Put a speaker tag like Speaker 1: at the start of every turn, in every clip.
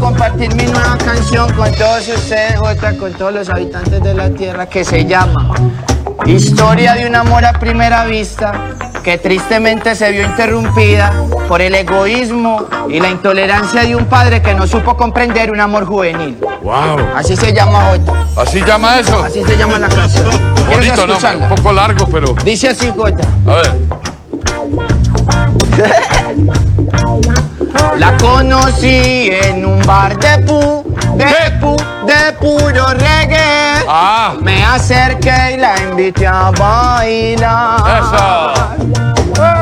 Speaker 1: compartir mi nueva canción con todos ustedes, otra con todos los habitantes de la Tierra, que se llama Historia de un amor a primera vista que tristemente se vio interrumpida por el egoísmo y la intolerancia de un padre que no supo comprender un amor juvenil.
Speaker 2: ¡Wow!
Speaker 1: Así se llama Jota,
Speaker 2: ¿Así llama eso?
Speaker 1: así se llama la canción. ¿Quieres
Speaker 2: Bonito nombre,
Speaker 1: escucharla?
Speaker 2: un poco largo, pero.
Speaker 1: Dice así Jota.
Speaker 2: A ver.
Speaker 1: La conocí en un bar de pu, de
Speaker 2: ¿Qué?
Speaker 1: pu, de puro reggae.
Speaker 2: ¡Ah!
Speaker 1: Me acerqué y la invité a bailar.
Speaker 2: ¡Eso! eh.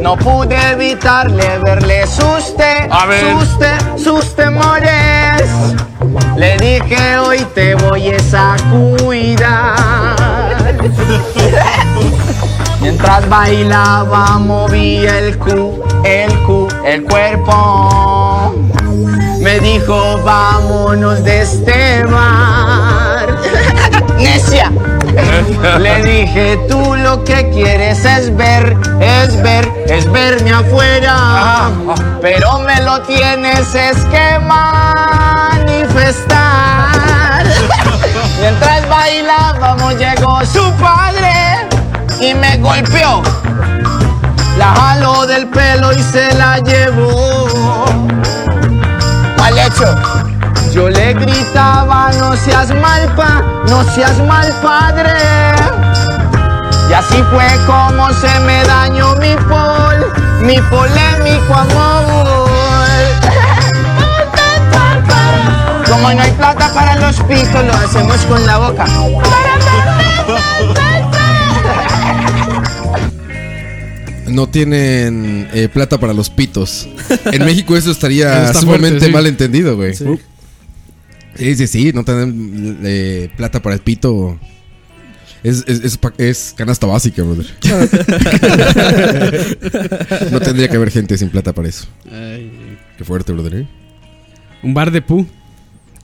Speaker 1: No pude evitarle verle sus te,
Speaker 2: A ver.
Speaker 1: sus te- sus temores. Le dije hoy te voy es a cuidar. Mientras bailaba movía el cu, el cu, el cuerpo. Me dijo vámonos de este bar. Necia. Le dije, tú lo que quieres es ver, es ver, es verme afuera. Pero me lo tienes es que manifestar. Mientras bailábamos llegó su padre y me golpeó. La jaló del pelo y se la llevó. Mal hecho. Yo le gritaba, no seas mal pa, no seas mal padre. Y así fue como se me dañó mi pol, mi polémico amor. Como no hay plata para los picos, lo hacemos con la boca.
Speaker 3: No tienen eh, plata para los pitos. En México eso estaría
Speaker 4: Eso está
Speaker 3: sumamente
Speaker 4: fuerte, sí.
Speaker 3: mal entendido, güey.
Speaker 4: Sí.
Speaker 3: Uh. Sí, sí, sí, no tienen eh, plata para el pito. Es, es, es pa- es canasta básica, brother. no tendría que haber gente sin plata para eso.
Speaker 4: Ay,
Speaker 3: Qué fuerte, brother. ¿eh?
Speaker 4: un bar de pu.
Speaker 3: Mm.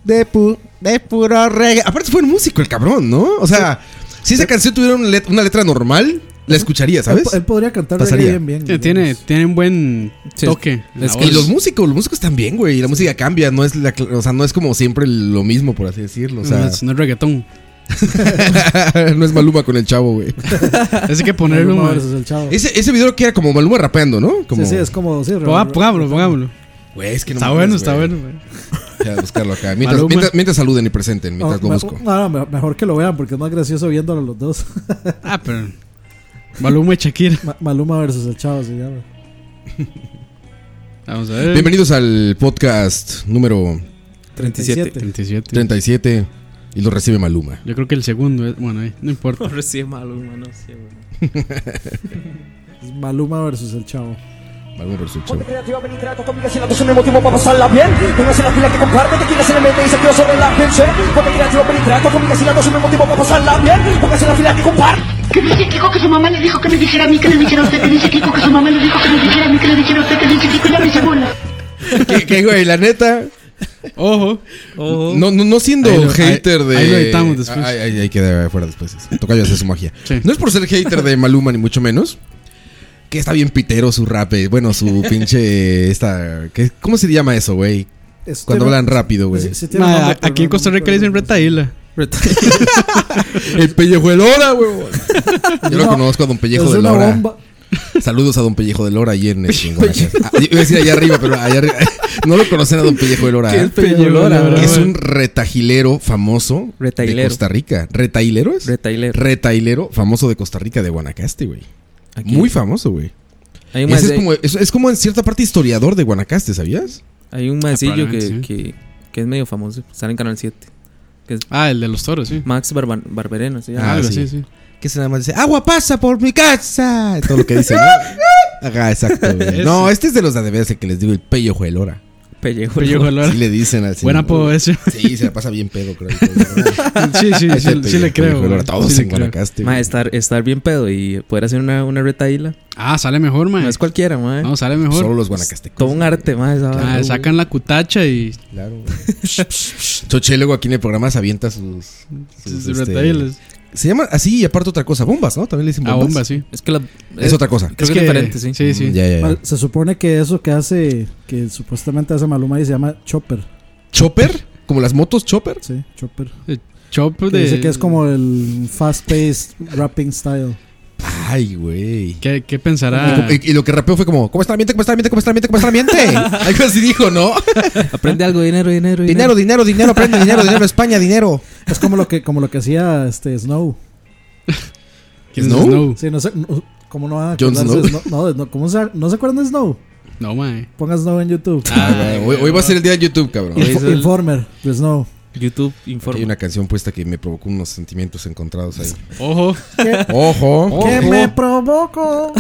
Speaker 3: De, pu- de puro reggae. Aparte fue un músico el cabrón, ¿no? O sea, si esa canción tuviera un let- una letra normal, la escucharía,
Speaker 5: Él,
Speaker 3: ¿sabes?
Speaker 5: él podría cantar
Speaker 3: Pasaría.
Speaker 5: reggae bien, bien.
Speaker 4: Sí, tiene, tiene un buen
Speaker 6: Sí,
Speaker 4: toque.
Speaker 6: es
Speaker 4: La
Speaker 6: que
Speaker 3: Y
Speaker 4: voz.
Speaker 3: los músicos, los músicos también, güey. La música cambia, no es la, cl- o sea, no es como siempre lo mismo, por así decirlo. O
Speaker 4: no,
Speaker 3: sea,
Speaker 4: es, no es reggaetón.
Speaker 3: no es Maluma con el chavo, güey.
Speaker 4: Es que
Speaker 5: Maluma
Speaker 4: ponerlo.
Speaker 5: versus el chavo.
Speaker 3: Ese, ese video que era como Maluma rapeando, ¿no? Como,
Speaker 5: Sí, sí, es como. Sí,
Speaker 4: Ponga- Pongámoslo, pongámoslo.
Speaker 3: Güey, es que no
Speaker 4: Está
Speaker 3: me
Speaker 4: bueno,
Speaker 3: acuerdo,
Speaker 4: está
Speaker 3: güey.
Speaker 4: bueno. güey.
Speaker 3: Voy a buscarlo acá. Mientras,
Speaker 4: Maluma. Oh,
Speaker 3: mientras, mientras saluden y presenten,
Speaker 5: No,
Speaker 3: mientras lo
Speaker 5: me-
Speaker 3: busco.
Speaker 5: no, no, mejor que lo vean porque es más gracioso viéndolo los dos.
Speaker 4: Ah, pero. Maluma y Shakira.
Speaker 5: Ma- Maluma versus el chavo se llama.
Speaker 4: Vamos a ver.
Speaker 3: Bienvenidos al podcast número
Speaker 6: 37.
Speaker 4: 37.
Speaker 3: 37 y lo recibe Maluma.
Speaker 4: Yo creo que el segundo es. Bueno, ahí, no importa.
Speaker 6: Pobre, sí, malo, hermano. Sí, bueno.
Speaker 5: Es Maluma versus el chavo.
Speaker 3: Maluma por su chavo.
Speaker 7: Creativa, ven y crea tu combinación, es un motivo para pasarla bien. Póngase la pila que comparte, que quieras en el mente y se creó sobre la gente. Ponte creativa, ven y crea tu combinación, es un motivo para pasarla bien. Póngase la fila que comparte.
Speaker 8: Que dice Kiko que su mamá le dijo que le dijera a mí que le dijera a usted, que dice Kiko que su mamá le dijo que le dijera a mí que le dijera a usted, que dice Kiko ya me hice bola.
Speaker 3: ¿Qué, qué, güey? La neta.
Speaker 4: Ojo.
Speaker 6: Ojo.
Speaker 3: No, no, no siendo
Speaker 4: Ahí lo-
Speaker 3: hater
Speaker 4: ahí-
Speaker 3: de.
Speaker 4: ahí lo editamos después.
Speaker 3: Ahí, ahí- ahí queda afuera después. Tocayo hace su magia.
Speaker 4: Sí.
Speaker 3: No es por ser hater de Maluma, ni mucho menos. Que está bien pitero su rap. eh. Bueno, su pinche. Esta, ¿qué- ¿Cómo se llama eso, güey?
Speaker 5: Es-
Speaker 3: Cuando
Speaker 5: tiene-
Speaker 3: hablan rápido, güey.
Speaker 5: sí, sí tiene un
Speaker 4: Ma,
Speaker 5: nombre, pero
Speaker 4: aquí en
Speaker 5: no-
Speaker 4: Costa
Speaker 5: no
Speaker 4: Rica le dicen
Speaker 5: recuerdo.
Speaker 4: retaíla.
Speaker 3: El pellejo de Lora, güey. Yo lo
Speaker 5: No,
Speaker 3: conozco a don Pellejo
Speaker 5: es
Speaker 3: de
Speaker 5: una
Speaker 3: Lora.
Speaker 5: bomba.
Speaker 3: Saludos a don Pellejo de Lora ahí en el chingón. Ah, Iba a decir allá arriba, pero allá arriba. No lo conocen a don Pellejo de Lora. ¿eh?
Speaker 4: Pero
Speaker 3: Que es
Speaker 4: bueno.
Speaker 3: un retajilero famoso de
Speaker 6: Retailero.
Speaker 3: Costa Rica. ¿Retailero es?
Speaker 6: Retailero.
Speaker 3: Retailero famoso de Costa Rica, de Guanacaste, güey.
Speaker 6: Aquí.
Speaker 3: Muy famoso, güey.
Speaker 6: Hay un,
Speaker 3: Ese Es,
Speaker 6: maese-
Speaker 3: como, es, es como en cierta parte historiador de Guanacaste, ¿sabías?
Speaker 6: hay un maecillo que,
Speaker 4: probablemente,
Speaker 6: que, que es medio famoso. Sale en Canal 7.
Speaker 4: Ah, el de los toros, sí.
Speaker 6: Max Barba- Barberena. se llama.
Speaker 3: Ah,
Speaker 4: Algo
Speaker 3: sí.
Speaker 4: así, sí.
Speaker 3: Que se nada más dice, "Ah, agua pasa por mi casa. Todo lo que dice, ¿no? Ajá, exacto. güey. No, este es de los de ADBS que les digo, el pellejo de lora.
Speaker 6: Pellejo.
Speaker 4: Pellejo de Lora.
Speaker 3: Sí le dicen al
Speaker 4: Buen
Speaker 3: señor.
Speaker 4: apodo ese.
Speaker 3: Sí, se la pasa bien pedo, creo.
Speaker 4: Sí, sí, sí, sí, le creo.
Speaker 3: Pellejo de Lora,
Speaker 4: güey.
Speaker 3: Todos
Speaker 4: Sí le
Speaker 3: en
Speaker 4: creo.
Speaker 3: Guanacaste.
Speaker 6: Ma,
Speaker 3: güey.
Speaker 6: estar, estar bien pedo y poder hacer una, una retaíla.
Speaker 4: Ah, sale mejor, man.
Speaker 6: No es cualquiera, ma. eh.
Speaker 4: No, sale
Speaker 3: Solo
Speaker 4: mejor.
Speaker 3: los guanacastecos.
Speaker 6: Todo un arte, ma. esa
Speaker 4: Ah,
Speaker 6: vara.
Speaker 4: sacan la cutacha y
Speaker 3: Claro, güey. Choche luego aquí en el programa se avienta sus,
Speaker 4: sus
Speaker 3: este,
Speaker 4: retailes.
Speaker 3: Se llama así y aparte otra cosa, bombas, ¿no? También le dicen
Speaker 4: A
Speaker 3: bombas.
Speaker 4: bomba, Ah, sí.
Speaker 6: Es que la.
Speaker 3: Es otra cosa.
Speaker 6: Creo que es diferente, sí.
Speaker 4: Sí, sí.
Speaker 3: Mm, ya, ya, ya.
Speaker 5: Ah, Se supone que eso que hace, que supuestamente hace Maluma y se llama Chopper.
Speaker 3: ¿Chopper? ¿Como las motos Chopper?
Speaker 5: Sí, Chopper.
Speaker 4: Eh, Chop
Speaker 5: Que
Speaker 4: de.
Speaker 5: dice que es como el fast-paced rapping style.
Speaker 3: Ay, güey.
Speaker 4: ¿Qué, qué pensará?
Speaker 3: Y, y lo que rapeó fue como, ¿cómo está el ambiente? ¿Cómo está el ambiente? ¿Cómo está el ambiente? ¿Cómo está el ambiente? Algo así dijo, ¿no?
Speaker 6: Aprende algo, dinero, dinero.
Speaker 3: Dinero,
Speaker 6: Dinero.
Speaker 3: dinero, dinero, aprende dinero, dinero, España, dinero.
Speaker 5: Es como lo que, como lo que hacía este Snow.
Speaker 4: ¿Quién es
Speaker 3: Snow?
Speaker 4: Snow?
Speaker 5: Sí, no sé, no- ¿cómo no van a
Speaker 3: Jon
Speaker 5: acordarse de
Speaker 3: Snow.
Speaker 5: Snow? No, de Snow- ¿cómo se, ¿No se acuerdan de Snow?
Speaker 4: No, mae.
Speaker 5: Pongan Snow en YouTube.
Speaker 3: Ah, pues güey, hoy, hoy va a ser el día de YouTube, cabrón.
Speaker 6: Hoy es
Speaker 5: Info-
Speaker 6: el-
Speaker 5: Informer de Snow.
Speaker 6: YouTube
Speaker 3: Hay
Speaker 6: informa.
Speaker 3: una canción puesta que me provocó unos sentimientos encontrados ahí.
Speaker 4: Ojo.
Speaker 3: Ojo.
Speaker 5: ¿Qué me
Speaker 3: oh.
Speaker 5: provoco?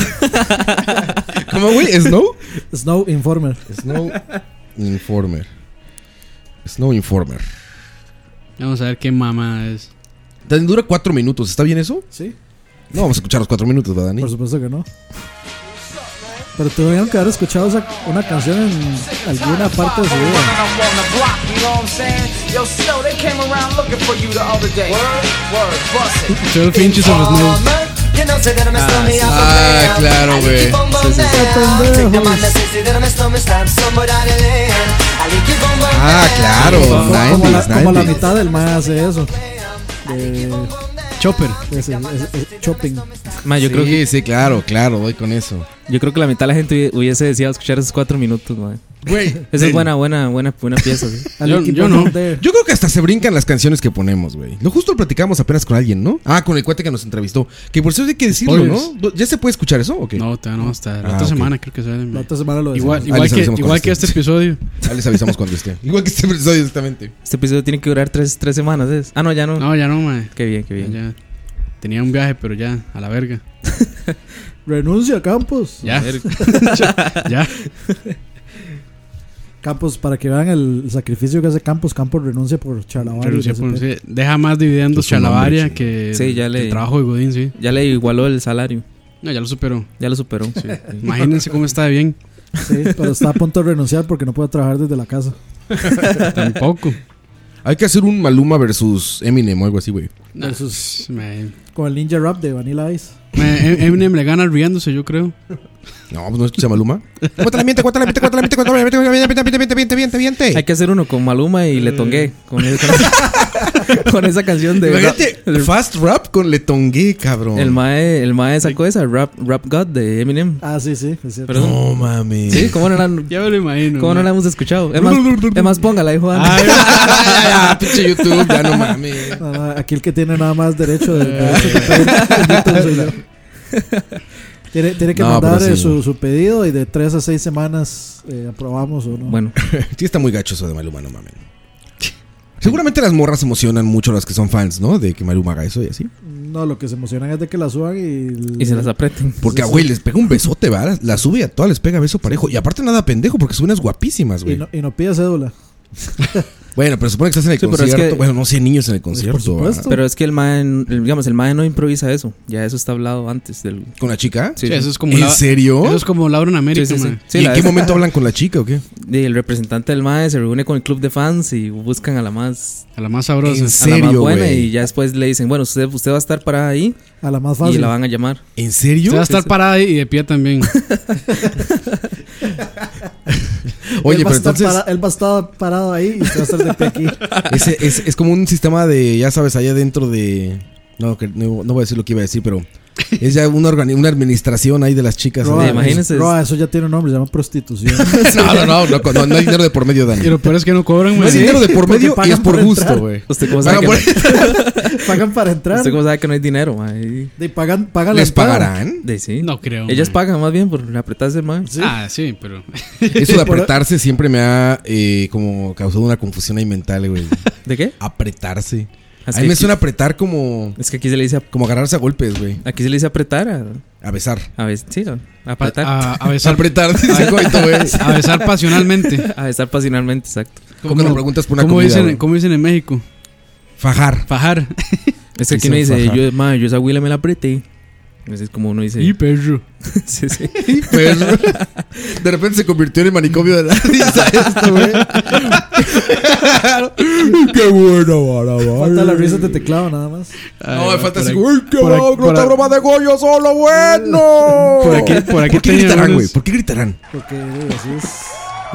Speaker 3: ¿Cómo, güey? ¿Snow?
Speaker 5: Snow Informer.
Speaker 3: Snow Informer. Snow Informer.
Speaker 4: Vamos a ver qué mamá es.
Speaker 3: Dani, dura cuatro minutos. ¿Está bien eso?
Speaker 5: Sí,
Speaker 3: No, vamos a escuchar los cuatro minutos, ¿verdad, Dani?
Speaker 5: por supuesto que no. Pero tuvieron que haber escuchado esa- una canción en alguna parte de su vida.
Speaker 4: Joel Finch is on Snow.
Speaker 3: Ah, claro, güey. Ah, claro.
Speaker 5: Como la,
Speaker 3: 90s,
Speaker 5: como la
Speaker 3: 90s.
Speaker 5: mitad del más hace eso. De,
Speaker 4: Chopper.
Speaker 5: ese- ese- ese shopping.
Speaker 6: Ma, yo,
Speaker 3: Sí,
Speaker 6: creo que,
Speaker 3: sí, claro, claro, voy con eso.
Speaker 6: yo creo que la mitad de la gente hubie- hubiese deseado escuchar esos cuatro minutos, ma.
Speaker 3: Güey,
Speaker 6: Esa es buena, buena, buena, buena pieza. sí.
Speaker 4: Yo- yo no.
Speaker 3: Yo creo que hasta se brincan las canciones que ponemos, güey. Lo justo lo platicamos apenas con alguien, ¿no? Ah, con el cuate que nos entrevistó. Que por cierto hay que decirlo,
Speaker 4: Spoilers.
Speaker 3: ¿no? ¿Ya se puede escuchar eso o qué?
Speaker 4: No, todavía no hasta la
Speaker 3: Ah,
Speaker 4: otra
Speaker 3: ok.
Speaker 4: semana creo que sale.
Speaker 5: La
Speaker 4: mae.
Speaker 5: otra semana lo decimos.
Speaker 4: Igual,
Speaker 3: Ah,
Speaker 4: igual,
Speaker 3: les
Speaker 4: que,
Speaker 3: avisamos
Speaker 4: igual
Speaker 3: cuando
Speaker 4: que este episodio.
Speaker 3: Ya les avisamos cuando esté. Igual que este episodio, exactamente.
Speaker 6: Este episodio tiene que durar tres, tres semanas. ¿es? Ah, no, ya no.
Speaker 4: No, ya no, mae.
Speaker 6: Qué bien, qué bien.
Speaker 4: Ya. Tenía un viaje, pero ya, a la verga.
Speaker 5: Renuncia, Campos.
Speaker 4: Ya. ya.
Speaker 5: Campos, para que vean el sacrificio que hace Campos, Campos renuncia por Charlavaria.
Speaker 4: Renuncié
Speaker 5: no sé
Speaker 4: por-
Speaker 5: qué.
Speaker 4: sí, Deja más dividendos
Speaker 3: Es un hombre,
Speaker 4: Chalabaria
Speaker 3: sí.
Speaker 4: que
Speaker 6: Sí, ya le-
Speaker 4: el trabajo de Godín, sí.
Speaker 6: Ya le igualó el salario.
Speaker 4: No, ya lo superó.
Speaker 6: Ya lo superó.
Speaker 4: Imagínense cómo está de bien.
Speaker 5: Sí, pero está a punto de renunciar porque no puede trabajar desde la casa.
Speaker 4: Tampoco.
Speaker 3: Hay que hacer un Maluma versus Eminem o algo así, güey.
Speaker 4: No, es- me-
Speaker 5: Con el ninja rap de Vanilla Ice.
Speaker 4: me- Em- Eminem le gana riéndose, yo creo.
Speaker 3: No, pues no escucha Maluma. Cuéntale la miente, cuéntale la miente, cuéntale la miente, cuéntale la miente, cuéntale la miente, miente, miente, miente, miente, miente,
Speaker 6: Hay
Speaker 3: miente.
Speaker 6: que hacer uno con Maluma y Letongué. Con, el- con- con esa canción de.
Speaker 3: Imagínate,
Speaker 6: el,
Speaker 3: fast rap con letongue, cabrón.
Speaker 6: el mae, el mae sacó esa, Rap, rap God de Eminem.
Speaker 5: Ah, sí, sí, es cierto.
Speaker 6: Perdón.
Speaker 3: No mames.
Speaker 6: Sí, ¿cómo no la,
Speaker 4: Ya me lo imagino.
Speaker 6: cómo no la hemos escuchado? Es más, es más, póngala ahí, Juan.
Speaker 3: Ah, ya, pinche YouTube, ya no mames.
Speaker 5: No, no, aquí el que tiene nada más derecho de, de eso que pedir en YouTube soy yo. Tiene, tiene que
Speaker 3: No,
Speaker 5: mandar
Speaker 3: pero sí.
Speaker 5: eh, su, su pedido y de 3 a 6 semanas eh, aprobamos o no.
Speaker 6: Bueno,
Speaker 3: Sí, está muy gacho eso de Maluma, no mames. Seguramente las morras se emocionan mucho las que son fans, ¿no? De que Maluma haga eso y así.
Speaker 5: No, lo que se emocionan es de que la suban y,
Speaker 6: y se las apreten.
Speaker 3: Porque, ah, güey, les pega un besote, ¿verdad? La sube y a todas les pega beso parejo. Y aparte nada pendejo, porque son unas guapísimas,
Speaker 5: y,
Speaker 3: güey.
Speaker 5: no, y no pide cédula.
Speaker 3: Bueno, pero supone que estás en el
Speaker 6: Sí, pero es
Speaker 3: concierto.
Speaker 6: que- Pues,
Speaker 3: Bueno, no 100 niños en el concierto.
Speaker 5: Pues, supuesto.
Speaker 3: ¿verdad?
Speaker 6: Pero es que el mae, el- digamos, el mae no improvisa eso. Ya eso está hablado antes del.
Speaker 3: ¿Con la chica?
Speaker 4: Sí, eso es como
Speaker 3: ¿En
Speaker 4: la-
Speaker 3: serio?
Speaker 4: Eso es como Laura en América,
Speaker 6: Sí, sí, sí.
Speaker 4: mae.
Speaker 6: Sí,
Speaker 3: ¿Y
Speaker 6: la
Speaker 3: en qué
Speaker 6: vez-
Speaker 3: momento hablan con la chica o qué?
Speaker 6: y el representante del mae se reúne con el club de fans y buscan a la más,
Speaker 4: A la más sabrosa. Ah,
Speaker 3: En
Speaker 6: a la más
Speaker 3: serio,
Speaker 6: buena
Speaker 3: güey?
Speaker 6: y ya después le dicen, bueno, usted, usted va a estar para ahí
Speaker 5: A la más
Speaker 6: y
Speaker 5: fácil.
Speaker 6: la van a llamar.
Speaker 3: ¿En
Speaker 4: Se va
Speaker 3: serio?
Speaker 4: a estar parada ahí y de pie también.
Speaker 3: Oye,
Speaker 5: él, va
Speaker 3: pero
Speaker 5: a estar
Speaker 3: entonces
Speaker 5: para- él va a estar parado ahí y se va a estar de pie aquí.
Speaker 3: ese- es, es como un sistema de, ya sabes, allá dentro de... No, que no, no voy a decir lo que iba a decir, pero es ya una, organi- una administración ahí de las chicas.
Speaker 5: Roa,
Speaker 3: ¿no?
Speaker 6: Sí, imagínense.
Speaker 5: Roa, eso ya tiene un nombre, se llama prostitución.
Speaker 3: No, no, no, no, no, no hay dinero de por medio,
Speaker 4: Y
Speaker 3: Dani.
Speaker 4: lo peor es que no cobran,
Speaker 3: No hay
Speaker 4: mae.
Speaker 3: dinero de por
Speaker 5: porque
Speaker 3: medio y
Speaker 5: pagan
Speaker 3: es por,
Speaker 5: por
Speaker 3: gusto,
Speaker 5: entrar.
Speaker 3: güey. pues,
Speaker 6: ¿Usted cómo sabe,
Speaker 3: Pagan
Speaker 6: Pues, que,
Speaker 3: por-
Speaker 6: no,
Speaker 5: pagan para entrar.
Speaker 6: usted cómo sabe que no hay dinero, mae?
Speaker 5: De pagan, pagan la
Speaker 3: ¿Les
Speaker 5: entrada.
Speaker 3: pagarán?
Speaker 6: De sí.
Speaker 4: No creo.
Speaker 6: Ellas
Speaker 4: mae.
Speaker 6: pagan más bien por apretarse mae.
Speaker 4: Ah, sí, pero.
Speaker 3: Eso de apretarse siempre me ha eh, como causado una confusión ahí mental, güey.
Speaker 6: ¿De qué?
Speaker 3: Apretarse.
Speaker 6: Es
Speaker 3: a
Speaker 6: que
Speaker 3: mí me
Speaker 6: aquí-
Speaker 3: suena apretar como,
Speaker 6: Es que aquí se le dice, ap-
Speaker 3: como agarrarse a golpes, güey.
Speaker 6: aquí se le dice apretar a,
Speaker 3: A besar.
Speaker 6: a veces, sí, a- a
Speaker 4: pa-
Speaker 6: apretar.
Speaker 4: A, a besar.
Speaker 3: Apretar, dice Coito, güey.
Speaker 4: A besar pasionalmente.
Speaker 6: A estar pasionalmente, exacto.
Speaker 3: Como cuando preguntas por una
Speaker 4: ¿Cómo
Speaker 3: comida,
Speaker 4: dicen,
Speaker 3: güey.
Speaker 4: ¿Cómo dicen en México?
Speaker 3: Fajar.
Speaker 4: Fajar.
Speaker 6: Es que
Speaker 3: Sí,
Speaker 6: aquí no
Speaker 3: se
Speaker 6: dice,
Speaker 3: faja.
Speaker 6: yo, mae, yo esa huila me la apreté. Así es como uno dice.
Speaker 4: Y perro.
Speaker 6: Sí, sí.
Speaker 3: Pues, de repente se convirtió en el manicomio de la risa ¿eh? esto, güey. Qué buena vara, vara.
Speaker 5: Falta la risa de teclado nada más.
Speaker 3: No, me falta
Speaker 4: por
Speaker 3: así,
Speaker 4: aquí-
Speaker 3: uy, qué
Speaker 4: por aquí-
Speaker 3: bueno,
Speaker 4: por
Speaker 3: esta
Speaker 4: aquí-
Speaker 3: broma de Goyo solo, bueno.
Speaker 4: Por aquí, por aquí
Speaker 3: Oh. ¿Por qué
Speaker 4: tenía
Speaker 3: gritarán,
Speaker 4: unos-
Speaker 3: güey? ¿Por qué gritarán?
Speaker 5: Porque eh, así es.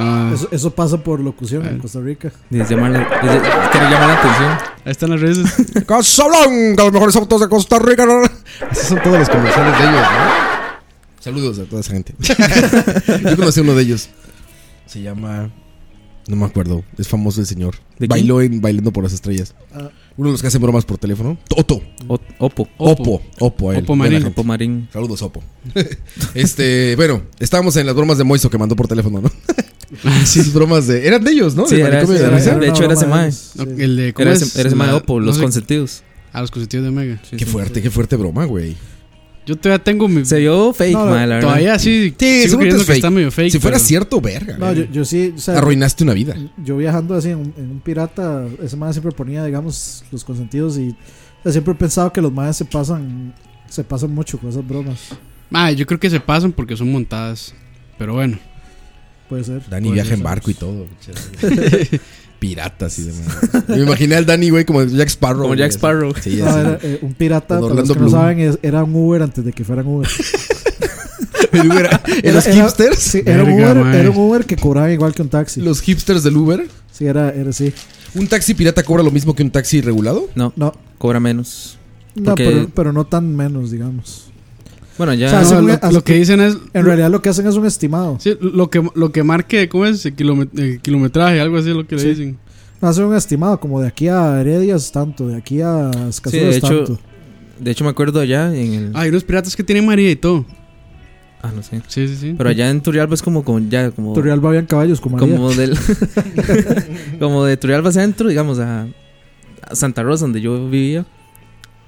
Speaker 4: Ah,
Speaker 5: Eso, eso pasa por locución en Costa Rica.
Speaker 6: Es llamar la, es de- quiero llamar la atención.
Speaker 4: ahí están las redes.
Speaker 3: Casablanca, los mejores autos de Costa Rica. ¿no? Esos son todos los comerciales de ellos, ¿no? Saludos a toda esa gente. Yo conocí uno de ellos. Se llama. No me acuerdo. Es famoso el señor.
Speaker 6: ¿De quién?
Speaker 3: Bailó en Bailando por las Estrellas. Uno de los que hacen bromas por teléfono. Toto.
Speaker 6: O- opo.
Speaker 3: Opo. Opo, a él.
Speaker 4: Opo
Speaker 3: Buena
Speaker 4: Marín.
Speaker 3: gente.
Speaker 6: Opo Marín.
Speaker 3: Saludos, Opo. este, bueno, estábamos en las bromas de Moiso que mandó por teléfono, ¿no? Sí, sus bromas de. Eran de ellos, ¿no?
Speaker 6: Sí,
Speaker 3: Del
Speaker 6: era-
Speaker 3: manicomio de
Speaker 6: era-
Speaker 3: la risa.
Speaker 6: de hecho, era ese mae.
Speaker 4: No, el de, ¿cómo
Speaker 6: Eres,
Speaker 4: es?
Speaker 6: eres
Speaker 4: La-
Speaker 6: mae Opo,
Speaker 4: no
Speaker 6: los
Speaker 4: sé,
Speaker 6: consentidos.
Speaker 4: A los consentidos de Omega.
Speaker 3: Qué fuerte, qué fuerte broma, güey.
Speaker 4: Yo todavía tengo mi.
Speaker 6: Se vio fake,
Speaker 5: No,
Speaker 6: mae, la verdad.
Speaker 4: Todavía sí.
Speaker 3: Sí,
Speaker 4: sigo
Speaker 3: seguro
Speaker 4: creyendo
Speaker 3: es
Speaker 4: que
Speaker 3: fake.
Speaker 4: está medio fake.
Speaker 3: Si fuera
Speaker 4: pero-
Speaker 3: cierto, verga.
Speaker 5: No, yo,
Speaker 3: güey.
Speaker 5: yo sí, o sea,
Speaker 3: Arruinaste una vida.
Speaker 5: yo viajando así en, un- en un pirata, ese madre siempre ponía, digamos, los consentidos y o sea, siempre he pensado que los madres se pasan, se pasan mucho con esas bromas.
Speaker 4: Ah, yo creo que se pasan porque son montadas. Pero bueno.
Speaker 5: Puede ser.
Speaker 3: Dani viaja en barco y todo. Piratas y demás. Me imaginé al Dani, güey, como Jack Sparrow.
Speaker 6: Como
Speaker 3: güey,
Speaker 6: Jack
Speaker 3: así.
Speaker 6: Sparrow.
Speaker 3: Sí,
Speaker 5: No, era,
Speaker 3: así.
Speaker 5: eh, un pirata,
Speaker 3: Don
Speaker 5: para los
Speaker 3: Orlando
Speaker 5: que no
Speaker 3: Bloom.
Speaker 5: saben, es- era un Uber antes de que fueran Uber.
Speaker 3: El Uber- ¿En los
Speaker 5: Era-
Speaker 3: hipsters?
Speaker 5: Sí, era, un
Speaker 4: Verga,
Speaker 5: Uber,
Speaker 4: mae.
Speaker 5: era un Uber que cobraba igual que un taxi.
Speaker 3: ¿Los hipsters del Uber?
Speaker 5: Sí, era, era así.
Speaker 3: ¿Un taxi pirata cobra lo mismo que un taxi regulado?
Speaker 6: No,
Speaker 5: No,
Speaker 6: cobra menos.
Speaker 5: no
Speaker 6: Porque-
Speaker 5: pero, pero no tan menos, digamos.
Speaker 6: Bueno, ya.
Speaker 5: O sea,
Speaker 4: Ah, No,
Speaker 5: sí,
Speaker 4: lo,
Speaker 5: hacen-
Speaker 4: lo que dicen es.
Speaker 5: En realidad lo que hacen es un estimado.
Speaker 4: sí, lo que, lo que marque, ¿cómo es? El, kilome- el kilometraje, algo así es lo que
Speaker 5: Sí.
Speaker 4: le dicen.
Speaker 5: Hacen un estimado, como de aquí a Heredia es tanto, de aquí a
Speaker 6: Sí,
Speaker 5: Escazú
Speaker 6: de
Speaker 5: es
Speaker 6: hecho,
Speaker 5: tanto.
Speaker 6: de hecho me acuerdo allá en el.
Speaker 4: Ah, hay unos piratas que tienen María y todo.
Speaker 6: Ah, no sé.
Speaker 4: Sí, sí, sí.
Speaker 6: Pero allá en Turrialba es como con ya como
Speaker 5: Turrialba habían caballos como María.
Speaker 6: como del como de Turrialba centro, digamos a, a Santa Rosa donde yo vivía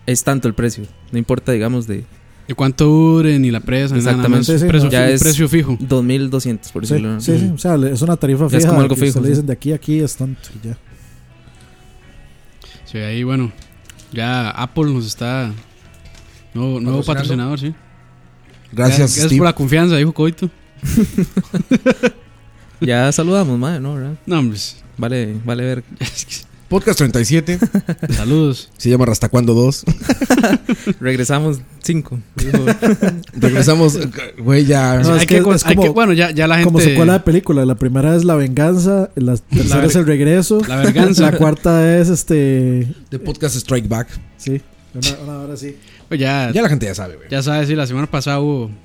Speaker 6: es tanto el precio, no importa digamos de
Speaker 4: ¿Y cuánto dure? Ni la presa, ni nada, nada. más.
Speaker 6: Exactamente.
Speaker 5: Sí, sí,
Speaker 4: precio,
Speaker 5: no.
Speaker 6: Ya
Speaker 4: fi-
Speaker 6: es-
Speaker 4: precio fijo.
Speaker 6: 2200 por
Speaker 5: Sí,
Speaker 6: decirlo.
Speaker 5: sí, sí, o sea, le- es una tarifa
Speaker 6: Ya
Speaker 5: fija.
Speaker 6: es como algo
Speaker 5: que
Speaker 6: fijo,
Speaker 5: se le
Speaker 6: sí.
Speaker 5: dicen de aquí a aquí es tanto y ya.
Speaker 4: Sí, ahí bueno. Ya Apple nos está. Nuevo, nuevo patrocinador, sí.
Speaker 3: Gracias,
Speaker 4: Gracias
Speaker 3: Steve.
Speaker 4: por la confianza, dijo Coito.
Speaker 6: Ya saludamos, madre, no, ¿verdad?
Speaker 4: No, hombre. es
Speaker 6: Vale, vale ver.
Speaker 4: que-
Speaker 3: Podcast 37.
Speaker 4: Saludos.
Speaker 3: Se llama Rastacuando 2.
Speaker 6: Regresamos 5.
Speaker 3: Regresamos. Güey, ya.
Speaker 5: No, es
Speaker 4: hay
Speaker 5: que
Speaker 4: que, con-
Speaker 5: es
Speaker 4: hay
Speaker 5: como-
Speaker 4: que- bueno, ya, ya la gente.
Speaker 5: Como secuela de película, la primera es la venganza, la tercera
Speaker 4: ver-
Speaker 5: es el regreso,
Speaker 4: La verganza.
Speaker 5: la cuarta es este,
Speaker 3: The podcast Strike Back.
Speaker 5: sí, una, una hora sí.
Speaker 4: Pues ya,
Speaker 3: Ya
Speaker 4: ya,
Speaker 3: la gente ya sabe, güey.
Speaker 4: sabes, sí, la semana pasada hubo un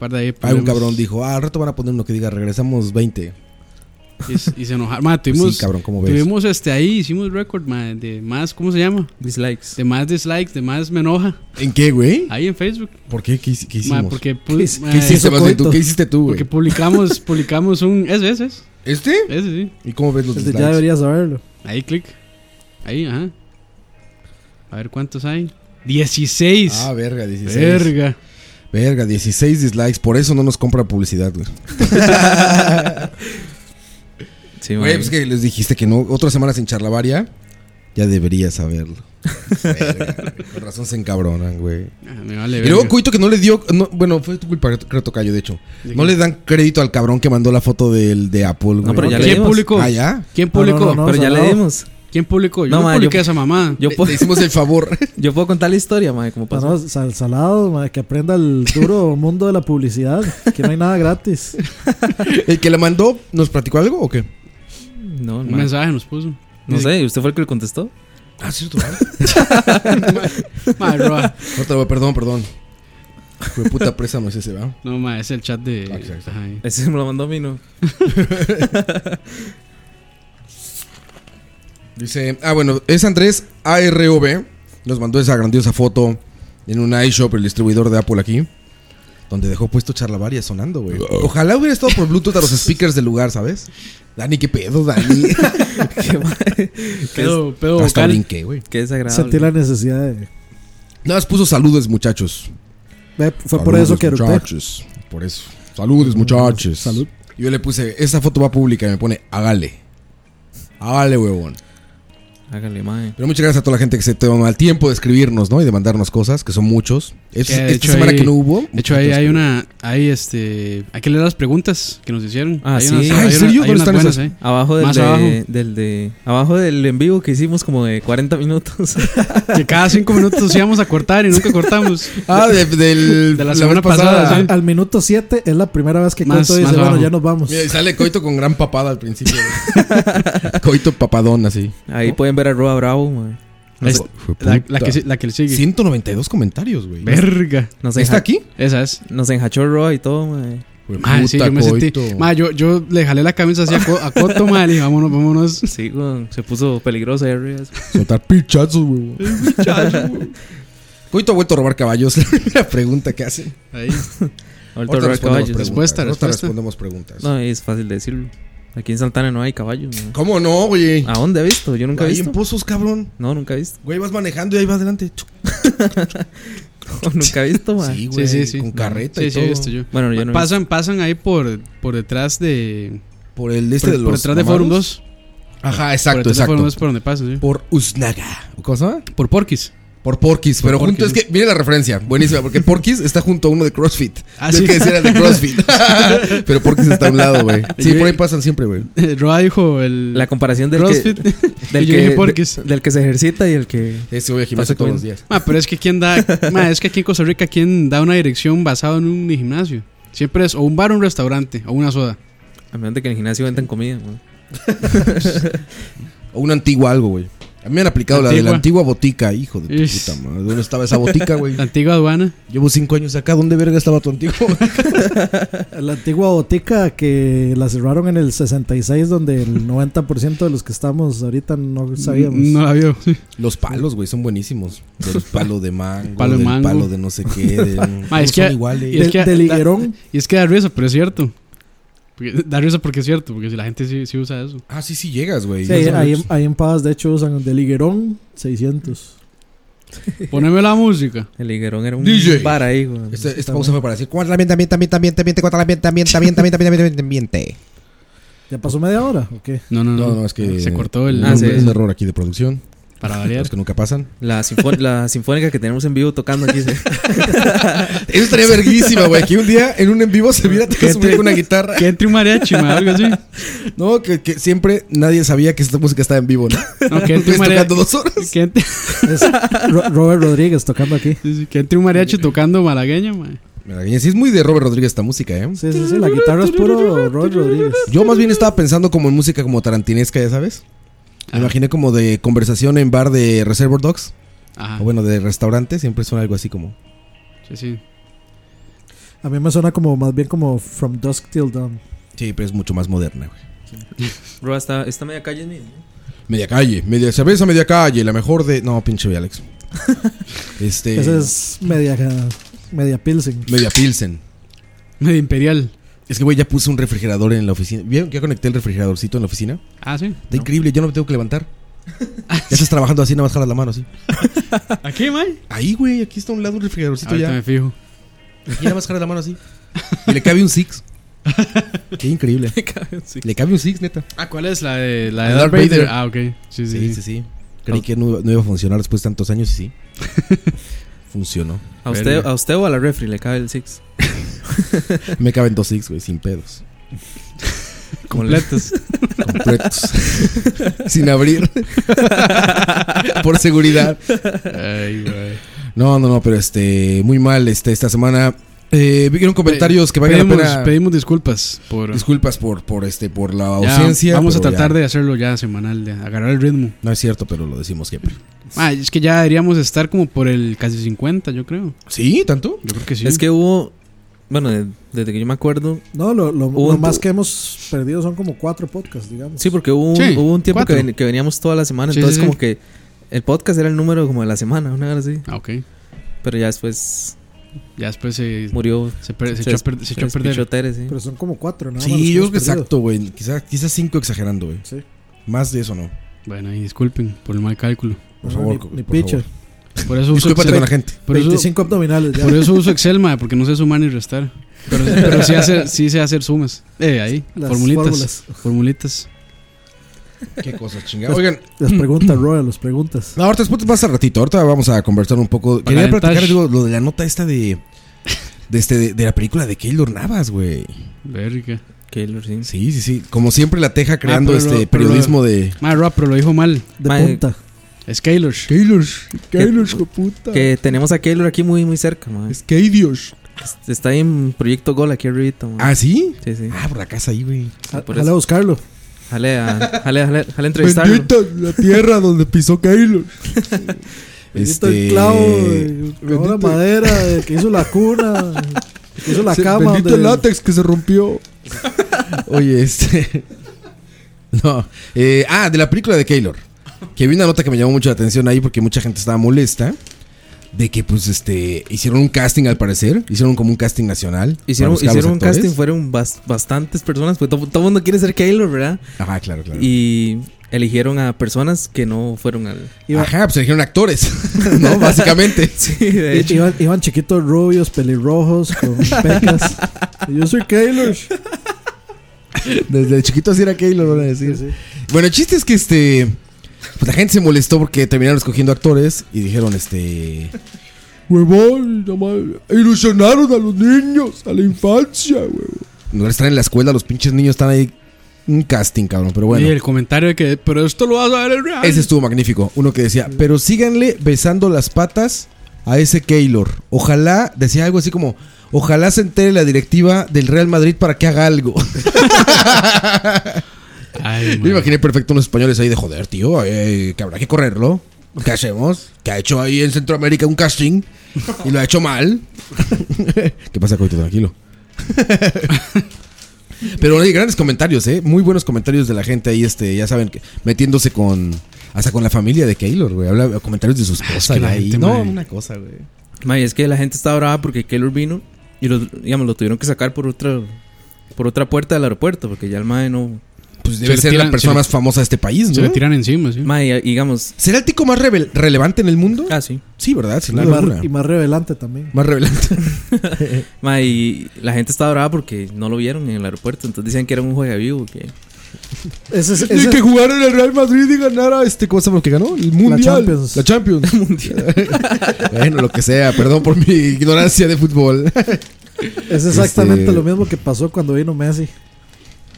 Speaker 4: par de ahí.
Speaker 3: Hay un
Speaker 4: problemas.
Speaker 3: cabrón dijo, ah, al rato van a poner uno que diga, regresamos 20.
Speaker 4: Y, s- y se enojaron. Ma, tuvimos,
Speaker 3: sí, cabrón, ¿cómo ves?
Speaker 4: tuvimos este ahí, hicimos récord, ma, de más, ¿cómo se llama?
Speaker 6: Dislikes.
Speaker 4: De más dislikes, de más me enoja.
Speaker 3: ¿En qué, güey?
Speaker 4: Ahí en Facebook.
Speaker 3: ¿Por qué? ¿Qué, hici- qué
Speaker 4: Ah, Ma,
Speaker 3: hicimos?
Speaker 4: porque, pu-
Speaker 5: ¿Qué hic-
Speaker 4: ma,
Speaker 3: ¿Qué hiciste,
Speaker 5: Hizo
Speaker 3: más bien tú?
Speaker 5: coito.
Speaker 3: ¿Qué hiciste tú,
Speaker 4: porque
Speaker 3: güey?
Speaker 4: publicamos, publicamos un. Ese, ese, ese,
Speaker 3: ¿Este?
Speaker 4: ese, sí.
Speaker 3: ¿Y cómo ves los
Speaker 4: este
Speaker 3: dislikes?
Speaker 5: Desde Este, ya deberías saberlo.
Speaker 4: Ahí, clic. Ahí, ajá. A ver cuántos hay. 16.
Speaker 3: Ah, verga, 16. Verga.
Speaker 4: Verga.
Speaker 3: 16 dislikes. Por eso no nos compra publicidad, güey.
Speaker 6: Sí,
Speaker 3: Güey,
Speaker 6: mae.
Speaker 3: pues que les dijiste que no. Otras semanas en Charlavaria, ya deberías saberlo. Verga, güey. Con razón se encabronan, güey.
Speaker 4: Ah, me vale
Speaker 3: Y luego
Speaker 4: verga.
Speaker 3: Cuito que no le dio. no, bueno, fue tu culpa, creo Tocayo, de hecho. No le dan crédito al cabrón que mandó la foto del de Apple, güey.
Speaker 6: No, pero ya le
Speaker 4: ¿Quién
Speaker 6: dimos.
Speaker 4: publicó?
Speaker 3: Ah, ya.
Speaker 4: ¿Quién
Speaker 5: No, no,
Speaker 4: publicó?
Speaker 5: no, no.
Speaker 6: Pero ya le
Speaker 5: salado.
Speaker 6: dimos.
Speaker 4: ¿Quién publicó? Yo
Speaker 6: No,
Speaker 4: no,
Speaker 6: ma,
Speaker 4: publiqué
Speaker 6: yo-
Speaker 4: esa mamá.
Speaker 6: Yo,
Speaker 3: Le,
Speaker 6: puedo-
Speaker 3: le hicimos el favor.
Speaker 6: yo puedo contar la historia, madre, como
Speaker 5: Ah,
Speaker 6: pasó.
Speaker 5: no, sal- salado, ma, que aprenda el duro mundo de la publicidad, que no hay nada gratis.
Speaker 3: ¿El que la mandó nos platicó algo o qué?
Speaker 6: No,
Speaker 4: Un
Speaker 6: mae.
Speaker 4: mensaje nos puso.
Speaker 6: no sé, ¿usted fue el que le contestó?
Speaker 3: Ah, cierto, ¿verdad?
Speaker 4: Ma, Roa.
Speaker 3: Ahorita lo voy- perdón, perdón. Fue puta presa, no sé si va.
Speaker 4: No, ma, es el chat de.
Speaker 3: Ah, exacto.
Speaker 4: Ajá, ahí.
Speaker 6: Ese me lo mandó a mí, no.
Speaker 3: Dice, ah, bueno, es Andrés AROB. Nos mandó esa grandiosa foto en un iShop, el distribuidor de Apple aquí. Donde dejó puesto Charlavaria sonando, güey.
Speaker 6: Oh.
Speaker 3: Ojalá hubiera estado por Bluetooth a los speakers del lugar, ¿sabes? Dani, qué pedo, Dani.
Speaker 6: Qué, mae,
Speaker 4: Pedo, pedo
Speaker 3: Hasta
Speaker 4: vocal.
Speaker 3: brinqué, güey.
Speaker 6: qué desagradable.
Speaker 5: Sentí la necesidad de...
Speaker 3: Nada más puso saludos, muchachos.
Speaker 5: Ve, Fue por eso que eructé.
Speaker 3: muchachos. Por eso. Saludos, muchachos.
Speaker 5: Salud.
Speaker 3: Yo le puse, esta foto va pública y me pone, hágale. Hágale, huevón.
Speaker 6: Hágale, mae.
Speaker 3: Pero muchas gracias a toda la gente que se toma el tiempo de escribirnos, ¿no? Y de mandarnos cosas, que son muchos. Es-
Speaker 4: Que, de
Speaker 3: esta
Speaker 4: hecho,
Speaker 3: semana
Speaker 4: ahí-
Speaker 3: que no hubo.
Speaker 4: De hecho, ahí
Speaker 3: pues,
Speaker 4: hay una. Hay este. Hay que leer las preguntas que nos hicieron.
Speaker 6: Ah,
Speaker 4: hay
Speaker 6: sí.
Speaker 4: unas-
Speaker 6: Ah,
Speaker 3: ¿en
Speaker 4: hay una-
Speaker 3: serio?
Speaker 4: hay
Speaker 3: ¿Dónde
Speaker 4: unas
Speaker 3: están
Speaker 4: buenas,
Speaker 3: esas?
Speaker 4: eh.
Speaker 6: Abajo del,
Speaker 4: Más
Speaker 6: de,
Speaker 4: abajo.
Speaker 6: del de. Abajo del en vivo que hicimos como de 40 minutos.
Speaker 4: ¿eh? Que cada cinco minutos íbamos a cortar y nunca cortamos.
Speaker 3: Ah, de, del-
Speaker 4: De la
Speaker 3: vez
Speaker 4: semana pasada,
Speaker 5: Al minuto 7 es la primera vez que
Speaker 4: Más-
Speaker 5: Coto dice,
Speaker 4: más
Speaker 5: bueno,
Speaker 4: abajo.
Speaker 5: ya nos vamos.
Speaker 3: Mira, y sale Coito con gran papada al principio. güey. Coito papadón, así.
Speaker 6: Ahí
Speaker 4: Oh.
Speaker 6: pueden ver a Roa Bravo, mae.
Speaker 4: Es-
Speaker 3: Fue
Speaker 4: la,
Speaker 3: puta.
Speaker 4: la que, se- la que le sigue.
Speaker 3: 192 comentarios, güey.
Speaker 4: Verga.
Speaker 6: Nos
Speaker 3: ¿Está
Speaker 6: enja-
Speaker 3: aquí?
Speaker 4: Esa es.
Speaker 6: Nos enjachó Roa y todo, mae.
Speaker 3: Fue
Speaker 4: Ma, sí,
Speaker 3: puta,
Speaker 4: yo me sentí.
Speaker 3: Coito.
Speaker 4: Ma, yo, yo le jalé la camisa así a, Co- a Coto, ma, le dije, vámonos, vámonos.
Speaker 6: Sí, weón, se puso peligroso ahí arriba.
Speaker 3: Soltar pichazos, güey. Coito ha vuelto a robar caballos. La primera pregunta que hace.
Speaker 4: Ahí.
Speaker 6: Ahorita Roa
Speaker 3: respondemos
Speaker 6: caballos.
Speaker 3: preguntas,
Speaker 4: Respuesta,
Speaker 3: ahorita
Speaker 4: respuesta.
Speaker 3: respondemos preguntas.
Speaker 6: No, es fácil decirlo. Aquí en Santana no hay caballos, mae.
Speaker 3: ¿Cómo no, güey?
Speaker 4: Ah,
Speaker 6: ¿A dónde he visto? Yo nunca he
Speaker 3: Ahí
Speaker 6: visto.
Speaker 3: en pozos, cabrón.
Speaker 6: No, nunca he visto.
Speaker 3: Güey, vas manejando y ahí vas adelante.
Speaker 6: nunca he visto, mae.
Speaker 3: Sí,
Speaker 4: Ah, Sí,
Speaker 3: güey.
Speaker 4: sí, sí.
Speaker 3: Con carreta
Speaker 4: Sí,
Speaker 3: y
Speaker 4: sí,
Speaker 3: todo.
Speaker 4: he visto yo.
Speaker 6: Bueno, yo no he
Speaker 4: pasan, pasan ahí por, por detrás de.
Speaker 3: Por el este
Speaker 4: Por,
Speaker 3: de los
Speaker 4: por detrás de Forum 2.
Speaker 3: mamados. Ajá,
Speaker 4: por
Speaker 3: exacto,
Speaker 4: detrás de Forum
Speaker 3: exacto.
Speaker 4: 2 por donde pasan, sí.
Speaker 3: Por Usnaga. ¿Cómo se llama?
Speaker 4: Por Porquis.
Speaker 3: Por Porquis, pero
Speaker 4: Porky's,
Speaker 3: junto es
Speaker 4: sí.
Speaker 3: que, mire la referencia, buenísima, porque Porquis está junto a uno de CrossFit.
Speaker 4: Ah,
Speaker 3: Yo
Speaker 4: sí.
Speaker 3: que decía era de CrossFit. pero Porquis está a un lado, güey. Sí,
Speaker 4: Yo-
Speaker 3: por ahí pasan siempre, güey.
Speaker 4: Roa dijo el.
Speaker 6: La comparación del
Speaker 4: CrossFit.
Speaker 6: que, del,
Speaker 4: Y yo dije,
Speaker 6: que
Speaker 4: "Porquis".
Speaker 6: de- del que se ejercita y el que
Speaker 3: Ese voy a gimnasio
Speaker 6: Pasa
Speaker 3: todos
Speaker 6: con-
Speaker 3: los días.
Speaker 4: Ma, pero es que quien da. ma, es que aquí en Costa Rica, quien da una dirección basada en un gimnasio. Siempre es o un bar o un restaurante o una soda.
Speaker 6: a menos de que en el gimnasio vendan comida, weón.
Speaker 3: O una antigua algo, güey. A mí me han aplicado la de la antigua botica, hijo de tu
Speaker 4: Ish.
Speaker 3: puta madre. ¿Dónde estaba esa botica, güey?
Speaker 4: La antigua aduana.
Speaker 3: Llevo cinco años acá, ¿dónde verga estaba tu antiguo?
Speaker 5: La antigua botica que la cerraron en el 66, donde el 90% de los que estamos ahorita no sabíamos.
Speaker 4: No la vio. sí.
Speaker 3: Los palos, güey, son buenísimos. Del palo de mango,
Speaker 4: Palo de
Speaker 3: del
Speaker 4: mango.
Speaker 3: palo de no sé qué. de-
Speaker 4: Ma,
Speaker 3: todos
Speaker 4: es
Speaker 3: son
Speaker 4: que-
Speaker 3: iguales.
Speaker 4: y es
Speaker 5: Del-
Speaker 4: que-
Speaker 5: del higuerón.
Speaker 4: Y es que da risa, pero es cierto. Porque- da risa porque es cierto, porque si la gente sí, sí usa eso.
Speaker 3: Ah, sí, sí llegas, güey.
Speaker 5: Sí,
Speaker 3: Yo-
Speaker 5: ahí, en- ahí en Pavas, de hecho, usan del higuerón 600.
Speaker 4: Poneme la música.
Speaker 6: El higuerón era un
Speaker 3: DJ.
Speaker 6: bar ahí, weón.
Speaker 3: Esta, esta pausa Este, fue para decir, ¿cuánto ambiente, ambiente, ambiente, ambiente, ambiente, cuánto ambiente, ambiente, ambiente, ambiente, ambiente, ambiente, ambiente?
Speaker 5: ¿Ya pasó media hora? ¿O qué?
Speaker 4: No, no, no.
Speaker 3: No, no, es que...
Speaker 4: Se cortó el.
Speaker 3: Ah,
Speaker 6: sí.
Speaker 3: Es un error aquí de producción,
Speaker 4: Para variar.
Speaker 3: los que nunca pasan.
Speaker 6: La, sinfo- la sinfónica que tenemos en vivo tocando aquí. se-
Speaker 3: Eso estaría verguísima, güey. Que un día en un en vivo se viera tocar su
Speaker 4: te-
Speaker 3: con una guitarra.
Speaker 4: Que entre un mariachi, ma, algo así.
Speaker 3: No, que, que siempre nadie sabía que esta música estaba en vivo, ¿no?
Speaker 4: No, que e-
Speaker 3: Estuviste
Speaker 4: entre un mariachi.
Speaker 3: tocando dos horas.
Speaker 4: Que entre,
Speaker 5: Es Ro- Robert Rodríguez tocando aquí.
Speaker 4: sí, sí, que entre un mariachi tocando malagueña, ma.
Speaker 3: Mira, Guiña, sí es muy de Robert Rodríguez esta música, ¿eh?
Speaker 5: Sí, sí, sí, la guitarra es puro Robert Rodríguez.
Speaker 3: Yo más bien estaba pensando como en música como tarantinesca, ya sabes. Me imaginé como de conversación en bar de Reservoir Dogs.
Speaker 4: Ajá.
Speaker 3: O bueno, de restaurante. Siempre suena algo así como...
Speaker 4: Sí, sí.
Speaker 5: A mí me suena como más bien como From Dusk Till Dawn.
Speaker 3: Sí, pero es mucho más moderna, güey.
Speaker 6: Bro, esta, esta media calle es mía. ¿no?
Speaker 3: Media calle, media cerveza, media calle, la mejor de. No, pinche güey, Alex. Este.
Speaker 5: Esa es media, media Pilsen.
Speaker 3: Media Pilsen.
Speaker 4: Medio imperial.
Speaker 3: Es que, güey, ya puse un refrigerador en la oficina. ¿Vieron que ya conecté el refrigeradorcito en la oficina?
Speaker 4: Ah, sí.
Speaker 3: Está increíble, ya no me tengo que levantar. Ya estás trabajando así, nada más jalas la mano así.
Speaker 4: Aquí, ma.
Speaker 3: Ahí, güey, aquí está a un lado un refrigeradorcito
Speaker 4: Ahorita me
Speaker 3: ya.
Speaker 4: fijo.
Speaker 3: Y nada más jalas la mano así. Y le cabe un Six. Qué increíble. Le cabe un Six, neta.
Speaker 4: Ah, ¿cuál es la de, la
Speaker 3: La
Speaker 4: de
Speaker 3: de
Speaker 4: Darth
Speaker 3: Darth
Speaker 4: Vader?
Speaker 3: Vader.
Speaker 4: Ah, ok. Sí, sí.
Speaker 3: Sí, Ah. sí, sí. Creí que no, no iba a funcionar después de tantos años y sí. Funcionó.
Speaker 6: ¿A usted,
Speaker 4: Verga.
Speaker 6: a usted o a la refri le cabe el six.
Speaker 3: Me caben dos Six, güey, sin pedos.
Speaker 4: Completos.
Speaker 3: completos. Sin abrir. Por seguridad.
Speaker 4: Ay, güey.
Speaker 3: No, no, no, pero este, muy mal este, esta semana. Eh, vieron comentarios que valgan
Speaker 4: pedimos,
Speaker 3: la pena.
Speaker 4: pedimos disculpas por.
Speaker 3: Disculpas por, por, este, por la
Speaker 4: Ya,
Speaker 3: ausencia.
Speaker 4: vamos a
Speaker 3: pero
Speaker 4: tratar
Speaker 3: ya-
Speaker 4: de hacerlo ya semanal, de agarrar el ritmo.
Speaker 3: No es cierto, pero lo decimos siempre.
Speaker 4: Ah, es que ya deberíamos estar como por el casi 50, yo creo.
Speaker 3: ¿Sí? ¿Tanto?
Speaker 4: Yo creo que sí.
Speaker 6: Es que hubo. Bueno, de- desde que yo me acuerdo.
Speaker 5: No, lo, lo-
Speaker 6: Hubo
Speaker 5: lo
Speaker 6: un-
Speaker 5: más que hemos perdido son como cuatro podcasts, digamos.
Speaker 6: Sí, porque hubo un,
Speaker 4: Sí,
Speaker 6: hubo un tiempo que,
Speaker 4: cuatro.
Speaker 6: ven- que veníamos toda la semana.
Speaker 4: Sí,
Speaker 6: entonces,
Speaker 4: sí, sí.
Speaker 6: como que el podcast era el número como de la semana, una hora así.
Speaker 4: Ah, ok.
Speaker 6: Pero ya después
Speaker 4: Ya después se,
Speaker 6: murió.
Speaker 4: se, per- se
Speaker 6: se
Speaker 4: echó, a
Speaker 6: des-
Speaker 4: per- se echó a
Speaker 6: se
Speaker 4: perder.
Speaker 6: despichó Tere, sí.
Speaker 5: Pero son como cuatro, ¿no?
Speaker 3: sí, yo creo que exacto, güey. Quizás quizá cinco exagerando, güey.
Speaker 5: Sí.
Speaker 3: Más de eso no.
Speaker 4: Bueno, y disculpen por el mal cálculo.
Speaker 3: Por favor,
Speaker 5: ni, ni
Speaker 3: por favor.
Speaker 5: picha.
Speaker 4: Por eso uso
Speaker 3: Discúlpate con
Speaker 4: Excel.
Speaker 3: la gente.
Speaker 4: Por eso,
Speaker 5: 25 abdominales ya.
Speaker 4: por eso uso Excel, ma, porque no sé sumar ni restar. Pero, pero sí, hacer, sí sé hacer sumas. Eh, ahí.
Speaker 5: Las
Speaker 4: formulitas.
Speaker 5: fórmulas.
Speaker 4: Formulitas.
Speaker 3: Qué cosas chingadas. Oigan,
Speaker 5: Las preguntas, Roy, las preguntas.
Speaker 3: no, ahorita después más al ratito. Ahorita vamos a conversar un poco. Quería
Speaker 4: Alentar.
Speaker 3: platicar digo, lo de la nota esta de. De, este, de, de la película de Keylor Navas, güey.
Speaker 4: Verga.
Speaker 6: Keylor, sí.
Speaker 3: Sí, sí, sí. Como siempre, la teja creando
Speaker 4: pero
Speaker 3: este
Speaker 4: lo- pero lo-
Speaker 3: periodismo de.
Speaker 4: Ma, Rob, pero lo dijo mal.
Speaker 5: De
Speaker 6: Mae,
Speaker 5: punta.
Speaker 4: Es Keylor.
Speaker 3: Keylor.
Speaker 6: Keylor,
Speaker 3: puta.
Speaker 6: Que tenemos a Keylor aquí muy, muy cerca, man.
Speaker 3: Es Keylor.
Speaker 6: Está en Proyecto Gol aquí arribita, man.
Speaker 3: ¿Ah, sí?
Speaker 6: Sí, sí.
Speaker 3: Ah, por la casa ahí, güey.
Speaker 6: Sí, por
Speaker 5: Dale a
Speaker 6: eso.
Speaker 5: buscarlo.
Speaker 6: Jale, a- jale, jale, jale a entrevistarlo.
Speaker 3: la tierra donde pisó Keylor.
Speaker 5: Bendito
Speaker 3: Este.
Speaker 5: el clavo, eh, clavó la
Speaker 3: bendito-
Speaker 5: madera, eh, que hizo la cuna, eh, que hizo la cama. donde-
Speaker 3: que se rompió. Oye, este. No. eh, ah, de la película de Keylor. Que vi una nota que me llamó mucho la atención ahí porque mucha gente estaba molesta. De que, pues, este. Hicieron un casting al parecer. Hicieron como un casting nacional. para
Speaker 6: Hicieron,
Speaker 3: buscar a los
Speaker 6: hicieron un
Speaker 3: actores.
Speaker 6: casting, fueron bas- bastantes personas, pues todo, todo el mundo quiere ser Keylor, ¿verdad?
Speaker 3: Ajá, claro, claro.
Speaker 6: Y eligieron a personas que no fueron al...
Speaker 5: Iba-
Speaker 3: Ajá, pues eligieron actores. ¿No? Básicamente.
Speaker 6: Sí, de hecho.
Speaker 5: Iban, iban chiquitos rubios, pelirrojos, con pecas. Y Yo soy Keylor.
Speaker 3: Desde chiquito así era Keylor, van a decir. Bueno, el chiste es que este. Pues la gente se molestó porque terminaron escogiendo actores y dijeron, este. Huevón, ilusionaron a los niños, a la infancia, huevón. No están en la escuela, los pinches niños están ahí. Un casting, cabrón, pero bueno.
Speaker 4: Y el comentario de que, pero esto lo vas a ver en real.
Speaker 3: Ese estuvo magnífico. Uno que decía, pero síganle besando las patas a ese Keylor. Ojalá, decía algo así como, ojalá se entere la directiva del Real Madrid para que haga algo.
Speaker 4: Ay,
Speaker 3: Yo
Speaker 4: ma.
Speaker 3: me imaginé perfecto unos españoles ahí de joder, tío, eh, que habrá que correrlo. ¿Qué hacemos? Que ha hecho ahí en Centroamérica un casting y lo ha hecho mal. ¿Qué pasa, Coito? Tranquilo. Pero hay grandes comentarios, ¿eh? Muy buenos comentarios de la gente ahí, este, ya saben, que metiéndose con. Hasta con la familia de Keylor, güey. Habla comentarios de sus esposa
Speaker 4: que la
Speaker 3: ahí.
Speaker 4: gente,
Speaker 3: no,
Speaker 4: man.
Speaker 3: una cosa, güey.
Speaker 6: Ma, y es que la gente estaba brava porque Keylor vino y lo, digamos, lo tuvieron que sacar por otra, por otra puerta del aeropuerto, porque ya el mae no...
Speaker 3: Pues
Speaker 4: Se
Speaker 3: debe
Speaker 4: le
Speaker 3: ser
Speaker 4: tiran-
Speaker 3: la persona
Speaker 4: se le-
Speaker 3: más famosa de este país,
Speaker 4: Se le
Speaker 3: ¿no?
Speaker 4: tiran encima, sí.
Speaker 6: Mae, y- digamos...
Speaker 3: ¿Será el tico más rebel- relevante en el mundo?
Speaker 6: Ah, sí.
Speaker 3: Sí, ¿verdad? Sin
Speaker 5: Y
Speaker 3: duda
Speaker 5: más, y
Speaker 3: alguna.
Speaker 5: más revelante también.
Speaker 3: Más relevante.
Speaker 6: Ma, y la gente estaba brava porque no lo vieron en el aeropuerto, entonces decían que era un juega vivo, que...
Speaker 5: Ese es,
Speaker 3: Ni
Speaker 5: ese
Speaker 3: que
Speaker 5: es
Speaker 3: jugar en el Real Madrid y ganara este, ¿cómo se llama lo que ganó? El Mundial.
Speaker 5: Champions.
Speaker 3: La Champions. bueno, lo que sea, perdón por mi ignorancia de fútbol.
Speaker 5: es exactamente
Speaker 3: Este-
Speaker 5: lo mismo que pasó cuando vino Messi.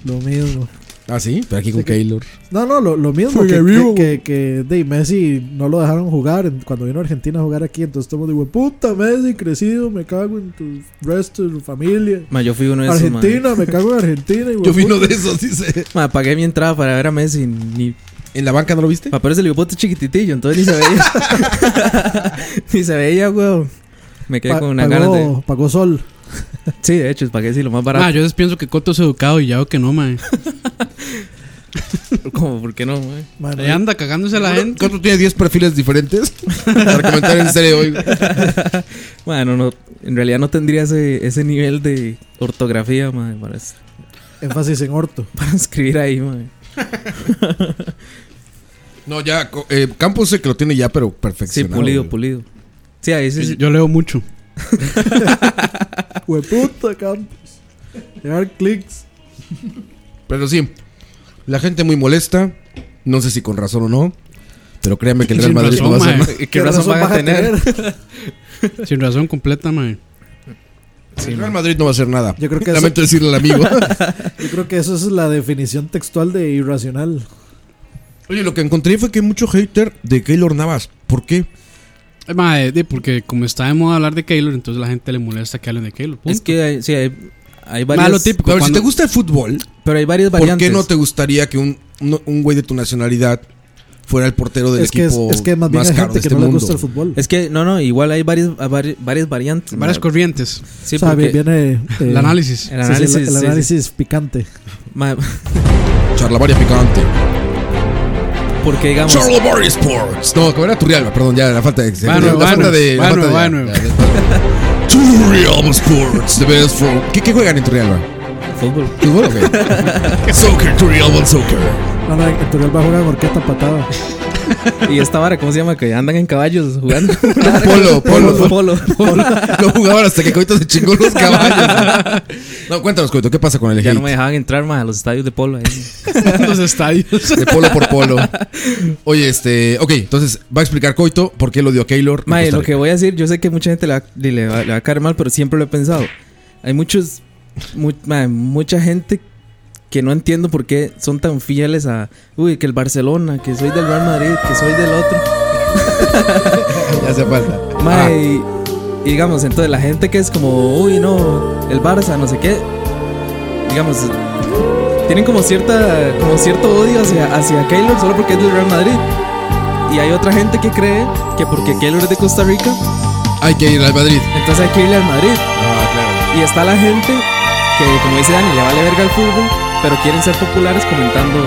Speaker 5: Lo mismo.
Speaker 3: ah, sí, pero aquí con
Speaker 5: Sí que-
Speaker 3: Keylor.
Speaker 5: No, no, lo, lo mismo
Speaker 3: Fue
Speaker 5: que,
Speaker 3: vivo.
Speaker 5: que, que, que, de Messi no lo dejaron jugar en- cuando vino a Argentina a jugar aquí. Entonces todo el mundo dijo, puta Messi, crecido, me cago en tu resto de tu familia.
Speaker 6: Ma, yo fui uno de esos, ma.
Speaker 5: Argentina, me cago en Argentina.
Speaker 3: Yo vino de esos, dice.
Speaker 6: Ma, pagué mi entrada para ver a Messi, ni
Speaker 3: ¿En la banca no lo viste?
Speaker 6: Papá pero ese ligopoto chiquititillo, entonces ni se veía. ni se veía, weón. Me quedé con una ganas
Speaker 5: pagó,
Speaker 6: de.
Speaker 5: pagó Sol.
Speaker 6: Sí, de hecho, pagué sí lo más
Speaker 4: Ma,
Speaker 6: barato.
Speaker 4: Ah, yo a veces pienso que Coto es educado y ya veo que no, man.
Speaker 6: Como, ¿por qué no, weón?
Speaker 5: Mano,
Speaker 4: Ahí anda cagándose la gente.
Speaker 3: ¿Cuánto tiene 10 perfiles diferentes? Para comentar en serio hoy.
Speaker 6: Bueno, no, en realidad no tendría ese, ese nivel de ortografía, madre, para, es-
Speaker 5: énfasis en orto.
Speaker 6: para escribir ahí, madre.
Speaker 3: No, ya, co- eh, Campos sé que lo tiene ya, pero
Speaker 6: Sí,
Speaker 3: perfeccionado.
Speaker 6: pulido,
Speaker 3: güey.
Speaker 6: pulido. Sí, ahí sí. sí.
Speaker 4: Yo leo mucho.
Speaker 5: Hueputa, Campos. Llevar clics.
Speaker 3: Pero sí, la gente muy molesta. No sé si con razón o no. Pero créanme que el Real
Speaker 4: Sin
Speaker 3: Madrid no va a
Speaker 4: razón,
Speaker 3: hacer
Speaker 4: man.
Speaker 3: nada.
Speaker 6: ¿Qué, razón, van a tener?
Speaker 4: Sin razón completa, man.
Speaker 3: El Real Madrid no va a hacer nada.
Speaker 5: Yo creo que eso-
Speaker 3: Lamento decirle al amigo.
Speaker 5: Yo creo que eso es la definición textual de irracional.
Speaker 3: Oye, lo que encontré fue que hay mucho hater de Keylor Navas. ¿Por qué?
Speaker 4: Eh, ma, eh, de- porque como está de moda hablar de Keylor, entonces la gente le molesta que hablen de Keylor. punto.
Speaker 6: Es que hay, sí, hay, hay
Speaker 4: Ma,
Speaker 6: varias.
Speaker 4: lo típico,
Speaker 3: Pero si
Speaker 4: cuando-
Speaker 3: te gusta el fútbol,
Speaker 6: pero hay varias
Speaker 3: ¿por
Speaker 6: variantes.
Speaker 3: qué no te gustaría que un, un, un güey de tu nacionalidad fuera el portero del
Speaker 5: Es que, es,
Speaker 3: equipo
Speaker 5: es que más bien hay
Speaker 3: caro de
Speaker 5: gente que
Speaker 3: este
Speaker 5: no le
Speaker 3: mundo?
Speaker 5: gusta el fútbol.
Speaker 6: Es que, no, no, igual hay varias, vari- varias variantes.
Speaker 4: Varias
Speaker 6: madre.
Speaker 4: corrientes.
Speaker 6: Sí,
Speaker 5: o sea,
Speaker 6: porque
Speaker 5: viene eh,
Speaker 4: El análisis.
Speaker 6: el
Speaker 5: sí, sí,
Speaker 6: análisis.
Speaker 5: el
Speaker 6: sí, sí.
Speaker 5: análisis picante.
Speaker 6: Ma-
Speaker 3: Charlavaria picante.
Speaker 6: porque, digamos.
Speaker 3: Charlavaria Sports. No, como era Turrialba, perdón, ya la falta de.
Speaker 4: Va nuevo,
Speaker 3: la
Speaker 4: va
Speaker 3: falta
Speaker 4: nuevo,
Speaker 3: de. la
Speaker 4: va
Speaker 3: falta de-
Speaker 4: nuevo, va nuevo.
Speaker 3: ya, ya. Turrialba Sports, the best for. ¿Qué, qué juegan en Turrialba?
Speaker 6: Fútbol.
Speaker 3: ¿Fútbol o qué? Soccer, Turrialba Soccer.
Speaker 5: No, no, en Turrialba juegan horqueta patada.
Speaker 6: Y esta vara, ¿cómo se llama? Que andan en caballos jugando.
Speaker 3: Polo, polo.
Speaker 6: polo. polo.
Speaker 3: Lo jugaban hasta que Coito se chingó los caballos. No, cuéntanos, Coito, ¿qué pasa con el
Speaker 6: Ya
Speaker 3: hate
Speaker 6: no me dejaban entrar más a los estadios de polo. ahí.
Speaker 4: los estadios.
Speaker 3: de polo por polo? Oye, este. Ok, entonces va a explicar Coito por qué lo dio a Keylor. en
Speaker 6: Mae,
Speaker 3: Costa
Speaker 6: lo que
Speaker 3: Rica.
Speaker 6: voy a decir, yo sé que mucha gente le va, le va- le va a caer mal, pero siempre lo he pensado. Hay muchos, mu- mae, mucha gente que no entiendo por qué son tan fieles a, uy, que el Barcelona, que soy del Real Madrid, que soy del otro.
Speaker 3: Ya hace falta.
Speaker 6: Mae, y digamos, entonces la gente que es como, uy, no, el Barça, no sé qué, digamos, tienen como cierta, como cierto odio hacia, hacia Keylor solo porque es del Real Madrid. Y hay otra gente que cree que porque Keylor es de Costa Rica,
Speaker 3: Ah, Hay que ir al Madrid.
Speaker 6: entonces hay que irle al Madrid. Y está la gente que, como dice Dani, le vale verga el fútbol, pero quieren ser populares comentando,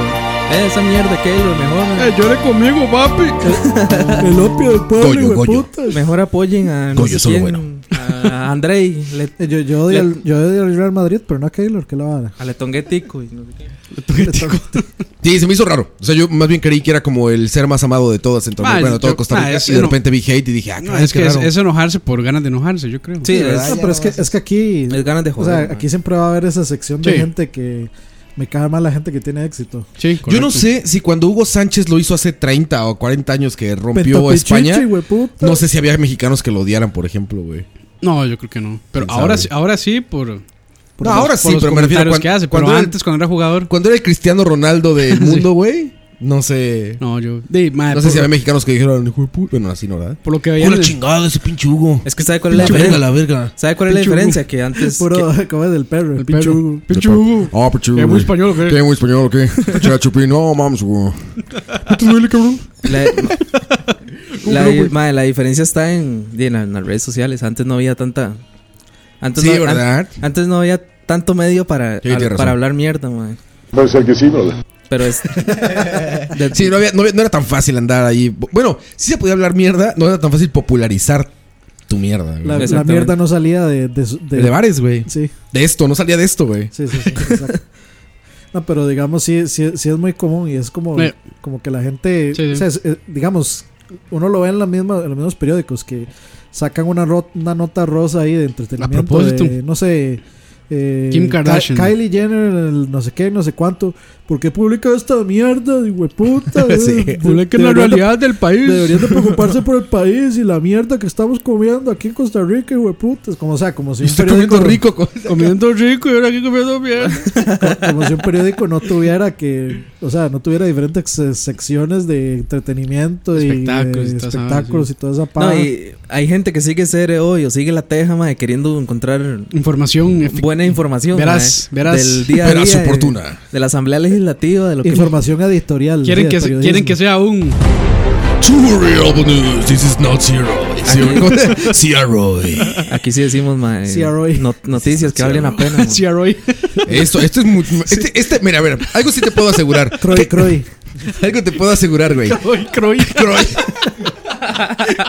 Speaker 6: eh, esa mierda, Keylor, mejor.
Speaker 4: Llore conmigo, papi.
Speaker 5: El opio del pueblo,
Speaker 3: Goyo,
Speaker 5: hijo de
Speaker 3: Goyo.
Speaker 5: putas.
Speaker 6: Mejor apoyen a no
Speaker 3: Coño,
Speaker 6: sé
Speaker 3: solo
Speaker 6: quién,
Speaker 3: bueno.
Speaker 6: a Andrei, le-
Speaker 5: Eh, Yo, yo, odio al, yo odio al Real Madrid, pero no a Keylor, que la vara.
Speaker 6: a Letonguetico y no sé qué.
Speaker 3: Sí, se me hizo raro. O sea, yo más bien creí que era como el ser más amado de todas en todo,
Speaker 4: Ma,
Speaker 3: bueno,
Speaker 4: yo-
Speaker 3: todo Costa
Speaker 4: ma,
Speaker 3: Rica.
Speaker 4: es-
Speaker 3: y de
Speaker 4: no.
Speaker 3: repente vi hate y dije, ah,
Speaker 4: No,
Speaker 3: caray,
Speaker 4: es
Speaker 3: qué
Speaker 4: que es,
Speaker 3: raro.
Speaker 4: es enojarse por ganas de enojarse, yo creo.
Speaker 6: Sí,
Speaker 5: No,
Speaker 6: es,
Speaker 5: pero es que, es que aquí.
Speaker 6: es ganas de
Speaker 5: O
Speaker 6: joder.
Speaker 5: sea,
Speaker 6: man.
Speaker 5: aquí siempre va a haber esa sección de
Speaker 4: Sí.
Speaker 5: gente que me cae mal la gente que tiene éxito.
Speaker 4: Sí,
Speaker 3: eh, Yo no
Speaker 4: correcto.
Speaker 3: sé si cuando Hugo Sánchez lo hizo hace 30 o 40 años que rompió a
Speaker 5: Pentapichichi,
Speaker 3: España,
Speaker 5: hueputa.
Speaker 3: no sé si había mexicanos que lo odiaran, por ejemplo, güey.
Speaker 4: No, yo creo que no. Pero
Speaker 3: ¿Quién
Speaker 4: ahora,
Speaker 3: sabe?
Speaker 4: sí- ahora sí, por. por
Speaker 3: No,
Speaker 4: los-
Speaker 3: ahora
Speaker 4: por
Speaker 3: sí,
Speaker 4: los
Speaker 3: pero me refiero
Speaker 4: comentarios
Speaker 3: cuan-
Speaker 4: que hace.
Speaker 3: cuando
Speaker 4: pero
Speaker 3: era-
Speaker 4: antes, cuando era jugador.
Speaker 3: Cuando era el Cristiano Ronaldo del mundo, güey, no sé.
Speaker 4: No, yo. di, madre,
Speaker 3: No sé
Speaker 4: por-
Speaker 3: si había mexicanos que dijeron, "Hijo de pu-". bueno, así no, ¿verdad?
Speaker 4: Por lo que veía. en el-
Speaker 3: chingada ese pinche Hugo.
Speaker 6: Es que sabe cuál es la
Speaker 3: Pinche
Speaker 6: diferencia.
Speaker 3: verga.
Speaker 6: ¿Sabe cuál es la
Speaker 4: Pinche
Speaker 6: diferencia? Que antes.
Speaker 5: Puro, como es del perro, el
Speaker 4: el
Speaker 5: pinche
Speaker 4: pelo.
Speaker 5: Hugo.
Speaker 4: Pinche Hugo.
Speaker 3: Ah, pinche
Speaker 4: Es
Speaker 3: Hugo.
Speaker 4: muy
Speaker 3: güey.
Speaker 4: español,
Speaker 3: ¿Qué
Speaker 4: ¿qué?
Speaker 3: es muy español o qué? Pinche chupín, no mames, Hugo. ¿Qué te duele, cabrón?
Speaker 6: que la, la- madre, la diferencia está en, en la- en las redes sociales. Antes no había tanta. Antes
Speaker 3: Sí,
Speaker 6: no, an-
Speaker 3: ¿verdad?
Speaker 6: antes no había tanto medio para,
Speaker 3: Sí, tiene
Speaker 6: al-
Speaker 3: razón.
Speaker 6: para hablar mierda, madre.
Speaker 2: Puede ser que sí, ¿no?
Speaker 6: Pero es. de-
Speaker 3: Sí, no, había, no, había- no era tan fácil andar ahí. Bueno, sí se podía hablar mierda, no era tan fácil popularizar tu mierda. güey.
Speaker 5: La, la
Speaker 6: Exactamente.
Speaker 5: mierda no salía de. de, su- de-
Speaker 3: De bares, güey.
Speaker 5: Sí,
Speaker 3: De esto, no salía de esto, güey.
Speaker 5: sí, sí. sí, exacto. No, pero digamos, sí, sí, sí es muy común y es como,
Speaker 4: Sí.
Speaker 5: como que la gente.
Speaker 4: Sí, sí.
Speaker 5: o sea, es- eh, digamos, uno lo ve en, la misma, en los mismos periódicos que sacan una, ro- una nota rosa ahí de entretenimiento.
Speaker 4: A propósito.
Speaker 5: de, no sé. eh,
Speaker 4: Kim Kardashian.
Speaker 5: Ka- Kylie Jenner, el no sé qué, no sé cuánto. ¿Por qué publica esta mierda? De hueputa.
Speaker 3: Sí.
Speaker 5: eh?
Speaker 4: Por lo que la
Speaker 5: Deberían de
Speaker 4: realidad del país.
Speaker 5: Deberían de preocuparse por el país y la mierda que estamos comiendo aquí en Costa Rica, hijo de putas. Como, o sea, como
Speaker 3: Yo
Speaker 5: si, un
Speaker 3: estoy
Speaker 5: periódico,
Speaker 3: comiendo rico. co-
Speaker 4: Comiendo rico y ahora aquí comiendo bien.
Speaker 5: como si un periódico no tuviera que, o sea, no tuviera diferentes se- secciones de entretenimiento y
Speaker 4: Espectáculos
Speaker 5: de
Speaker 4: y toda esa
Speaker 5: espectáculos
Speaker 4: vara,
Speaker 5: y toda esa
Speaker 6: no,
Speaker 5: paja.
Speaker 6: y hay gente que sigue CRO y o sigue la teja, madre, queriendo encontrar
Speaker 4: Información. efic-
Speaker 6: buena información.
Speaker 4: Verás,
Speaker 6: madre,
Speaker 4: verás.
Speaker 6: Del día a
Speaker 3: Verás
Speaker 6: día, de-
Speaker 3: oportuna.
Speaker 6: De, la Asamblea Legislativa, de lo que.
Speaker 5: Información editorial.
Speaker 4: Quieren,
Speaker 5: sí, de
Speaker 4: que, se-
Speaker 5: periodismo.
Speaker 4: quieren que sea un.
Speaker 3: True real news. This is not zero. Zero. Zero.
Speaker 6: Aquí sí decimos, madre.
Speaker 5: CRO.
Speaker 6: no- noticias que valen la pena. madre.
Speaker 4: CRO.
Speaker 3: Esto, esto es muy. Este, este, mira, a ver, algo sí te puedo asegurar.
Speaker 5: Croy, Croy.
Speaker 3: Algo te puedo asegurar, güey.
Speaker 4: Croy, Croy,
Speaker 3: Croy.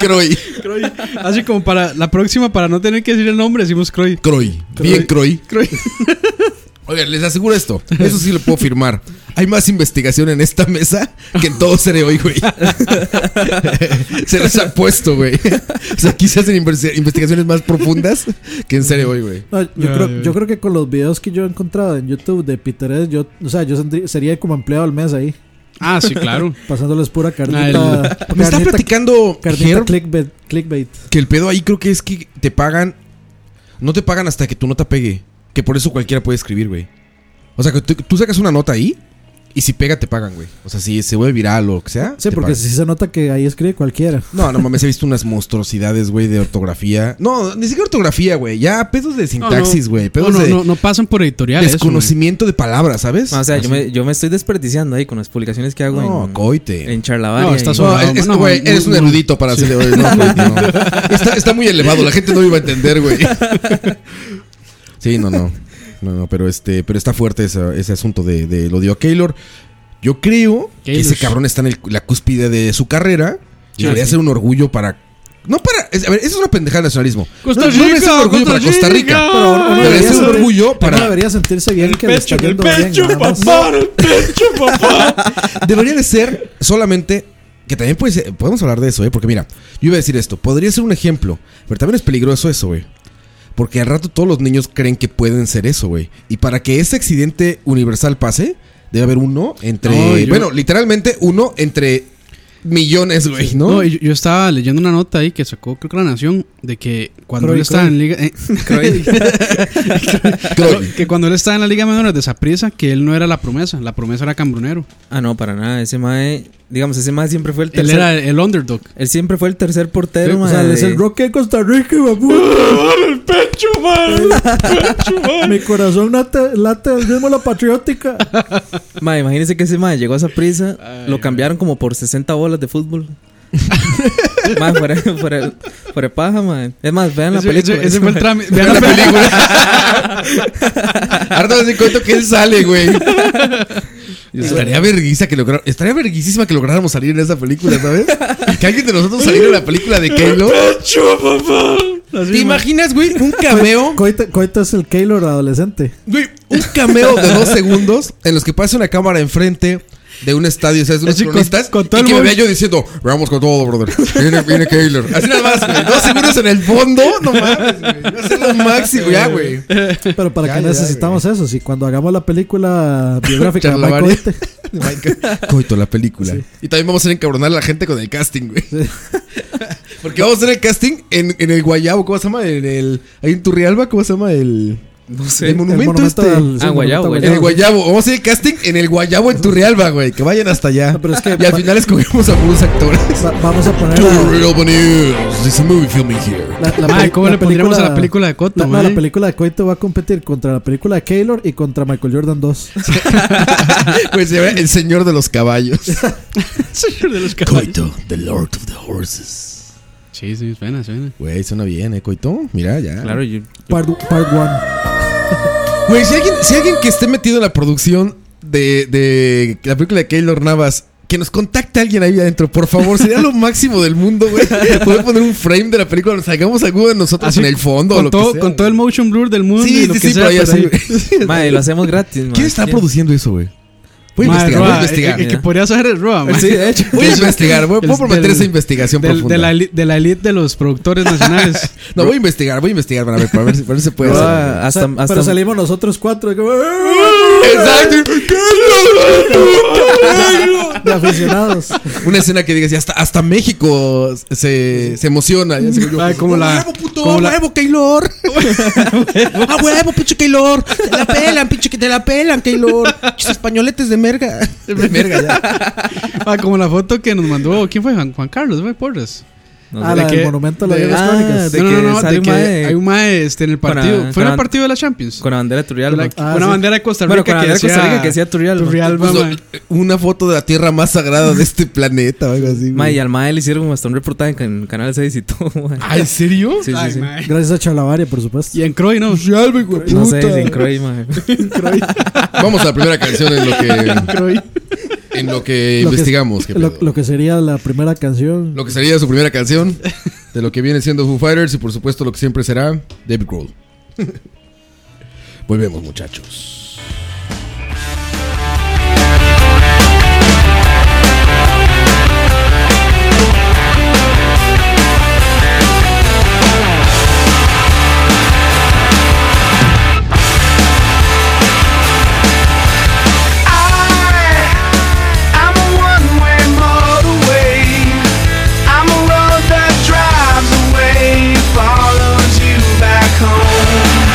Speaker 3: Croy.
Speaker 4: Croy. Así como para la próxima, para no tener que decir el nombre, decimos Croy.
Speaker 3: Croy. Bien, Croy.
Speaker 4: Croy.
Speaker 3: Oigan, les aseguro esto. Eso sí lo puedo firmar. Hay más investigación en esta mesa que en todo seré hoy, güey. Se los ha puesto, güey. O sea, aquí se hacen inves- investigaciones más profundas que en seré hoy, güey.
Speaker 5: No, yo, creo, yo creo que con los videos que yo he encontrado en YouTube de Peter yo, o sea, yo sendrí- sería como empleado al mes ahí,
Speaker 4: Ah, sí, claro.
Speaker 5: pasándoles pura carnita.
Speaker 4: Ah,
Speaker 3: Me está
Speaker 5: carnita-
Speaker 3: platicando
Speaker 5: carnita
Speaker 3: Herb
Speaker 5: clickbait, clickbait.
Speaker 3: que el pedo ahí creo que es que te pagan. No te pagan hasta que tu nota pegue. Que por eso cualquiera puede escribir, güey. O sea, que tú, tú sacas una nota ahí y si pega te pagan, güey. O sea, si se vuelve viral o lo que sea.
Speaker 5: Sí,
Speaker 3: te
Speaker 5: porque
Speaker 3: pagan.
Speaker 5: si se nota que ahí escribe cualquiera.
Speaker 3: No, no mames, he visto unas monstruosidades, güey, de ortografía. No, ni siquiera ortografía, güey. Ya pedos de sintaxis, güey.
Speaker 4: No,
Speaker 3: Pedos
Speaker 4: no,
Speaker 3: de
Speaker 4: no, no pasan por editorial. eso,
Speaker 3: desconocimiento de palabras, ¿sabes?
Speaker 6: Ma, O sea, yo
Speaker 3: Así.
Speaker 6: me, yo me estoy desperdiciando ahí con las publicaciones que hago
Speaker 3: No,
Speaker 6: en,
Speaker 3: coite.
Speaker 6: en Charlavaria.
Speaker 4: No, estás
Speaker 6: y-
Speaker 4: solo.
Speaker 3: No, es- es-
Speaker 4: No,
Speaker 3: güey,
Speaker 4: no,
Speaker 3: eres un
Speaker 4: no.
Speaker 3: erudito para hacerle hoy. No, güey, no. Está, está muy elevado, la gente no lo iba a entender, güey. Sí, no, no. No, no, pero este, pero está fuerte esa- ese asunto de, de lo dio Keylor. Yo creo que
Speaker 4: Keylor.
Speaker 3: ese cabrón está en el- la cúspide de su carrera.
Speaker 4: Sí,
Speaker 3: debería
Speaker 4: sí.
Speaker 3: ser un orgullo para. No para. es- a ver, eso es una pendejada de nacionalismo.
Speaker 4: Costa
Speaker 3: No, no debería ser un
Speaker 4: Rica,
Speaker 3: orgullo para Costa Rica.
Speaker 4: Ah,
Speaker 5: Pero uno
Speaker 3: Debería
Speaker 5: debería
Speaker 3: ser un
Speaker 5: sentir-
Speaker 3: orgullo
Speaker 5: uno
Speaker 3: para-
Speaker 5: debería sentirse bien que le está yendo bien. nada más.
Speaker 3: Debería de ser solamente Que también puede ser- podemos hablar de eso, ¿eh? Porque mira, yo iba a decir esto. Podría ser un ejemplo, pero también es peligroso eso, güey. Porque al rato todos los niños creen que pueden ser eso, güey. Y para que ese accidente universal pase, debe haber uno entre.
Speaker 4: No, yo-
Speaker 3: Bueno, literalmente uno entre millones, güey, ¿no?
Speaker 4: No, y yo, yo estaba leyendo una nota ahí que sacó, creo que la Nación, de que cuando
Speaker 6: Croy,
Speaker 4: él estaba
Speaker 6: Croy.
Speaker 4: en Liga. eh,
Speaker 3: Croy.
Speaker 4: que cuando él estaba en la Liga Menores de Saprisa, que él no era la promesa. La promesa era Cambronero.
Speaker 6: Ah, no, para nada. Ese mae, digamos, ese mae siempre fue el
Speaker 4: Él
Speaker 6: tercer.
Speaker 4: era el underdog.
Speaker 6: Él siempre fue el tercer portero,
Speaker 5: O
Speaker 6: mae.
Speaker 5: sea, él
Speaker 6: de-
Speaker 5: es el Roque de Costa Rica, hijo de puta. Mi corazón late, late al ritmo de la patriótica.
Speaker 6: Mae, imagínense que ese mae llegó a esa prisa, lo cambiaron como por 60 bolas de fútbol. mae, fuera, fuera, fuera paja, mae. Es más, vean la
Speaker 4: Ese-
Speaker 6: película.
Speaker 4: ese- ese fue el
Speaker 6: mae.
Speaker 4: trámite. Vean la
Speaker 3: Ahorita les cuento que él sale, güey. Estaría verguisa que logra- Estaría verguisísima que lográramos salir en esa película, ¿sabes? Que alguien de nosotros saliera en la película de Keilo. ¿Te imaginas, güey? Un cameo.
Speaker 5: Coito, Coito es el Keylor adolescente.
Speaker 3: Güey, un cameo de dos segundos en los que pasa una cámara enfrente de un estadio, o sea, es unos
Speaker 4: Así, con-
Speaker 3: cronistas
Speaker 4: con todo
Speaker 3: y
Speaker 4: el
Speaker 3: que me
Speaker 4: mundo.
Speaker 3: vea yo diciendo, vamos con todo, brother. Viene, viene Keylor. Así nada más, güey. Dos segundos en el fondo, no mames, güey. Va a ser lo máximo ya, güey.
Speaker 5: Pero ¿para
Speaker 3: Ya,
Speaker 5: qué
Speaker 3: ya,
Speaker 5: necesitamos eso? Si cuando hagamos la película biográfica de Mike
Speaker 3: Charlavaria.
Speaker 5: Coito,
Speaker 3: De Minecraft. Coito, la película. Y también vamos a hacer encabronar a la gente con el casting, güey. Porque vamos a hacer el casting en, en el Guayabo, ¿cómo se llama? En el. Ahí en Turrialba, ¿cómo se llama? El.
Speaker 6: No sé.
Speaker 3: el monumento este.
Speaker 5: al- sí,
Speaker 6: Ah,
Speaker 5: el
Speaker 6: Guayabo,
Speaker 5: monumento
Speaker 6: güey.
Speaker 3: En el Guayabo. Vamos a hacer el casting en el Guayabo en Turrialba, güey. Que vayan hasta allá.
Speaker 5: No, pero es que-
Speaker 3: y al final escogemos a puros actores.
Speaker 5: Va- Vamos a poner la,
Speaker 3: Turrialba News. There's a movie filming here.
Speaker 5: la- la
Speaker 4: Mae,
Speaker 5: peli-
Speaker 4: ¿cómo
Speaker 5: la
Speaker 4: le pondríamos a la película de eh? Coto,
Speaker 5: la- no, la
Speaker 4: mae?
Speaker 5: película de Coito va a competir contra la película de Keylor y contra Michael Jordan 2.
Speaker 3: Pues se ve el señor de los caballos.
Speaker 4: Señor de los caballos.
Speaker 3: Coito, the lord of the horses.
Speaker 4: Sí, sí, suena, suena.
Speaker 3: Güey, suena bien, ¿eh, Coito? Mira, ya.
Speaker 6: Claro, yo.
Speaker 5: Part 1.
Speaker 6: Ah,
Speaker 3: Güey, si alguien, si alguien que esté metido en la producción de, de la película de Keylor Navas, que nos contacte alguien ahí adentro, por favor, sería lo máximo del mundo, güey. Poder poner un frame de la película, nos sacamos alguno de nosotros en el fondo o
Speaker 4: con,
Speaker 3: lo
Speaker 4: todo,
Speaker 3: que sea.
Speaker 4: con todo el motion blur del mundo.
Speaker 3: Sí,
Speaker 4: y lo
Speaker 3: sí,
Speaker 4: que
Speaker 3: sí,
Speaker 4: sea,
Speaker 3: pero ya
Speaker 4: pero
Speaker 3: sí.
Speaker 4: ahí-
Speaker 6: Mae, lo hacemos gratis, mae.
Speaker 3: ¿Quién está produciendo eso, güey? Voy a
Speaker 4: Mae,
Speaker 3: investigar, voy a
Speaker 4: Roa,
Speaker 3: investigar.
Speaker 4: El, el que podría saber es Roa, mae.
Speaker 6: Sí, de hecho.
Speaker 3: Voy a investigar, voy, voy a
Speaker 4: del-
Speaker 3: prometer esa investigación
Speaker 4: del-
Speaker 3: profunda.
Speaker 4: de, la eli- de la elite de los productores nacionales.
Speaker 3: No, voy a investigar, voy a investigar para ver, para ver, si, para ver si se puede
Speaker 6: Roa,
Speaker 3: hacer.
Speaker 6: hasta, hasta,
Speaker 5: Pero salimos nosotros cuatro.
Speaker 3: Exacto.
Speaker 5: De aficionados.
Speaker 3: Una escena que digas, y hasta, hasta México se, se emociona. Ya digo yo,
Speaker 4: Ay, como
Speaker 3: "A
Speaker 4: la-
Speaker 3: huevo, puto!
Speaker 4: como
Speaker 3: ¡A
Speaker 4: la-
Speaker 3: huevo, Keylor! ¡A huevo, pinche Keylor! ¡Te la pelan, pinche que te la pelan, Keylor! ¡Pinches españoletes de merga! De merga, ya.
Speaker 4: Ah, como la foto que nos mandó. ¿Quién fue? Juan, Juan Carlos, güey, Porras.
Speaker 6: No
Speaker 5: Ah,
Speaker 6: sé.
Speaker 5: la
Speaker 4: que-
Speaker 5: del monumento a la
Speaker 6: de-
Speaker 5: Guerra
Speaker 6: ah,
Speaker 5: Crónicas.
Speaker 6: de- que sale un mae-
Speaker 4: hay un mae este, en el
Speaker 6: Con la-
Speaker 4: partido.
Speaker 6: con
Speaker 4: ¿Fue en
Speaker 6: la-
Speaker 4: el partido de la Champions?
Speaker 6: Con la bandera de Turrialba.
Speaker 4: Una-
Speaker 5: Ah,
Speaker 4: una
Speaker 5: sí.
Speaker 4: bandera de Costa Rica
Speaker 6: Bueno, con la
Speaker 4: que
Speaker 6: bandera de Costa Rica que decía Turrialba.
Speaker 4: Turrialba,
Speaker 3: Puso
Speaker 4: mae.
Speaker 3: Pues una foto de la tierra más sagrada de este planeta o algo así. güey.
Speaker 6: Mae, y al mae le hicieron hasta un reportaje en can- Canal 6 y todo, mae.
Speaker 3: Ah, ¿En serio?
Speaker 6: Sí, sí,
Speaker 4: Ay,
Speaker 6: sí.
Speaker 4: mae.
Speaker 5: Gracias a Chalabaria, por supuesto.
Speaker 4: Y en Croy, ¿no?
Speaker 6: No sé, sin Croy, mae.
Speaker 3: Vamos a la primera canción en lo que. En lo que
Speaker 5: Lo que-
Speaker 3: investigamos. qué
Speaker 5: lo,
Speaker 3: pedo.
Speaker 5: lo que sería la primera canción.
Speaker 3: Lo que sería su primera canción, de lo que viene siendo Foo Fighters y por supuesto lo que siempre será David Grohl. Volvemos muchachos.
Speaker 1: I'm a one-way motorway. I'm a road that drives away, follows you back home.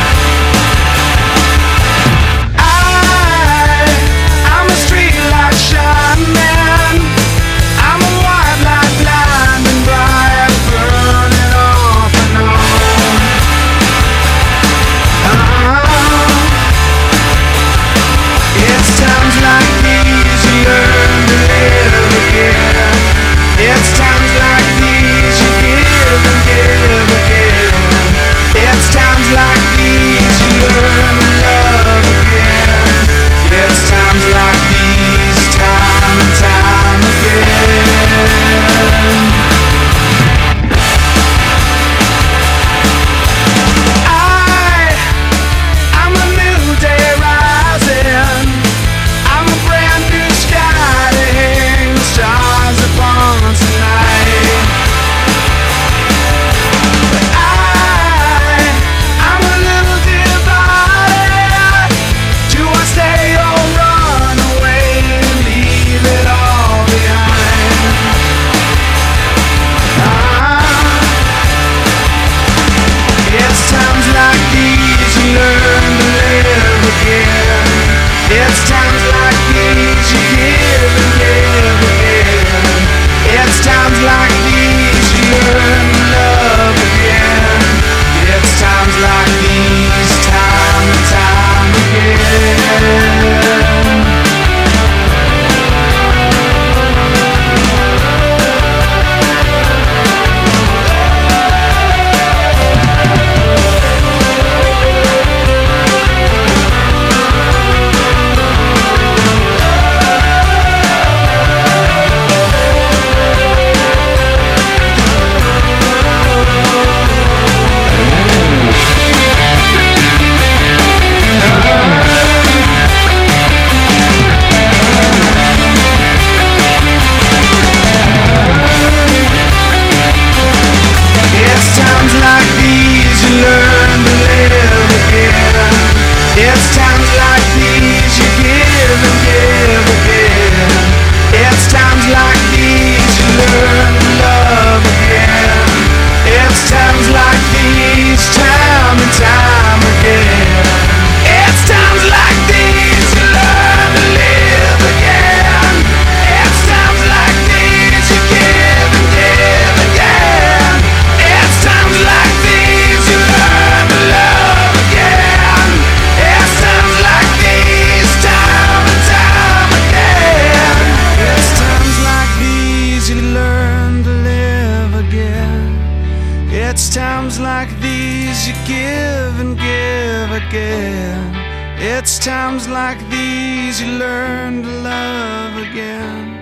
Speaker 9: times like these, you learn to love again.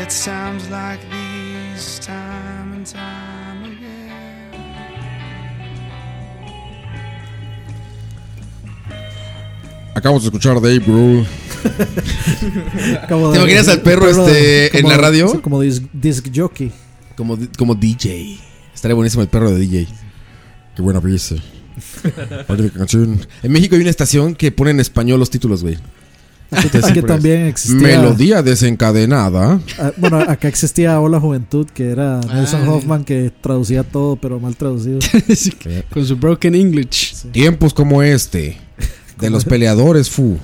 Speaker 9: It's times like these, time and time again.
Speaker 3: Acabamos de escuchar de Abe Grohl.
Speaker 5: Como
Speaker 3: ¿Te imaginas al perro, este, en la radio?
Speaker 5: sí, como disc, disc jockey.
Speaker 3: Como, di- como DJ. Estaría buenísimo el perro de DJ. Qué buena pieza. Oye, qué canción. En México hay una estación que pone en español los títulos, güey. Ah,
Speaker 5: Aquí, aquí también existía.
Speaker 3: pues, Melodía desencadenada.
Speaker 5: ah, bueno, acá existía Hola Juventud, que era Nelson
Speaker 4: Ah.
Speaker 5: Hoffman que traducía todo, pero mal traducido.
Speaker 4: Sí, Con su broken English.
Speaker 3: Tiempos como este. De los peleadores, fu.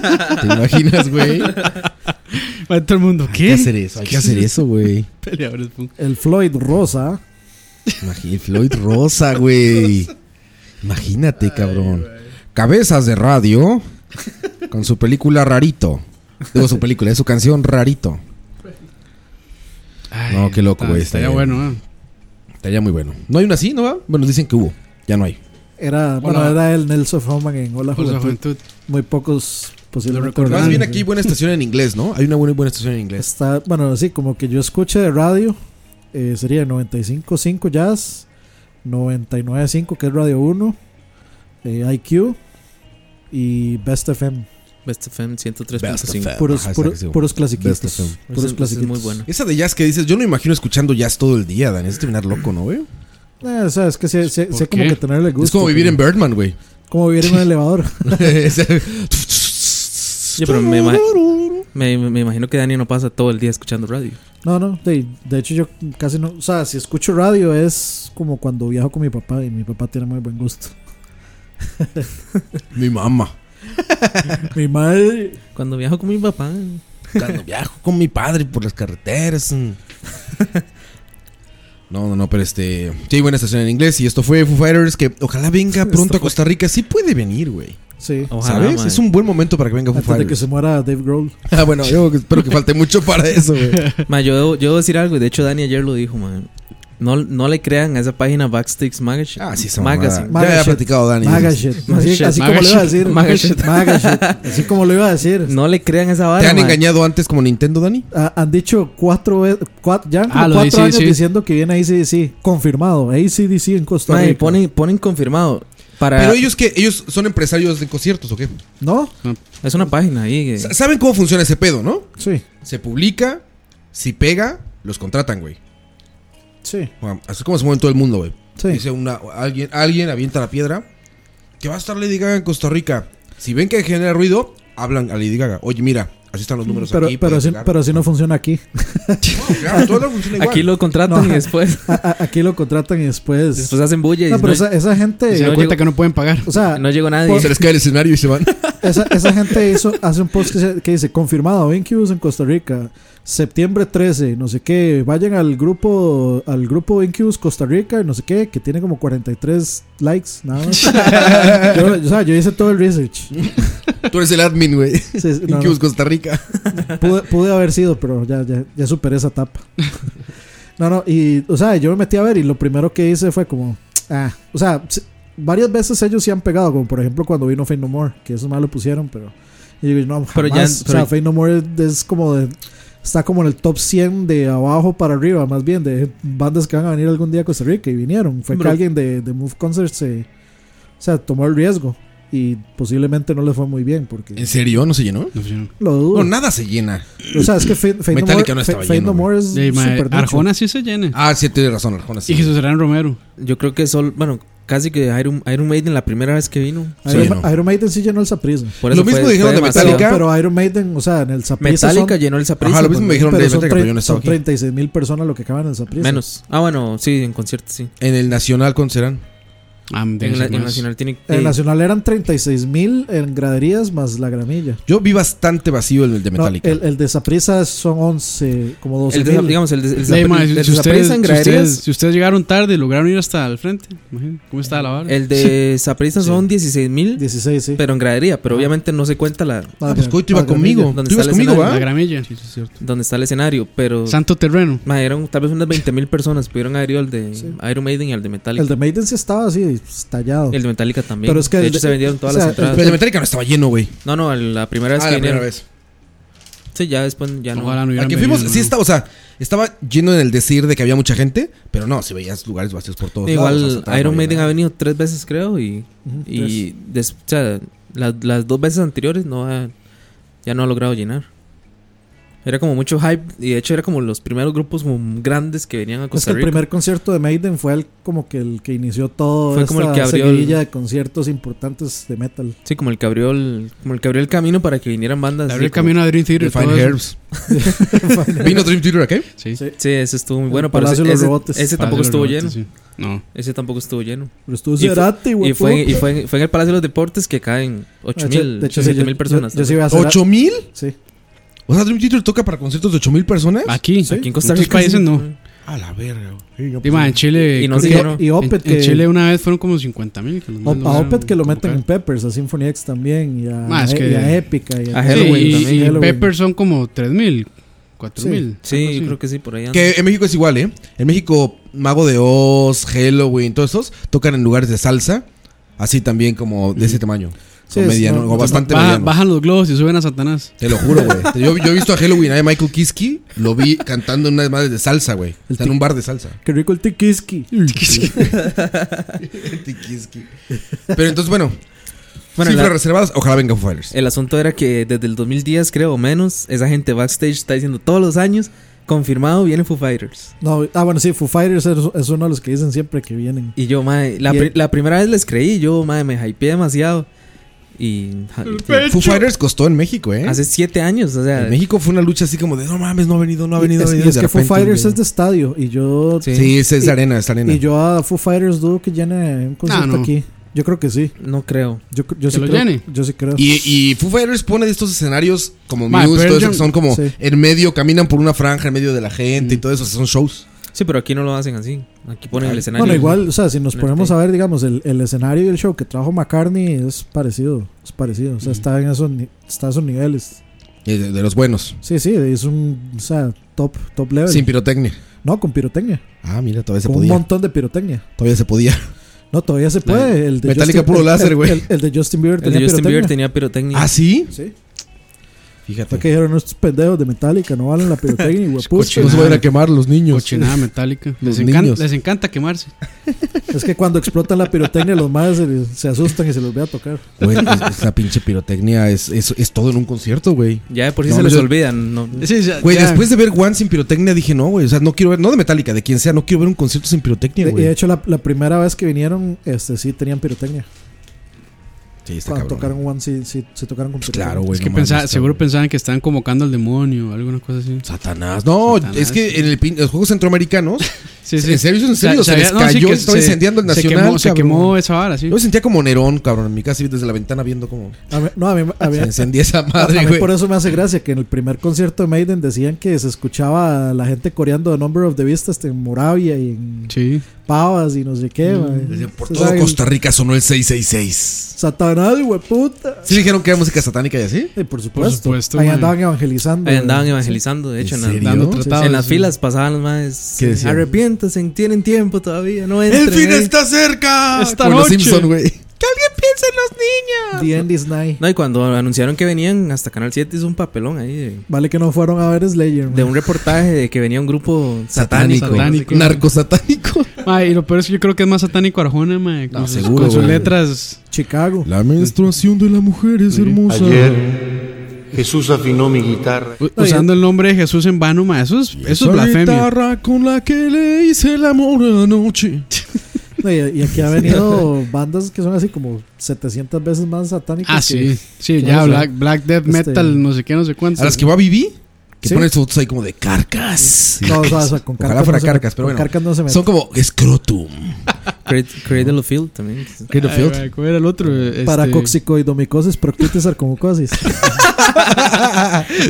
Speaker 3: ¿Te imaginas, güey?
Speaker 4: Va todo el mundo.
Speaker 3: Hay que
Speaker 4: ¿Qué?
Speaker 3: hacer eso, hay que hacer eso, güey.
Speaker 4: Peleadores, pu-
Speaker 5: El Floyd Rosa.
Speaker 3: Imagínate, Floyd Rosa, güey. Imagínate, cabrón. Cabezas de radio con su película Rarito. Digo su película, es su canción Rarito.
Speaker 4: Ay,
Speaker 3: No, qué loco,
Speaker 6: Ah,
Speaker 4: está-
Speaker 3: güey, está
Speaker 4: Estaría
Speaker 3: bien.
Speaker 4: bueno, ¿eh?
Speaker 3: Estaría muy bueno. ¿No hay una así, no va? Bueno, dicen que hubo. Ya no hay.
Speaker 5: Era, bueno,
Speaker 4: Hola.
Speaker 5: era el Nelson Hoffman en Hola
Speaker 4: Por su
Speaker 5: Juventud.
Speaker 4: juventud.
Speaker 5: Muy pocos
Speaker 4: Lo
Speaker 5: posiblemente.
Speaker 4: recuerdo.
Speaker 5: eran,
Speaker 3: Más bien
Speaker 5: sí.
Speaker 3: aquí, buena estación en inglés, ¿no? Hay una buena y buena estación en inglés.
Speaker 5: Está, bueno, sí, como que yo escuché de radio, eh, sería 95.5 Jazz, 99.5 que es Radio 1, eh, IQ y Best FM.
Speaker 6: Best FM
Speaker 3: Best
Speaker 6: 103.5.
Speaker 3: FM.
Speaker 5: Puros,
Speaker 3: Ajá,
Speaker 5: puro-
Speaker 3: exacto.
Speaker 5: puros
Speaker 3: Best
Speaker 5: clasiquitos.
Speaker 3: FM.
Speaker 6: Esa-
Speaker 5: Puros
Speaker 6: esa
Speaker 5: clasiquitos.
Speaker 6: Es muy buena.
Speaker 3: Esa de jazz que dices, yo no me imagino escuchando jazz todo el día, Dan. Es terminar loco, ¿no, güey?
Speaker 5: Eh, o sea, es que sí, sí- sí
Speaker 4: ¿Por
Speaker 5: como
Speaker 4: qué?
Speaker 5: que tenerle gusto.
Speaker 3: Es como vivir en Birdman, güey.
Speaker 5: Como vivir en un elevador.
Speaker 6: Sí, pero me, ima- me- me imagino que Dani no pasa todo el día escuchando radio.
Speaker 5: No, no, de, de hecho yo casi no... O sea, si escucho radio es como cuando viajo con mi papá y mi papá tiene muy buen gusto.
Speaker 3: Mi mamá.
Speaker 5: Mi madre...
Speaker 6: Cuando viajo con mi papá.
Speaker 3: Cuando viajo con mi padre por las carreteras. mm. No, no, no, pero este. Sí, buena estación en inglés. Y esto fue Foo Fighters. Que ojalá venga pronto a Costa Rica. Sí puede venir, güey.
Speaker 5: Sí,
Speaker 6: Ojalá.
Speaker 3: ¿Sabes?
Speaker 6: mae.
Speaker 3: Es un buen momento para que venga Foo
Speaker 5: antes de que
Speaker 3: Fighters.
Speaker 5: se muera Dave Grohl.
Speaker 3: Ah, bueno, yo espero que falte mucho para eso, güey.
Speaker 6: Ma, yo, debo, yo debo decir algo, y de hecho Dani ayer lo dijo, man. No, no le crean a esa página Backsticks Magazine.
Speaker 3: Ah, sí, esa
Speaker 6: Magazine.
Speaker 3: mamada. Ya había
Speaker 5: Magashit.
Speaker 3: platicado Dani.
Speaker 5: Magashit. Así, así como lo iba a decir.
Speaker 6: Magashit.
Speaker 5: Magashit. Así como lo iba a decir.
Speaker 6: No le crean a esa vara.
Speaker 3: ¿Te han
Speaker 6: ma.
Speaker 3: engañado antes como Nintendo, Dani?
Speaker 5: Ah, han dicho cuatro veces. Ya han como
Speaker 4: Ah, lo de
Speaker 5: cuatro años
Speaker 4: AC/DC.
Speaker 5: diciendo que viene ACDC. Confirmado. ACDC en Costa
Speaker 6: Ma, y
Speaker 5: Rica.
Speaker 6: ponen, ponen confirmado. Para,
Speaker 3: Pero ellos que ellos son empresarios de conciertos, ¿o qué?
Speaker 5: ¿No?
Speaker 6: Es una página ahí. que-
Speaker 3: Sa- ¿Saben cómo funciona ese pedo, no?
Speaker 5: Sí.
Speaker 3: Se publica, si pega, los contratan, güey.
Speaker 5: Sí.
Speaker 3: Bueno, Así como se mueve en todo el mundo, güey.
Speaker 5: Sí.
Speaker 3: Dice una, alguien, alguien avienta la piedra. Que va a estar Lady Gaga en Costa Rica. Si ven que genera ruido, hablan a Lady Gaga. Oye, mira, así están los números
Speaker 5: Pero,
Speaker 3: aquí.
Speaker 5: pero,
Speaker 3: puedes
Speaker 5: así,
Speaker 3: pegar".
Speaker 5: pero así no funciona aquí.
Speaker 3: No, claro, todo lo funciona igual.
Speaker 6: Aquí lo contratan
Speaker 5: No.
Speaker 6: y después,
Speaker 5: A- a- aquí lo contratan y después.
Speaker 6: después hacen bulla y
Speaker 5: no, pero
Speaker 6: no,
Speaker 5: esa, esa gente.
Speaker 4: Se dan
Speaker 6: no
Speaker 4: cuenta
Speaker 6: llegó-
Speaker 4: que no pueden pagar.
Speaker 5: o sea,
Speaker 6: no llegó nadie.
Speaker 3: Y se les cae el escenario y se van.
Speaker 5: esa, esa gente hizo, hace un post que, se- que dice: Confirmado, Incubus en Costa Rica. Septiembre 13, no sé qué. Vayan al grupo al grupo Incubus Costa Rica, y no sé qué, que tiene como 43 likes. Nada más. yo, o sea, yo hice todo el research.
Speaker 3: Tú eres el admin, güey.
Speaker 5: Sí, sí, no,
Speaker 3: Incubus Costa Rica.
Speaker 5: no, pude, pude haber sido, pero ya, ya, ya superé esa etapa. No, no, y, o sea, yo me metí a ver y lo primero que hice fue como, ah, o sea, si- varias veces ellos sí han pegado, como por ejemplo cuando vino Fade No More, que eso más lo pusieron, pero. Y yo digo, no,
Speaker 6: Pero ya-
Speaker 5: jamás, o
Speaker 6: pero-
Speaker 5: sea, Fade No More es como de. Está como en el top 100 de abajo para arriba, más bien, de bandas que van a venir algún día a Costa Rica y vinieron. Fue que
Speaker 6: Pero-
Speaker 5: alguien de, de Move Concert se. O sea, tomó el riesgo y posiblemente no le fue muy bien porque
Speaker 3: ¿En serio? ¿No se llenó?
Speaker 4: No, pues, yo no.
Speaker 5: lo dudo.
Speaker 3: No, nada se llena.
Speaker 5: O sea, es que Fade, Fade No
Speaker 3: Metallica
Speaker 5: More,
Speaker 3: no estaba
Speaker 5: Fade- Fade
Speaker 3: lleno,
Speaker 5: No More es
Speaker 4: Ey, mae,
Speaker 5: super nicho.
Speaker 4: Arjona sí se llena.
Speaker 3: Ah, sí, tienes razón, Arjona. Sí.
Speaker 4: Y Jesús Serán Romero.
Speaker 6: Yo creo que solo, bueno, casi que Iron, Iron Maiden la primera vez que vino.
Speaker 3: Sí,
Speaker 5: Iron,
Speaker 3: no.
Speaker 5: Iron Maiden sí llenó el Saprissa.
Speaker 6: Por
Speaker 3: Lo
Speaker 6: eso
Speaker 3: mismo
Speaker 6: fue-
Speaker 3: dijeron de
Speaker 6: fue demasiado.
Speaker 3: Metallica.
Speaker 5: Pero Iron Maiden, o sea, en el Saprissa
Speaker 6: Metallica
Speaker 5: son,
Speaker 6: llenó el Saprissa.
Speaker 3: Ajá, lo mismo me dijeron de
Speaker 5: pero son,
Speaker 3: Metallica, pero yo no
Speaker 5: tre-
Speaker 3: estaba
Speaker 5: son
Speaker 3: aquí.
Speaker 5: 36 mil personas lo que acaban en el Saprissa.
Speaker 6: Menos. Ah, bueno, sí, en conciertos sí.
Speaker 3: En el Nacional con Serán.
Speaker 4: Ah, debe
Speaker 6: En, la-
Speaker 4: ser
Speaker 6: en
Speaker 4: más.
Speaker 6: Nacional tiene.
Speaker 5: En
Speaker 6: eh,
Speaker 5: el Nacional eran 36 mil en graderías más la gramilla.
Speaker 3: Yo vi bastante vacío el de
Speaker 5: No, eh,
Speaker 3: Metallica.
Speaker 5: el, el de Saprissa son 11, como 12
Speaker 6: el de-
Speaker 5: mil.
Speaker 6: digamos, el de, el
Speaker 4: Ey, mae,
Speaker 6: Zapri-
Speaker 4: si-
Speaker 6: el
Speaker 4: si
Speaker 6: Saprissa
Speaker 4: ustedes-
Speaker 6: en
Speaker 4: si ustedes-
Speaker 6: graderías,
Speaker 4: Si ustedes llegaron tarde y lograron ir hasta el frente, imagínate, ¿cómo está la vara?
Speaker 6: El de Saprissa son 16 mil,
Speaker 5: 16, sí.
Speaker 6: pero en gradería. Pero obviamente no se cuenta la
Speaker 5: Ah,
Speaker 3: Ah, pues
Speaker 5: mira,
Speaker 3: Coito iba
Speaker 5: la gramilla.
Speaker 3: conmigo.
Speaker 6: ¿Dónde
Speaker 3: Tú ibas
Speaker 6: está el
Speaker 3: conmigo,
Speaker 6: escenario?
Speaker 4: La
Speaker 3: ¿va?
Speaker 4: gramilla.
Speaker 6: donde está el escenario. Pero
Speaker 4: Santo Terreno.
Speaker 6: ma, eran tal vez unas 20 mil personas pudieron haber ido al de Iron Maiden y al de Metallica.
Speaker 5: El de Maiden sí estaba así. ahí, pues, tallado.
Speaker 6: El de Metallica también.
Speaker 5: Pero es que
Speaker 6: de
Speaker 5: el
Speaker 6: hecho,
Speaker 5: de-
Speaker 6: se vendieron todas
Speaker 5: o sea,
Speaker 6: las entradas.
Speaker 3: Pero el de Metallica no estaba lleno, güey.
Speaker 6: No, no, la primera vez
Speaker 3: Ah,
Speaker 6: que
Speaker 3: la primera
Speaker 6: vinieron.
Speaker 3: vez.
Speaker 6: Sí, ya después ya Ah, no.
Speaker 4: Ojalá no hubieran
Speaker 3: Aquí fuimos,
Speaker 4: venido,
Speaker 3: sí
Speaker 4: ¿no?
Speaker 3: estaba, o sea, estaba lleno en el decir de que había mucha gente, pero no, si veías lugares vacíos por todos lados,
Speaker 6: Igual
Speaker 3: hasta atrás,
Speaker 6: Iron
Speaker 3: no había
Speaker 6: Maiden
Speaker 3: nada.
Speaker 6: ha venido tres veces, creo, y, y des- o sea, las, las dos veces anteriores no ha- ya no ha logrado llenar. Era como mucho hype, y de hecho era como los primeros grupos como grandes que venían a
Speaker 5: Es
Speaker 6: Costa
Speaker 5: que el
Speaker 6: Rica.
Speaker 5: primer concierto de Maiden fue el, como que el que inició todo
Speaker 6: Fue
Speaker 5: esta
Speaker 6: como el que abrió el-
Speaker 5: seguidilla de conciertos importantes de metal.
Speaker 6: Sí, como el que abrió el, como el que abrió el camino para que vinieran bandas.
Speaker 4: Le abrió
Speaker 6: sí,
Speaker 4: el camino a Dream Theater.
Speaker 3: The
Speaker 4: y todo
Speaker 3: Fine
Speaker 4: eso.
Speaker 3: Herbs. ¿Vino Dream Theater a qué?
Speaker 4: Sí.
Speaker 6: como- Sí, ese estuvo muy
Speaker 5: El
Speaker 6: bueno, pero
Speaker 5: Palacio
Speaker 6: ese,
Speaker 5: de los
Speaker 6: ese-
Speaker 5: Rebotes.
Speaker 6: ese
Speaker 4: Padre
Speaker 6: Este tampoco estuvo
Speaker 4: Roberto,
Speaker 6: lleno.
Speaker 4: sí. No.
Speaker 6: Ese tampoco estuvo lleno.
Speaker 5: Pero estuvo
Speaker 6: Y fue-
Speaker 5: Cerati,
Speaker 6: Y
Speaker 5: güey,
Speaker 6: fue, en- y
Speaker 5: puta.
Speaker 6: fue, en- fue en el Palacio de los Deportes que caen
Speaker 5: Ah,
Speaker 6: 8
Speaker 5: sí,
Speaker 6: mil,
Speaker 5: de hecho, sí, yo-
Speaker 6: mil personas.
Speaker 5: Yo, yo sí iba a hacer.
Speaker 3: ¿Ocho mil?
Speaker 5: Sí.
Speaker 3: O sea, Dream Theater toca para conciertos de ocho mil personas.
Speaker 4: Aquí.
Speaker 6: Aquí en Costa
Speaker 4: En otros
Speaker 6: Rica. sí, Ah, pues
Speaker 4: países no.
Speaker 3: A la verga, güey.
Speaker 4: Y más, en Chile.
Speaker 6: Y no
Speaker 4: creo
Speaker 6: sé,
Speaker 4: que-
Speaker 6: ¿no?
Speaker 5: Y Opet
Speaker 4: en, en
Speaker 5: que-
Speaker 4: Chile una vez fueron como 50 mil.
Speaker 5: O- a Opet que lo meten en Peppers, a Symphony X también, y a,
Speaker 4: Ma, es que-
Speaker 5: y a Epica. Y
Speaker 6: A
Speaker 4: Sí,
Speaker 6: Halloween
Speaker 4: y-
Speaker 6: también.
Speaker 4: y,
Speaker 5: Halloween.
Speaker 4: Pepper son como 3 mil, 4
Speaker 3: Ah,
Speaker 4: mil.
Speaker 6: Sí, yo creo que sí, por ahí anda.
Speaker 3: Que en México es igual, ¿eh? En México, Mago de Oz, Halloween, todos esos tocan en lugares de salsa, así también como de ese tamaño.
Speaker 5: Sí,
Speaker 3: Son
Speaker 5: es-
Speaker 3: medianos,
Speaker 5: no,
Speaker 3: o bastante
Speaker 4: Baja-
Speaker 3: medianos.
Speaker 4: bajan los globos y suben a Satanás.
Speaker 3: Te lo juro, güey. Te- Yo, yo he visto a Halloween, a Michael Kiski, lo vi cantando en unas madres de salsa, güey. Está en un bar de salsa.
Speaker 5: Qué rico el Tikiski.
Speaker 3: Kiski. Pero entonces, bueno,
Speaker 6: Bueno,
Speaker 3: cifras
Speaker 6: la-
Speaker 3: reservadas, ojalá venga Foo
Speaker 5: Eh,
Speaker 3: Fighters.
Speaker 6: El asunto era que desde el 2010, creo, o menos, esa gente backstage está diciendo todos los años, confirmado, vienen Foo Fighters.
Speaker 5: No, ah, bueno, sí, Foo Fighters es, es uno de los que dicen siempre que vienen.
Speaker 6: Y yo, madre, la,
Speaker 5: Y
Speaker 6: pri-
Speaker 5: el-
Speaker 6: la primera vez les creí, yo, madre, me hypeé demasiado. Y ja-
Speaker 3: Foo Fighters costó en México, ¿eh?
Speaker 6: hace siete años, o sea,
Speaker 3: En México fue una lucha así como de no mames, no ha venido, no ha venido. no
Speaker 5: y es,
Speaker 3: ha
Speaker 5: y
Speaker 3: venido",
Speaker 5: es
Speaker 3: de
Speaker 5: que Foo
Speaker 3: repente,
Speaker 5: Fighters
Speaker 3: güey.
Speaker 5: es de estadio, y yo.
Speaker 6: Sí.
Speaker 3: Sí, es, es
Speaker 5: y-
Speaker 3: arena, es arena.
Speaker 5: Y yo a Foo Fighters dudo que llene un concierto
Speaker 4: Ah, no.
Speaker 5: aquí. Yo creo que sí.
Speaker 6: no creo.
Speaker 5: Yo, yo
Speaker 4: ¿Que
Speaker 5: sí
Speaker 4: lo
Speaker 5: creo,
Speaker 4: llene?
Speaker 5: Yo sí creo.
Speaker 3: Y, y Foo Fighters pone de estos escenarios como
Speaker 4: Ma,
Speaker 3: Muse,
Speaker 4: Pearl
Speaker 3: todo eso,
Speaker 4: Jam-
Speaker 3: que son como
Speaker 5: sí. Mm.
Speaker 3: en medio, caminan por una franja en medio de la gente y todo eso, son shows.
Speaker 6: Sí, pero aquí no lo hacen así. Aquí ponen el escenario.
Speaker 5: bueno, igual, o sea, si nos
Speaker 6: en el
Speaker 5: ponemos a
Speaker 6: tape.
Speaker 5: ver, digamos, el, el escenario y el show que trajo McCartney es parecido. Es parecido. O sea, está en esos, ni- está a esos niveles.
Speaker 3: eh, De, de los buenos,
Speaker 5: Sí, sí, es un o sea, top, top level.
Speaker 3: sin pirotecnia.
Speaker 5: No, con pirotecnia.
Speaker 3: Ah, mira, todavía se
Speaker 5: con un
Speaker 3: podía.
Speaker 5: montón de pirotecnia.
Speaker 3: Todavía se podía.
Speaker 5: No, todavía se puede. El de
Speaker 3: Metallica puro
Speaker 5: el-
Speaker 3: láser,
Speaker 5: el-
Speaker 3: güey.
Speaker 5: El, el de Justin Bieber
Speaker 6: el
Speaker 5: tenía
Speaker 6: de Justin
Speaker 5: pirotecnia.
Speaker 6: Bieber tenía pirotecnia.
Speaker 3: ¿Ah, sí?
Speaker 5: Sí. pues,
Speaker 3: Fíjate.
Speaker 5: Fue que dijeron estos pendejos de Metallica, no valen la pirotecnia, güey. pucha".
Speaker 3: No se vayan a quemar los niños.
Speaker 4: Cochinada metálica.
Speaker 3: Este, Los
Speaker 4: Les, encan-
Speaker 3: niños.
Speaker 4: les encanta quemarse.
Speaker 5: Es que cuando explotan la pirotecnia, los madres se, se asustan y se los ve a tocar.
Speaker 3: Güey, es- esa pinche pirotecnia es, es, es todo en un concierto, güey.
Speaker 6: ya de por sí
Speaker 3: No,
Speaker 6: se les
Speaker 3: yo-
Speaker 6: olvidan. No.
Speaker 3: Güey, después de ver One sin pirotecnia dije, no, güey, o sea, no quiero ver, no de Metallica, de quien sea, no quiero ver un concierto sin pirotecnia,
Speaker 5: De- y de
Speaker 3: güey.
Speaker 5: hecho, la, la primera vez que vinieron, este sí tenían pirotecnia.
Speaker 3: Sí, está
Speaker 5: Cuando
Speaker 3: este cabrón.
Speaker 5: tocaron One, sí, sí, sí tocaron con
Speaker 3: Pues
Speaker 5: pirotecnia.
Speaker 3: claro, güey.
Speaker 4: Es que
Speaker 3: no mames,
Speaker 4: pensaba-
Speaker 3: está,
Speaker 4: seguro
Speaker 3: güey.
Speaker 4: pensaban que estaban convocando al demonio o alguna cosa así.
Speaker 3: Satanás. No,
Speaker 4: Satanás.
Speaker 3: es que en el pin- los juegos centroamericanos
Speaker 4: Sí,
Speaker 3: ¿En serio? ¿En
Speaker 4: O sea,
Speaker 3: serio? Se
Speaker 4: sabía-
Speaker 3: les
Speaker 4: no,
Speaker 3: cayó,
Speaker 4: que
Speaker 3: estaba
Speaker 4: se-
Speaker 3: incendiando el
Speaker 4: se
Speaker 3: nacional,
Speaker 4: quemó- Se
Speaker 3: cabrón. Pues,
Speaker 4: quemó esa vara, sí.
Speaker 3: Yo me sentía como Nerón, cabrón, en mi casa, desde la ventana viendo como
Speaker 5: A mí- no, a mí, a mí-
Speaker 3: se encendía esa
Speaker 5: a- a
Speaker 3: madre,
Speaker 5: mí
Speaker 3: güey.
Speaker 5: por eso me hace gracia que en el primer concierto de Maiden decían que se escuchaba a la gente coreando The Number of the Beast hasta en Moravia y en
Speaker 4: Sí.
Speaker 5: Pavas y no sé qué,
Speaker 4: Mm.
Speaker 5: mae.
Speaker 3: Decían, Por
Speaker 5: Se
Speaker 3: todo
Speaker 5: sabe,
Speaker 3: Costa Rica sonó el 666.
Speaker 5: Satanás, güey, puta.
Speaker 3: ¿Sí dijeron que era música satánica y así?
Speaker 5: Y por supuesto.
Speaker 4: supuesto,
Speaker 5: ahí
Speaker 4: mae.
Speaker 5: andaban evangelizando.
Speaker 6: Ahí
Speaker 5: güey.
Speaker 6: andaban evangelizando, de hecho,
Speaker 3: ¿En
Speaker 6: en,
Speaker 3: serio?
Speaker 4: Dando
Speaker 3: Sí, sí.
Speaker 4: tratados.
Speaker 6: Pues en las
Speaker 4: sí.
Speaker 6: filas pasaban los más.
Speaker 3: ¿Qué decían?
Speaker 6: Arrepiéntanse, tienen tiempo todavía, no entren.
Speaker 3: ¡El fin
Speaker 6: eh".
Speaker 3: está cerca!
Speaker 4: Esta
Speaker 3: Como los
Speaker 4: noche.
Speaker 3: Simpson, güey.
Speaker 6: ¡Que alguien piense en los niños!
Speaker 5: The end is nigh.
Speaker 6: eh". No, y cuando anunciaron que venían hasta Canal 7 hizo un papelón ahí de,
Speaker 5: Vale que no fueron a ver Slayer,
Speaker 6: de
Speaker 5: mae.
Speaker 6: un reportaje de que venía un grupo satánico.
Speaker 4: Satánico.
Speaker 3: Narcosatánico.
Speaker 4: Ma, y lo peor es que yo creo que es más satánico Arjona, ma, con, sus-
Speaker 3: seguro,
Speaker 4: con sus
Speaker 3: güey.
Speaker 4: letras.
Speaker 5: Chicago.
Speaker 3: La menstruación de la mujer es hermosa.
Speaker 10: Jesús afinó mi guitarra.
Speaker 4: u- Usando el nombre de Jesús en vano, ma, eso es, eso es blasfemia.
Speaker 3: guitarra con la que le hice el amor anoche.
Speaker 5: No, y, y aquí ha venido bandas que son así como 700 veces más satánicas.
Speaker 4: Ah,
Speaker 5: que-
Speaker 4: sí. Sí,
Speaker 5: que
Speaker 4: ya,
Speaker 5: eso.
Speaker 4: Black, Black Death
Speaker 5: Este-
Speaker 4: Metal, no sé qué, no sé cuánto.
Speaker 3: A las que va a vivir, que
Speaker 5: Sí.
Speaker 3: ponen sus fotos ahí como de carcas.
Speaker 5: No, o sea, o sea, con
Speaker 3: Ojalá
Speaker 5: carcas
Speaker 3: fuera
Speaker 5: no se-
Speaker 3: carcas, pero
Speaker 5: con
Speaker 3: bueno.
Speaker 5: carcas no se mete.
Speaker 3: Son como escrotum.
Speaker 6: Cradle- Cradle of Field también.
Speaker 4: Ay, ma, ¿Cuál era el otro? Este-
Speaker 5: Paracoxicoidomicosis, proctitis, sarcomucosis.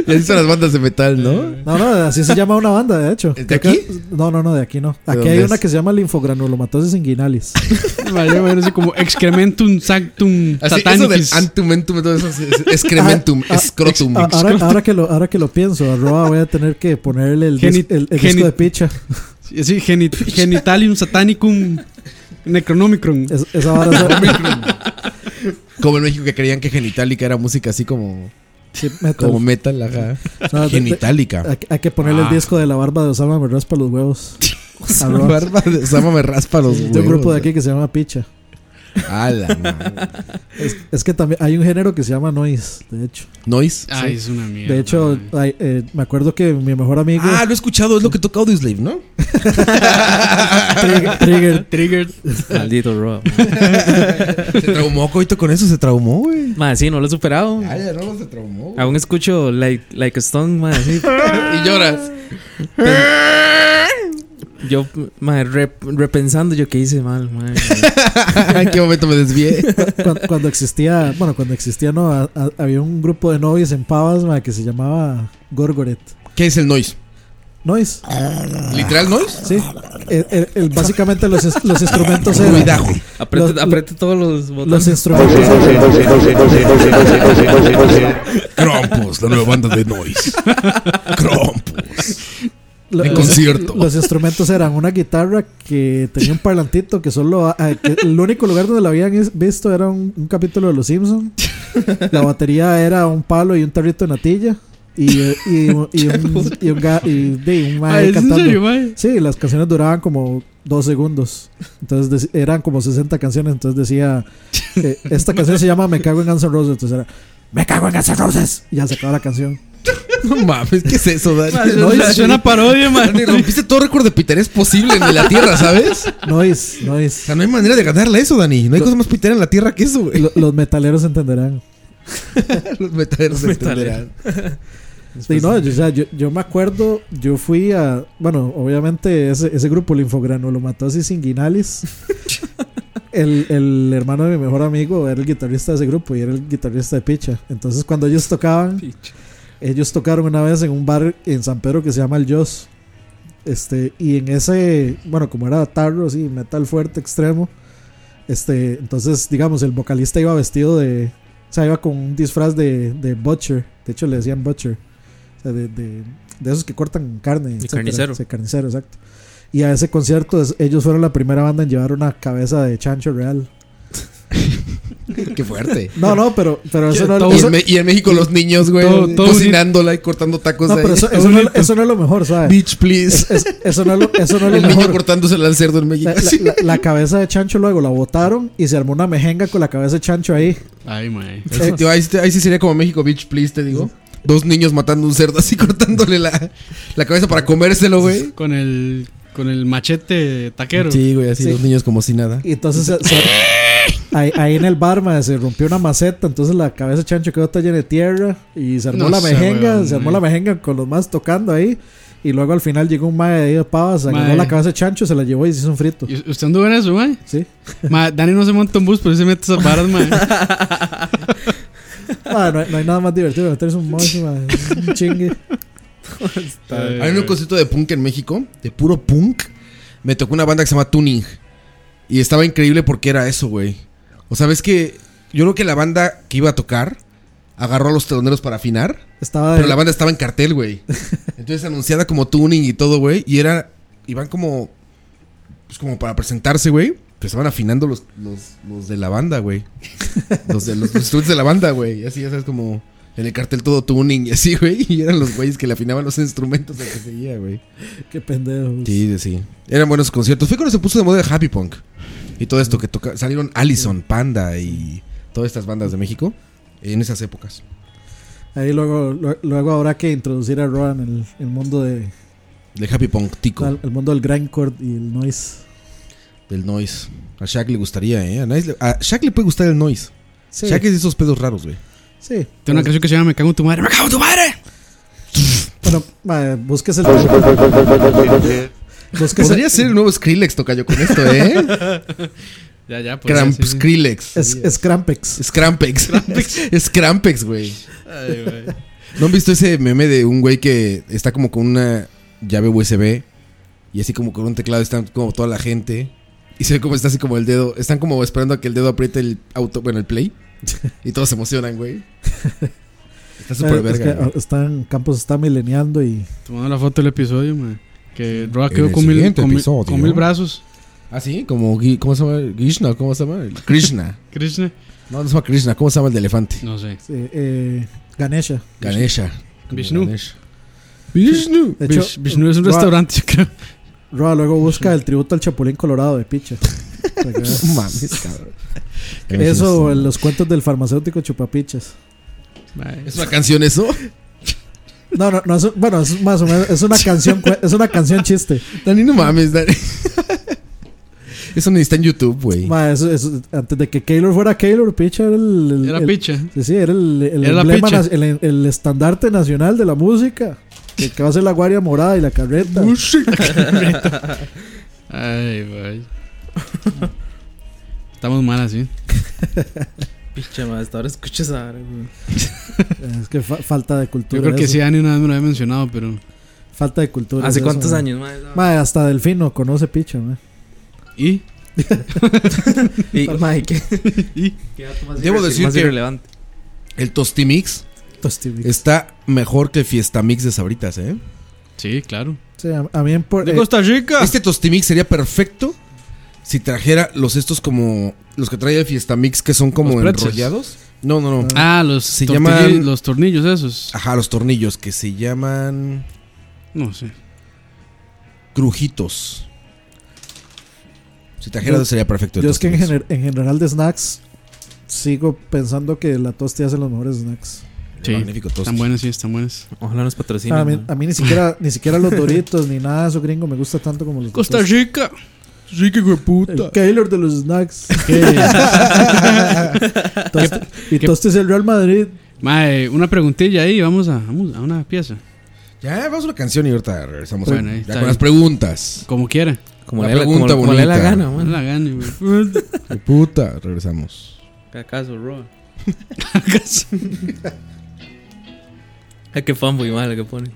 Speaker 3: Y así son las bandas de metal, ¿no?
Speaker 5: No, no, así se llama una banda, de hecho.
Speaker 3: ¿De
Speaker 5: Creo que-
Speaker 3: aquí?
Speaker 5: No, no, no, de aquí no. Aquí
Speaker 3: dónde
Speaker 5: hay
Speaker 3: es?
Speaker 5: una que se llama linfogranulomatosis inguinalis.
Speaker 4: Ma, yo me imagino así como excrementum sanctum
Speaker 3: Así, eso del
Speaker 4: satanicis.
Speaker 3: antumentum, todo eso, es- es- excrementum, escrotum.
Speaker 5: A- ahora, ahora, que lo, ahora que lo pienso, arroba voy a tener que ponerle el,
Speaker 4: Geni-
Speaker 5: dis- el- el
Speaker 4: geni-
Speaker 5: disco de picha.
Speaker 4: Sí, geni- genitalium satanicum necronomicron.
Speaker 5: esa vara es-
Speaker 3: Como en México que creían que Genitalica era música así como.
Speaker 5: metal.
Speaker 3: Como metal, ajá.
Speaker 5: No, de- de-
Speaker 3: Genitalica.
Speaker 5: Hay, hay que ponerle
Speaker 4: Ah.
Speaker 5: el disco de la barba de Osama me raspa los huevos. A
Speaker 3: La
Speaker 5: Ross.
Speaker 3: barba de Osama me raspa los
Speaker 5: De un
Speaker 3: huevos,
Speaker 5: grupo de
Speaker 3: eh.
Speaker 5: aquí que se llama Picha.
Speaker 3: A la madre.
Speaker 5: Es, es que también hay un género que se llama noise, de hecho.
Speaker 3: ¿Noise?
Speaker 4: Ay, es una mierda,
Speaker 5: De hecho, ay, eh, me acuerdo que mi mejor amigo.
Speaker 3: Ah, lo he escuchado, es lo que toca Audioslave, ¿no?
Speaker 5: Trigger- Trigger.
Speaker 4: Triggered.
Speaker 6: Maldito Roa.
Speaker 3: se traumó, coito, con eso se traumó, güey.
Speaker 6: Madre, sí, no lo he superado.
Speaker 3: Ay, Ah, ya no se traumó. güey.
Speaker 6: Aún escucho Like, like a Stone, madre, sí.
Speaker 3: y lloras.
Speaker 6: Yo, madre, rep- repensando yo qué hice mal, madre.
Speaker 3: ¿En qué momento me desvié?
Speaker 5: Cuan- Cuando, existía, bueno, cuando existía, no, a- a- había un grupo de novias en Pavas ma, que se llamaba Gorgoret.
Speaker 3: ¿Qué es el noise?
Speaker 5: Noise,
Speaker 3: ¿Literal noise?
Speaker 5: sí. El- el- el- básicamente los, ins- los instrumentos eran.
Speaker 3: Ruidajo.
Speaker 6: Apriete,
Speaker 5: Los-
Speaker 6: apriete todos los
Speaker 5: Los
Speaker 6: botones.
Speaker 5: instrumentos
Speaker 3: Crompus, la nueva banda de noise. Crompus.
Speaker 5: Lo-
Speaker 3: De
Speaker 5: los-
Speaker 3: concierto.
Speaker 5: Los instrumentos eran una guitarra que tenía un parlantito que solo. ah, que el único lugar donde la habían es- visto era un, un capítulo de Los Simpsons. La batería era un palo y un tarrito de natilla. Y, eh, y, un- y un, y un ga- y de un
Speaker 4: Ay,
Speaker 5: mae
Speaker 4: Ah, ¿es en
Speaker 5: cantando.
Speaker 4: serio, mae?
Speaker 5: Sí, las canciones duraban como dos segundos. Entonces dec- eran como 60 canciones. Entonces decía: eh, Esta canción se llama Me cago en Guns N' Roses. Entonces era: Me cago en Guns N' Roses. Y ya se acabó la canción.
Speaker 3: No mames, ¿qué es eso, Dani?
Speaker 4: No,
Speaker 3: Noise.
Speaker 4: es una parodia, man.
Speaker 3: Dani, rompiste todo récord de piterés posible en la tierra, ¿sabes? O
Speaker 5: Noise, noise.
Speaker 3: sea, no hay manera de ganarle a eso, Dani. No hay cosa más pitera en la tierra que eso, güey.
Speaker 5: Lo- los metaleros entenderán.
Speaker 3: Los metaleros entenderán.
Speaker 5: Sí, no, yo, o sea, yo, yo me acuerdo, yo fui a. Bueno, obviamente ese, ese grupo, el Infogranulomatosis Inguinalis. El, el hermano de mi mejor amigo era el guitarrista de ese grupo y era el guitarrista de Picha. Entonces, cuando ellos tocaban, ellos tocaron una vez en un bar en San Pedro que se llama El Joss. Este, y en ese, bueno, como era tarro, sí, metal fuerte, extremo. Este, entonces, digamos, el vocalista iba vestido de. O sea, iba con un disfraz de, de Butcher. De hecho, le decían Butcher. O sea, de, de- de esos que cortan carne. etcétera.
Speaker 6: carnicero.
Speaker 5: Sí, carnicero, exacto. Y a ese concierto, es- ellos fueron la primera banda en llevar una cabeza de chancho real.
Speaker 3: Qué fuerte.
Speaker 5: No, no, pero, pero eso no
Speaker 3: Y
Speaker 5: eso-
Speaker 3: en, Me- y en México los niños, güey,
Speaker 4: Todo- todo
Speaker 3: cocinándola y cortando tacos
Speaker 5: No,
Speaker 3: ahí.
Speaker 5: pero eso, eso no, eso no es lo mejor, ¿sabes?
Speaker 3: Bitch, please.
Speaker 5: Es- eso no es lo, eso no es lo
Speaker 3: El niño
Speaker 5: mejor.
Speaker 3: cortándosela al cerdo en México.
Speaker 5: La, la- la- la cabeza de chancho luego la botaron y se armó una mejenga con la cabeza de chancho ahí.
Speaker 4: Ay, mae.
Speaker 3: Sí, tío, ahí, sí- ahí sí sería como México, bitch, please, te digo. Dos niños matando un cerdo así cortándole la, la cabeza para comérselo, güey.
Speaker 4: Con el, con el machete taquero.
Speaker 3: Sí, güey, así
Speaker 5: Sí.
Speaker 3: dos niños como si nada.
Speaker 5: Y entonces se- se- ahí, ahí en el bar ma, se rompió una maceta, entonces la cabeza de chancho quedó toda llena de tierra y se armó
Speaker 4: No
Speaker 5: la
Speaker 4: sé,
Speaker 5: mejenga,
Speaker 4: weón,
Speaker 5: se armó
Speaker 4: mae.
Speaker 5: la mejenga con los más tocando ahí. Y luego al final llegó un mae de ahí de pavas, agarró
Speaker 4: Mae.
Speaker 5: la cabeza de chancho, se la llevó y se hizo un frito.
Speaker 4: ¿Y ¿Usted anduvo en eso, mae?
Speaker 5: Sí.
Speaker 4: Mae, Dani no se monta un bus, pero sí se mete esas varas, mae.
Speaker 5: Ah, no, hay- no hay nada más divertido que meterse un mosh, ma, un chingue.
Speaker 3: Hay un concierto de punk en México, de puro punk. Me tocó una banda que se llama Tuning. Y estaba increíble porque era eso, güey. O sea, ves que yo creo que la banda que iba a tocar agarró a los teloneros para afinar.
Speaker 5: Estaba de-
Speaker 3: Pero la banda estaba en cartel, güey. Entonces anunciada como tuning y todo, güey. Y era. Iban como. Pues como para presentarse, güey. Pero estaban afinando los, los, los de la banda, güey. Los de los, los instrumentos de la banda, güey. Y Así, ya sabes, como. En el cartel todo tuning y así, güey. Y eran los güeyes que le afinaban los instrumentos al que seguía, güey.
Speaker 5: Qué pendejos.
Speaker 3: Sí, sí. Eran buenos conciertos. Fue cuando se puso de moda el Happy Punk. Y todo esto que toca. Salieron Allison, Panda y todas estas bandas de México. En esas épocas.
Speaker 5: Ahí luego, lu- luego habrá que introducir a Roan en el, el mundo de
Speaker 3: De Happy Punk, Tico.
Speaker 5: al- el mundo del grindcore y el noise.
Speaker 3: Del noise. A Shaq le gustaría, ¿eh? A, Nice le, a Shaq le puede gustar el noise.
Speaker 5: Sí,
Speaker 3: Shaq es de esos pedos raros, güey.
Speaker 5: sí.
Speaker 4: Tiene una canción que se llama Me cago en tu madre. ¡Me cago en tu madre!
Speaker 5: Bueno, ma, busques el busques el-
Speaker 3: Podría ser el nuevo Skrillex, tocayo, con esto, ¿eh?
Speaker 4: Ya, ya, pues.
Speaker 3: Cramp,
Speaker 4: sí, sí.
Speaker 3: Skrillex.
Speaker 5: es, es Crampex.
Speaker 3: Scrampex. Scrampex, güey. ¿No han visto ese meme de un güey que está como con una llave USB y así como con un teclado están como toda la gente y se ve como está así como el dedo, están como esperando a que el dedo apriete el auto, bueno, el play y todos se emocionan, güey. Está súper
Speaker 5: Eh, es
Speaker 3: verga.
Speaker 5: que,
Speaker 3: güey.
Speaker 5: ah, están Campos está mileniando y
Speaker 4: Tomando la foto del episodio, mae. Que Roa
Speaker 3: En
Speaker 4: quedó
Speaker 3: el
Speaker 4: con mil,
Speaker 3: siguiente
Speaker 4: con, mil-
Speaker 3: episodio.
Speaker 4: con mil brazos.
Speaker 3: Ah, sí, como. Gui- ¿Cómo se llama? Krishna, ¿cómo se llama? Krishna.
Speaker 4: Krishna.
Speaker 3: No, no se llama Krishna, ¿cómo se llama el de elefante?
Speaker 4: No sé.
Speaker 5: Eh, eh, Ganesha.
Speaker 3: Ganesha.
Speaker 4: Vishnu.
Speaker 3: Ganesha. Vishnu.
Speaker 5: De hecho,
Speaker 4: Vish- Vishnu es un
Speaker 5: Roa-
Speaker 4: restaurante, yo creo.
Speaker 5: Roa luego busca el tributo al Chapulín Colorado de Picha. Para que veas.
Speaker 3: No Mames, cabrón.
Speaker 5: Eso, o en los cuentos del farmacéutico Chupapichas.
Speaker 4: Mae.
Speaker 3: ¿Es una canción eso?
Speaker 5: No, no, no, es, bueno, es más o menos, es una canción, cue- es una canción chiste.
Speaker 3: Dani, no mames, Dani. Eso ni está en YouTube, güey.
Speaker 5: Ma, eso- eso- antes de que Keylor fuera Keylor, Picha era el... el-
Speaker 4: Era
Speaker 5: el-
Speaker 4: picha.
Speaker 5: Sí, sí, era el, el
Speaker 4: Era la
Speaker 5: emblema,
Speaker 4: picha.
Speaker 5: na- el, el estandarte nacional de la música. Que, que va a ser la guardia morada y la carreta.
Speaker 4: Ay, vaya. Estamos mal así.
Speaker 6: Picha, ma, hasta ahora escucho esa vara, güey.
Speaker 5: Es que fa- falta de cultura.
Speaker 4: Yo creo que
Speaker 5: eso.
Speaker 4: sí, Dani una vez me lo había mencionado, pero.
Speaker 5: Falta de cultura.
Speaker 6: ¿Hace
Speaker 5: eso,
Speaker 6: cuántos
Speaker 5: ma.
Speaker 6: años, ma, esa vara?
Speaker 5: Ma, hasta Delfino conoce Picha, ma.
Speaker 4: ¿Y?
Speaker 6: Y, ma, ¿y qué?
Speaker 3: Debo decir
Speaker 6: más
Speaker 3: que
Speaker 6: irrelevante.
Speaker 3: el Tostimix
Speaker 5: Tostibic.
Speaker 3: está mejor que el Fiesta Mix de Sabritas, ¿eh?
Speaker 4: Sí, claro.
Speaker 5: Sí, a, a mí en por- eh,
Speaker 4: Costa
Speaker 6: Ah.
Speaker 4: Rica!
Speaker 3: Este Tostimix sería perfecto si trajera los estos como. Los que trae el Fiesta Mix que son como
Speaker 4: Los pretzels.
Speaker 3: enrollados. No, no, no.
Speaker 4: Ah, los,
Speaker 3: Se
Speaker 4: tortilli-
Speaker 3: llaman-
Speaker 4: los tornillos esos.
Speaker 3: Ajá, los tornillos que se llaman.
Speaker 4: No sé.
Speaker 3: Crujitos. Si trajera,
Speaker 5: Yo-
Speaker 3: sería perfecto. el
Speaker 5: yo es que en,
Speaker 3: Tostimix.
Speaker 5: gener- en general de snacks sigo pensando que la tosti hace los mejores snacks.
Speaker 4: Sí,
Speaker 3: Magnífico Tosti.
Speaker 4: están buenos, sí, están buenos.
Speaker 6: Ojalá nos patrocinen.
Speaker 5: a, mí,
Speaker 6: ma.
Speaker 5: a mí ni siquiera ni siquiera los doritos ni nada de eso gringo me gusta tanto como los de
Speaker 4: ¡Costa
Speaker 5: Tosti.
Speaker 4: Rica! ¡Rica, hijo de puta!
Speaker 5: El Keylor de los snacks. Tosti- y
Speaker 4: qué-
Speaker 5: Tosti es el Real Madrid.
Speaker 4: Mae, una preguntilla ahí, vamos a, vamos a una pieza.
Speaker 3: Ya, vamos a una canción y ahorita regresamos. ¿eh?
Speaker 4: Bueno, ahí
Speaker 3: ya
Speaker 4: está
Speaker 3: con
Speaker 4: bien.
Speaker 3: las preguntas.
Speaker 4: Como quiera.
Speaker 6: Como
Speaker 3: La
Speaker 6: le dé la-
Speaker 3: pregunta
Speaker 6: como- como le dé la
Speaker 3: bonita.
Speaker 6: gana,
Speaker 4: No
Speaker 6: man.
Speaker 4: la gane, güey.
Speaker 3: Ay, puta, regresamos.
Speaker 6: ¿Acaso, Roa? Ay, qué fanboy mala que pone.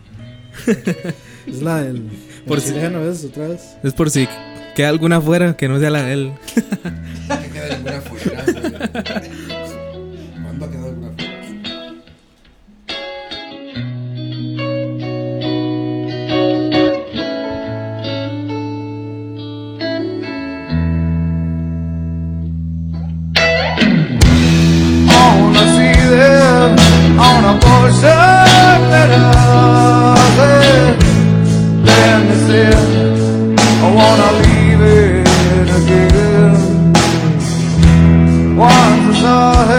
Speaker 5: Es la del.
Speaker 6: Por
Speaker 5: el
Speaker 6: si-
Speaker 5: chileno, ¿ves? Otra vez.
Speaker 6: Es por si queda alguna afuera que no sea la de él.
Speaker 3: ¿Cuándo ha quedado alguna
Speaker 9: wanna see them on a porch of letters. Then they said, I wanna leave it again. Once I saw
Speaker 11: eh,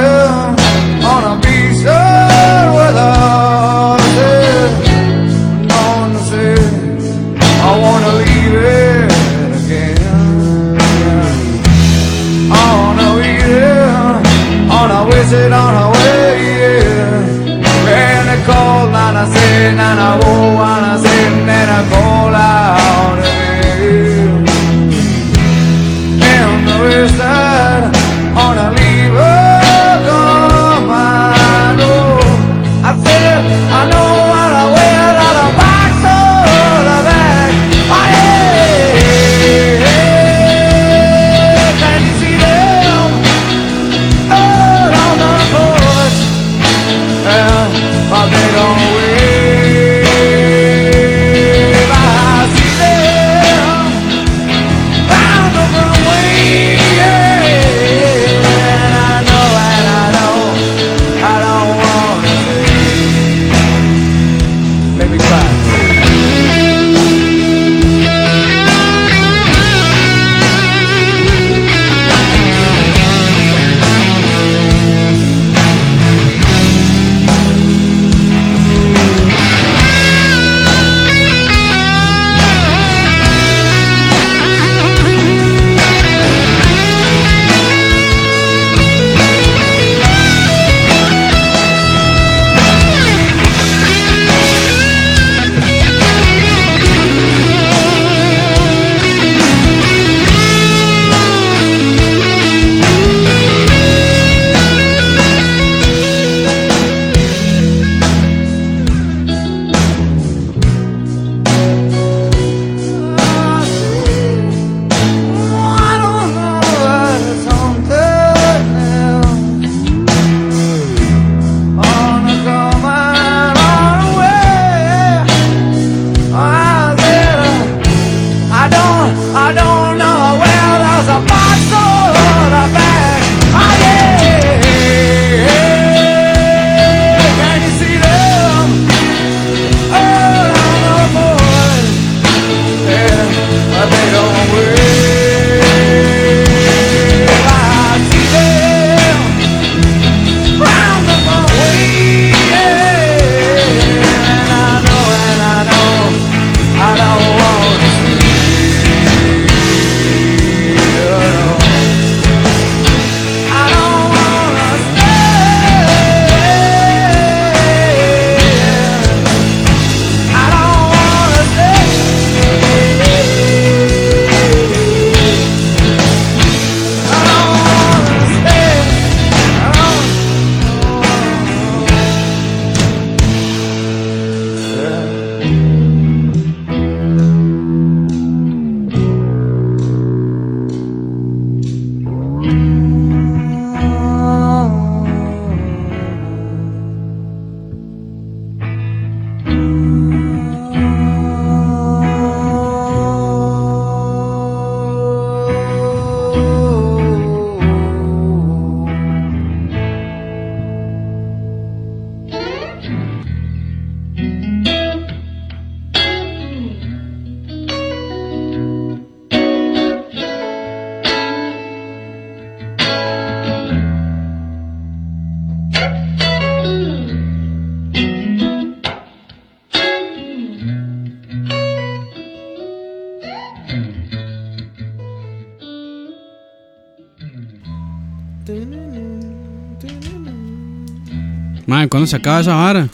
Speaker 4: Madre, ¿cuándo se acaba esa vara?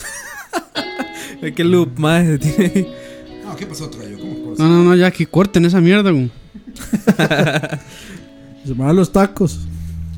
Speaker 6: Qué loop, madre. Tiene...
Speaker 3: No, ¿qué pasó, Trayo? ¿Cómo cortas?
Speaker 4: No, no, no, ya que corten esa mierda, güey.
Speaker 5: Se me van los tacos.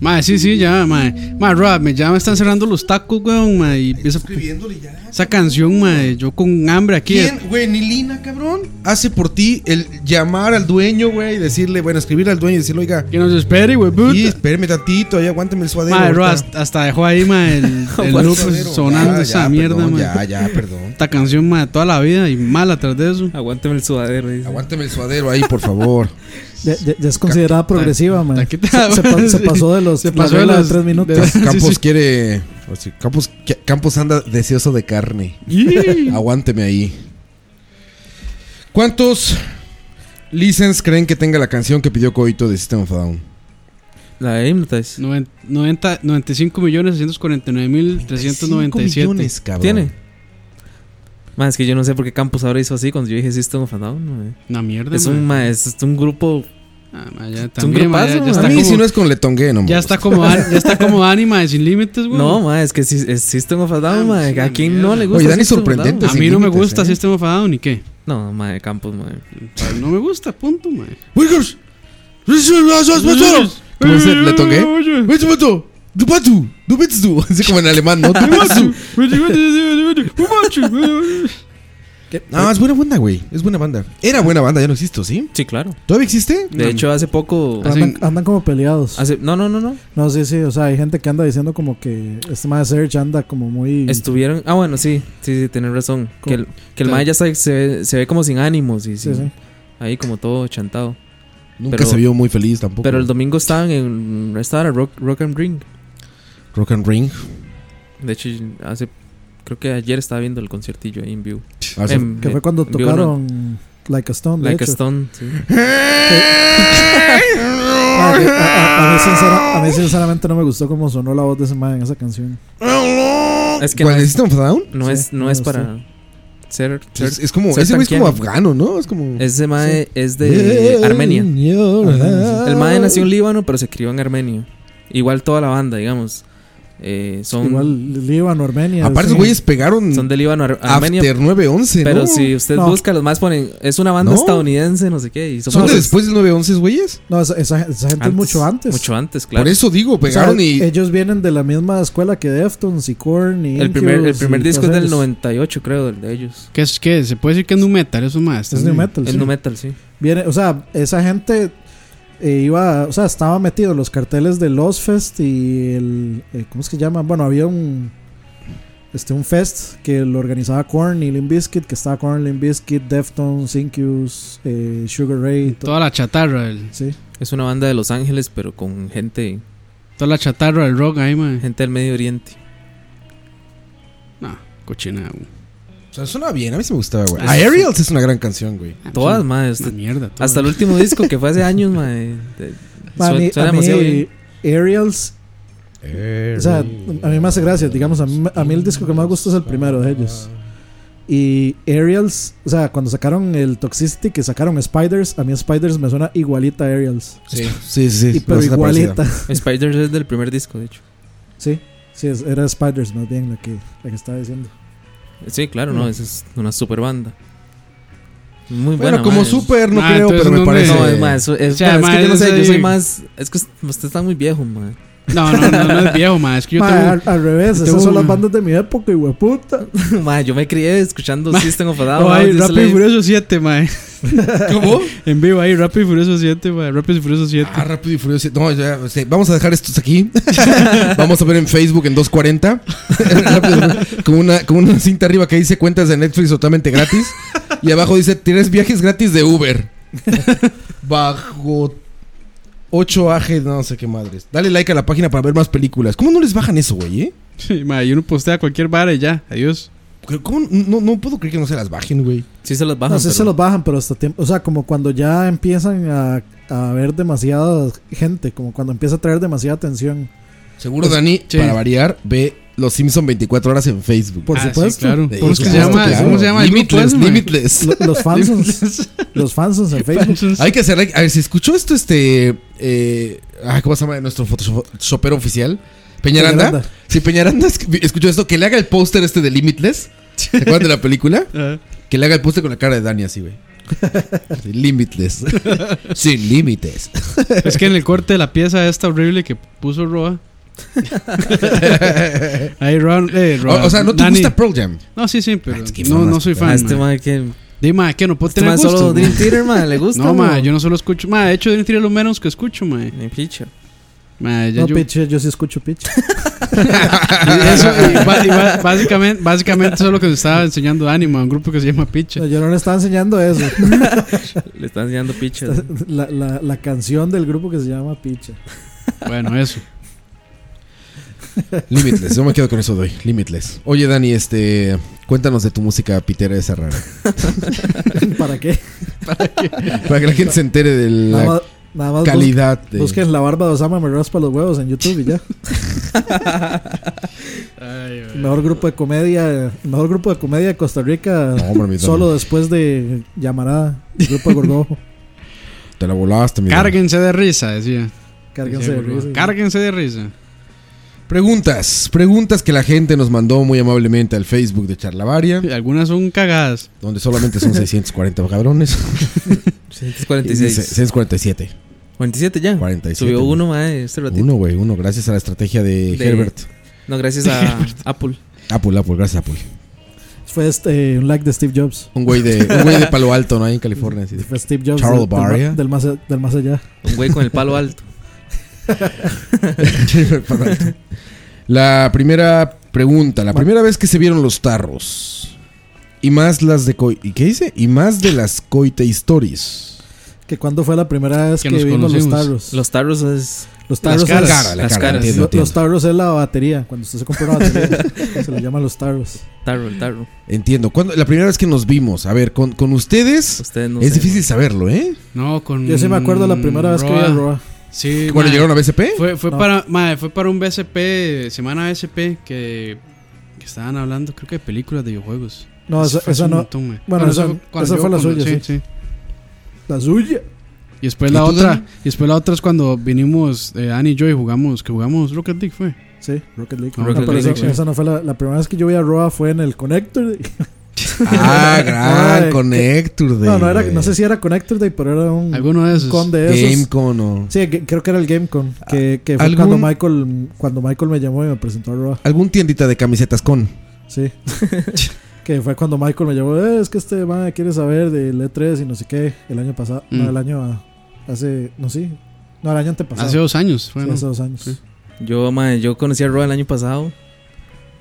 Speaker 4: Madre, sí, sí, ya, madre. Madre, Rob, me- ya me están cerrando los tacos, weón, madre. y esa,
Speaker 3: Escribiéndole ya.
Speaker 4: esa canción, madre, yo con hambre aquí.
Speaker 3: ¿Quién, güey, ni Lina, cabrón? Hace por ti el llamar al dueño, güey, y decirle, bueno, escribirle al dueño y decirle, oiga,
Speaker 4: Que nos espere, güey, puta.
Speaker 3: sí, espérame tantito, ahí aguántame el suadero.
Speaker 4: Madre,
Speaker 3: ahorita.
Speaker 4: Roa, hasta, hasta dejó ahí, madre, el, el loop
Speaker 3: Suadero.
Speaker 4: sonando
Speaker 3: Ah, Ya,
Speaker 4: esa
Speaker 3: ya,
Speaker 4: mierda,
Speaker 3: perdón,
Speaker 4: madre.
Speaker 3: Ya, ya, perdón.
Speaker 4: Esta canción, madre, toda la vida y mala tras de eso.
Speaker 6: Aguántame el sudadero. dice.
Speaker 3: Aguántame el suadero ahí, por favor.
Speaker 5: Ya, ya- ya es considerada progresiva, man.
Speaker 4: taquita,
Speaker 5: se, se pa- se pasó de los
Speaker 4: Se
Speaker 5: se
Speaker 4: pasó de los- de-
Speaker 5: tres minutos.
Speaker 4: Sí,
Speaker 3: Campos
Speaker 4: sí.
Speaker 3: quiere. o sea, Campos, que- Campos anda deseoso de carne. Aguánteme ahí. ¿Cuántos license creen que tenga la canción que pidió Coito de System of a Down?
Speaker 6: La de Hypnotize.
Speaker 4: Noven- 90, 95 millones 649 mil 397.
Speaker 3: millones, cabrón.
Speaker 6: ¿Tiene? Más es que yo no sé por qué Campos ahora hizo así cuando yo dije System of a Down. mae.
Speaker 4: Una mierda,
Speaker 6: Es un,
Speaker 4: mae.
Speaker 6: mae, es un grupo.
Speaker 4: Ah, mae, ya
Speaker 6: un
Speaker 4: también, mae,
Speaker 6: grupazo,
Speaker 4: ya, ya
Speaker 3: A
Speaker 4: está
Speaker 3: mí,
Speaker 4: como,
Speaker 3: si no es con Letongue, no me
Speaker 4: ya
Speaker 3: gusta.
Speaker 4: está como Dan- ya está como Dani, mae, sin límites, güey.
Speaker 5: Mm.
Speaker 6: No, mae, es que si- es System of a
Speaker 4: Ah,
Speaker 6: Down, mae.
Speaker 4: sí,
Speaker 6: ¿A quién
Speaker 4: mierda.
Speaker 6: no le gusta?
Speaker 3: Oye, Dani,
Speaker 6: System of a
Speaker 3: sorprendente,
Speaker 6: Down?
Speaker 4: a
Speaker 3: sin
Speaker 4: mí no me
Speaker 3: límites,
Speaker 4: gusta
Speaker 3: eh.
Speaker 4: System of a Down, ni qué.
Speaker 6: No, mae, Campos, mae.
Speaker 4: No me gusta, punto, mae.
Speaker 3: Wiggers. Pues, ¿Cómo es el Letongue? Witzmutu. Dupatu. Dupitzu. Así como en alemán, ¿no? Dupitzu. No, es buena banda, güey. Es buena banda. Era buena banda, ya no existe, ¿sí?
Speaker 6: Sí, claro.
Speaker 3: ¿Todavía existe?
Speaker 6: De hecho, hace poco.
Speaker 4: Ah,
Speaker 5: Andan,
Speaker 4: Hacen-
Speaker 5: andan como peleados.
Speaker 6: Hace, no, no, no, no.
Speaker 5: No, sí, sí. O sea, hay gente que anda diciendo como que este más Serge anda como muy.
Speaker 6: Estuvieron. Ah, bueno, sí. Sí, sí, tienes razón. Que el, que el mae ya está- se, ve- se ve como sin ánimos. Y,
Speaker 5: Sí,
Speaker 6: sin-
Speaker 5: sí.
Speaker 6: Ahí como todo chantado.
Speaker 3: Nunca
Speaker 6: Pero-
Speaker 3: se vio muy feliz tampoco.
Speaker 6: Pero el domingo estaban en. Estaban en Rock, Rock and Ring.
Speaker 3: Rock and Ring.
Speaker 6: De hecho, hace. Creo que ayer estaba viendo el conciertillo ahí en View.
Speaker 3: Ah, sí.
Speaker 6: En-
Speaker 5: Que fue cuando
Speaker 6: en View, no,
Speaker 5: tocaron Like a Stone. de
Speaker 6: Like a
Speaker 5: hecho.
Speaker 6: Stone. sí.
Speaker 5: Ah, que- a, a- a mí sincera- a mí sinceramente no me gustó cómo sonó la voz de ese man en esa canción.
Speaker 6: Es que
Speaker 3: ¿Cuál
Speaker 6: no
Speaker 3: es System of a Down?
Speaker 6: No
Speaker 5: Sí,
Speaker 6: es, no
Speaker 5: no
Speaker 6: es
Speaker 5: sé.
Speaker 6: para ser. ser-
Speaker 3: Es, es como,
Speaker 6: ser
Speaker 3: ese güey es como
Speaker 6: tanquiano.
Speaker 3: afgano, ¿no? Es como.
Speaker 6: Ese mae es de Armenia. El mae nació en Líbano, pero se crió en Armenia. Igual toda la banda, digamos. Eh, son, Ah,
Speaker 5: Igual Líbano, Armenia.
Speaker 3: Aparte,
Speaker 5: sí.
Speaker 3: esos güeyes pegaron
Speaker 6: son de Líbano, Ar- Armenia.
Speaker 3: After 9-11,
Speaker 6: Pero
Speaker 3: ¿no?
Speaker 6: si usted
Speaker 5: No.
Speaker 6: busca, los más ponen. Es una banda
Speaker 3: No.
Speaker 6: estadounidense, no sé qué. Y
Speaker 3: ¿Son de
Speaker 6: pues,
Speaker 3: después del 9-11, güeyes?
Speaker 5: No, esa, esa- esa gente es
Speaker 6: antes,
Speaker 5: mucho antes.
Speaker 6: Mucho antes, claro.
Speaker 3: Por eso digo,
Speaker 5: O sea, eh,
Speaker 3: pegaron y.
Speaker 5: Ellos vienen de la misma escuela que Deftones y Korn y
Speaker 6: el primer, el
Speaker 5: Incubus
Speaker 6: primer
Speaker 5: y
Speaker 6: disco es
Speaker 5: todos
Speaker 6: del
Speaker 5: ellos.
Speaker 6: 98, creo, del de ellos.
Speaker 4: ¿Qué es qué? Se puede decir que es nu metal, eso más.
Speaker 5: Es new metal,
Speaker 6: El
Speaker 5: sí.
Speaker 6: nu metal, sí.
Speaker 5: Viene, o sea, esa gente eh, iba, o sea, estaba metido en los carteles de Los Fest y el eh, ¿cómo es que llama? Bueno, había un este un fest que lo organizaba Korn y Limp Bizkit, que estaba Korn, Limp Bizkit, Deftones, Incubus, eh, Sugar Ray, todo.
Speaker 4: Toda la chatarra, del-
Speaker 5: Sí.
Speaker 6: Es una banda de Los Ángeles, pero con gente,
Speaker 4: toda la chatarra del rock ahí, mae.
Speaker 6: gente del Medio Oriente.
Speaker 4: No, cochina, uh, güey.
Speaker 3: O sea, suena bien, a mí se me gustaba, güey.
Speaker 4: Ah,
Speaker 3: Aerials es una gran canción, güey.
Speaker 4: Ah,
Speaker 6: Todas,
Speaker 4: sí,
Speaker 6: mae.
Speaker 4: Una
Speaker 6: usted-
Speaker 4: mierda. todas.
Speaker 6: Hasta el último disco que fue hace años, mae. de-
Speaker 5: Ma, a mí-
Speaker 6: Suena, suena
Speaker 5: a mí,
Speaker 6: demasiado bien.
Speaker 5: Aerials, o sea, a mí me hace gracia, digamos, a mí, a mí el disco que más gusta es el primero de ellos. Y Aerials, o sea, cuando sacaron el Toxicity, que sacaron Spiders, a mí Spiders me suena igualita a Aerials.
Speaker 3: Sí, sí, sí.
Speaker 5: Y
Speaker 3: sí,
Speaker 5: pero
Speaker 3: una parecida.
Speaker 5: igualita.
Speaker 6: Spiders es del primer disco, de hecho.
Speaker 5: Sí, sí, es- era Spiders más bien la que, la que estaba diciendo.
Speaker 6: Sí, claro, no, esa es una super banda. Muy buena.
Speaker 3: Bueno, como
Speaker 6: madre.
Speaker 3: super, eh, no
Speaker 4: Ah,
Speaker 3: creo,
Speaker 4: entonces
Speaker 3: pero me
Speaker 4: no
Speaker 3: parece.
Speaker 6: No, es más, es,
Speaker 4: O sea,
Speaker 6: bueno, es que yo no
Speaker 4: madre,
Speaker 6: sé, yo
Speaker 4: ese-
Speaker 6: soy más. Es que usted está muy viejo, man.
Speaker 4: No, no, no, no es viejo, mae. Es que yo
Speaker 5: Ma,
Speaker 4: tengo.
Speaker 5: al, al revés,
Speaker 4: yo
Speaker 5: esas
Speaker 4: tengo
Speaker 5: son las
Speaker 4: una-
Speaker 5: bandas de mi época, hueputa.
Speaker 6: man yo me crié escuchando System of a Down.
Speaker 4: Oh, ahí,
Speaker 6: Audio
Speaker 4: Rápido y
Speaker 6: Slave.
Speaker 4: Furioso 7, mae. ¿Cómo? en vivo ahí, Rápido y Furioso 7, mae. Rápido y Furioso 7.
Speaker 3: Ah, rápido y furioso. No, ya, o sea, vamos a dejar estos aquí. vamos a ver en Facebook en 240. Rápido y Furioso. con, una, con una cinta arriba que dice cuentas de Netflix totalmente gratis. Y abajo dice, tienes viajes gratis de Uber. Bajo 8AG, no sé qué madres. Dale like a la página para ver más películas. ¿Cómo no les bajan eso, güey? eh?
Speaker 4: Sí, mae, y uno postea cualquier vara y ya. Adiós.
Speaker 3: ¿Cómo? No, no puedo creer que no se las bajen, güey.
Speaker 6: Sí, se los bajan.
Speaker 5: No sé si se
Speaker 6: pero-
Speaker 5: los bajan, pero hasta tiempo. O sea, como cuando ya empiezan a, a ver demasiada gente, como cuando empieza a traer demasiada atención.
Speaker 3: Seguro, Dani,
Speaker 4: sí.
Speaker 3: para variar, ve Los Simpson 24 horas en Facebook.
Speaker 5: Por
Speaker 4: Ah,
Speaker 5: supuesto.
Speaker 4: Sí, claro.
Speaker 3: Sí,
Speaker 4: ¿Cómo es que se
Speaker 3: claro,
Speaker 4: llama?
Speaker 3: claro.
Speaker 4: ¿Cómo se llama? el grupo
Speaker 3: Limitless,
Speaker 4: ese, mae?
Speaker 3: Limitless.
Speaker 5: Lo- Los fans,
Speaker 4: pues.
Speaker 5: los fans en Facebook.
Speaker 3: Hay que hacer ah, like. A ver, si escuchó esto, este. eh, ay, ¿Cómo se llama? Nuestro Photoshop- Photoshopero oficial. Peñaranda.
Speaker 5: Peñaranda.
Speaker 3: Si Peñaranda es- escuchó esto, que le haga el póster este de Limitless. ¿Se acuerdan de la película? Que le haga el póster con la cara de Dani así, güey. Así, Limitless. Sin límites.
Speaker 4: Es que en el corte de la pieza esta horrible que puso Roa. Ahí Roa, eh, Roa.
Speaker 3: O, o sea, ¿no te
Speaker 4: Dani.
Speaker 3: gusta Pearl Jam?
Speaker 4: No, sí, sí, pero
Speaker 3: que
Speaker 4: no,
Speaker 3: mamas,
Speaker 4: no soy
Speaker 3: pero-
Speaker 4: fan.
Speaker 6: A este
Speaker 4: ma.
Speaker 6: mae que.
Speaker 4: Di, ma, que no puedo
Speaker 6: Este
Speaker 4: tener
Speaker 6: mae
Speaker 4: gusto.
Speaker 6: solo Dream
Speaker 4: ma.
Speaker 6: Theater, mae. ¿Le gusta?
Speaker 4: No, ma, yo no solo escucho. Ma, de hecho, Dream Theater es lo menos que escucho, ma.
Speaker 6: Ni picha.
Speaker 4: Ma, ya
Speaker 5: No,
Speaker 4: yo-
Speaker 5: piche, yo sí escucho piche.
Speaker 4: Eso, y ba- y ba- básicamente, básicamente eso es lo que nos estaba enseñando Anima, un grupo que se llama Picha.
Speaker 5: No, yo no le estaba enseñando eso.
Speaker 6: Le están enseñando picha.
Speaker 5: La, la, la canción del grupo que se llama Piche.
Speaker 4: Bueno, eso.
Speaker 3: Limitless, yo me quedo con eso de hoy. Limitless. Oye, Dani, este. Cuéntanos de tu música pitera esa rara.
Speaker 5: ¿Para qué?
Speaker 3: Para que la gente se entere de
Speaker 5: Nada más,
Speaker 3: la
Speaker 5: nada más bus-
Speaker 3: calidad de.
Speaker 5: busquen la barba de Osama me raspa los huevos en YouTube y ya. Mejor grupo de comedia, mejor grupo de comedia de Costa Rica.
Speaker 3: No, hombre, mi Dani,
Speaker 5: Solo después de Llamarada, el grupo de Gorgojo.
Speaker 3: Te la volaste, mi Dani.
Speaker 4: Cárguense de risa, decía.
Speaker 5: Cárguense de
Speaker 4: Decía,
Speaker 5: risa.
Speaker 4: Cárguense de risa.
Speaker 3: Preguntas. Preguntas que la gente nos mandó muy amablemente al Facebook de Charlavaria.
Speaker 4: Y Algunas son cagadas.
Speaker 3: Donde solamente son 640 cabrones. Y dice
Speaker 6: 46.
Speaker 3: 647.
Speaker 6: 47 ya.
Speaker 3: 47.
Speaker 6: Subió uno, mae, este ratito.
Speaker 3: Uno, güey, uno. Gracias a la estrategia de,
Speaker 6: De-
Speaker 3: Herbert.
Speaker 6: No, gracias a Apple.
Speaker 3: Apple, Apple, gracias Apple.
Speaker 5: Fue este, un like de Steve Jobs.
Speaker 3: Un güey de, un güey de Palo Alto, ¿no? Ahí en California. así de-
Speaker 5: Fue Steve Jobs
Speaker 3: Charles
Speaker 5: del- del,
Speaker 3: Barria.
Speaker 5: ma- del más, a- del más allá.
Speaker 6: Un güey con el palo alto.
Speaker 3: Palo Alto. La primera pregunta. La primera vez que se vieron los tarros. Y más las de coi- ¿Y qué dice? Y más de las coite stories.
Speaker 5: Que cuando fue la primera vez
Speaker 4: Que
Speaker 5: que,
Speaker 4: nos
Speaker 5: vimos los
Speaker 4: conocimos.
Speaker 5: tarros.
Speaker 6: Los tarros es.
Speaker 5: Los tarros
Speaker 4: caras.
Speaker 5: es-
Speaker 3: Cara, la
Speaker 6: las
Speaker 3: cara,
Speaker 6: caras.
Speaker 3: entiendo,
Speaker 5: lo-
Speaker 3: entiendo.
Speaker 5: Los tarros es la batería. Cuando usted se compra una batería, se le llaman los tarros.
Speaker 6: Tarro, el tarro.
Speaker 3: Entiendo. ¿Cuándo- la primera vez que nos vimos, a ver, con, con ustedes,
Speaker 6: Ustedes no
Speaker 3: es
Speaker 6: sé,
Speaker 3: difícil saberlo, ¿eh?
Speaker 4: No, con.
Speaker 5: Yo sí me acuerdo la primera vez que
Speaker 4: Mm,
Speaker 5: vi a Roa.
Speaker 4: Sí,
Speaker 3: Cuando
Speaker 4: ma,
Speaker 3: llegaron a BCP,
Speaker 4: Fue, fue
Speaker 5: No.
Speaker 4: para, ma, fue para un BSP, semana BSP, que, que estaban hablando, creo que de películas de videojuegos.
Speaker 5: No,
Speaker 4: Eso
Speaker 5: esa,
Speaker 4: fue hace
Speaker 5: esa
Speaker 4: un
Speaker 5: no.
Speaker 4: montón, ma.
Speaker 5: bueno, esa-
Speaker 4: cuando
Speaker 5: esa
Speaker 4: yo-
Speaker 5: fue la
Speaker 4: cuando-
Speaker 5: suya,
Speaker 4: sí.
Speaker 5: La suya.
Speaker 4: Y después
Speaker 3: ¿Y
Speaker 4: la
Speaker 3: tú,
Speaker 4: otra,
Speaker 3: Dani?
Speaker 4: y después la otra es cuando vinimos eh, Dani y yo y jugamos, que jugamos Rocket League fue.
Speaker 5: Sí, Rocket League.
Speaker 4: No,
Speaker 5: Ah, No,
Speaker 4: Ah, Rocket
Speaker 5: pero
Speaker 4: League,
Speaker 5: esa,
Speaker 4: sí.
Speaker 5: esa no fue la, la primera vez que yo vi a Roa fue en el Connector Day.
Speaker 3: Ah, gran
Speaker 5: Ay,
Speaker 3: Connector Day.
Speaker 5: No, no, era,
Speaker 3: güey.
Speaker 5: no sé si era Connector Day, pero era un
Speaker 4: Alguno de esos.
Speaker 5: con de esos.
Speaker 3: Gamecon o...
Speaker 5: Sí, que- creo que era el GameCon. Que, que fue
Speaker 3: ¿Algún-
Speaker 5: cuando Michael, cuando Michael me llamó y me presentó a Roa.
Speaker 3: Algún tiendita de camisetas con.
Speaker 5: Sí. que fue cuando Michael me llamó. "Eh, es que este man quiere saber del E3 y no sé qué. El año pasado.
Speaker 4: Mm.
Speaker 5: No, el año. ah, Hace. No, sí. No, el año antepasado.
Speaker 4: Hace dos años fue,
Speaker 5: Sí,
Speaker 4: ¿no?
Speaker 5: hace dos años.
Speaker 4: Sí.
Speaker 6: Yo, mae, yo conocí a Roa el año pasado.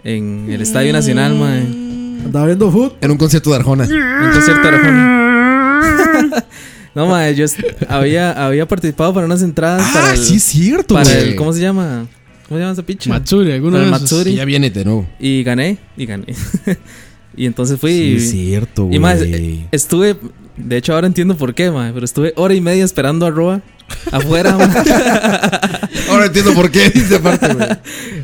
Speaker 6: En el Estadio Nacional, mae. En
Speaker 5: Andaba viendo foot.
Speaker 3: En un concierto de Arjona.
Speaker 6: un concierto de Arjona. No, mae, yo est- había, había participado para unas entradas para
Speaker 3: ah,
Speaker 6: el.
Speaker 3: sí es cierto,
Speaker 6: para
Speaker 3: güey.
Speaker 6: el ¿Cómo se llama? ¿Cómo se llama esa picha?
Speaker 4: Matsuri, alguno
Speaker 6: Para
Speaker 4: de
Speaker 6: el
Speaker 4: esos.
Speaker 6: Matsuri.
Speaker 3: Y ya viene de nuevo.
Speaker 6: Y gané, y gané. y entonces fui.
Speaker 3: Sí,
Speaker 6: y-
Speaker 3: es cierto, güey.
Speaker 6: Y más, eh, estuve, de hecho ahora entiendo por qué, mae, pero estuve hora y media esperando a Roa afuera, mae.
Speaker 3: Ahora entiendo por qué dice aparte, güey.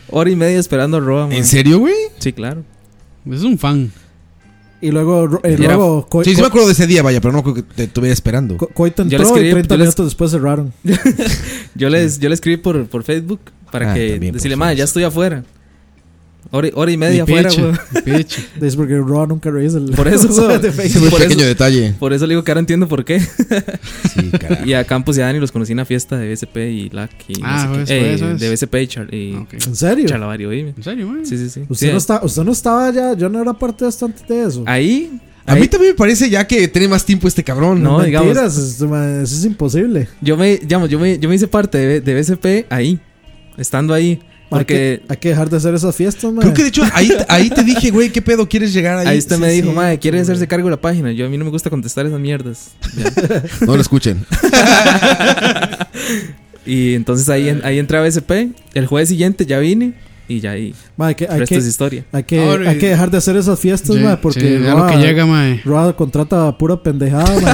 Speaker 6: hora y media esperando a Roa. mae.
Speaker 3: ¿En serio, güey?
Speaker 6: Sí, claro.
Speaker 4: Es un fan.
Speaker 5: Y luego. Ro- eh,
Speaker 6: Y era-
Speaker 5: luego Co-
Speaker 3: Sí, sí me
Speaker 5: Co-
Speaker 3: acuerdo de ese día, vaya, pero no creo que te estuviera esperando.
Speaker 5: Co- Coito
Speaker 6: Yo le
Speaker 5: entró
Speaker 6: escribí-
Speaker 5: y 30
Speaker 6: yo le-
Speaker 5: minutos después cerraron.
Speaker 6: Yo les, yo les escribí por, por Facebook para
Speaker 3: Ah,
Speaker 6: que
Speaker 3: también por
Speaker 6: decirle, mae, ya
Speaker 3: Facebook.
Speaker 6: estoy afuera. Hora, y- hora y media
Speaker 4: Y
Speaker 6: afuera,
Speaker 4: Picha,
Speaker 6: weón.
Speaker 4: y Picha.
Speaker 5: Es porque Roa nunca revisa el.
Speaker 6: Por eso,
Speaker 5: de
Speaker 6: weón.
Speaker 5: Facebook.
Speaker 3: Ese fue un
Speaker 6: por eso-
Speaker 3: pequeño detalle.
Speaker 6: Por eso le digo que ahora entiendo por qué.
Speaker 3: Sí, carajo.
Speaker 6: Y a Campos y a Dani los conocí en una fiesta de BSP y LAC. Y no
Speaker 4: Ah,
Speaker 6: sé qué. Eh,
Speaker 4: pues, por eso es.
Speaker 6: De BSP y, Char y
Speaker 4: Ah, ok.
Speaker 5: ¿En serio?
Speaker 6: Charlavario, dime.
Speaker 4: ¿En serio, güey?
Speaker 6: Sí, sí, sí.
Speaker 5: Usted,
Speaker 6: Sí, eh, Ah,
Speaker 5: no está, usted no estaba ya, yo no era parte de esto antes de eso.
Speaker 6: Ahí,
Speaker 3: A mí también me parece ya que tiene más tiempo este cabrón.
Speaker 6: no, digamos.
Speaker 5: Mentiras, esto, ma, eso es imposible.
Speaker 6: Yo me, digamos, yo me, yo me hice parte de, de BSP ahí, estando ahí.
Speaker 5: Ma, hay,
Speaker 6: Porque
Speaker 5: que, hay que dejar de hacer esas fiestas, man.
Speaker 3: Creo que de hecho ahí, ahí te dije, güey, ¿qué pedo quieres llegar ahí?
Speaker 6: ahí usted
Speaker 3: Sí,
Speaker 6: me dijo,
Speaker 3: sí.
Speaker 6: madre, ¿quiere hacerse cargo de la página? Yo a mí no me gusta contestar esas mierdas.
Speaker 3: No lo escuchen.
Speaker 6: Y entonces ahí, en- ahí entré a BSP. El jueves siguiente ya vine y ya ahí.
Speaker 5: Ma, hay que, hay
Speaker 6: El resto
Speaker 5: que,
Speaker 6: es historia.
Speaker 5: hay que,
Speaker 4: Ahora,
Speaker 5: hay que dejar de hacer esas fiestas,
Speaker 4: Sí,
Speaker 5: ma,
Speaker 4: sí,
Speaker 5: porque ah.
Speaker 4: a lo
Speaker 5: Roa-
Speaker 4: que llega, mae.
Speaker 5: Roa contrata a pura pendejada, ma.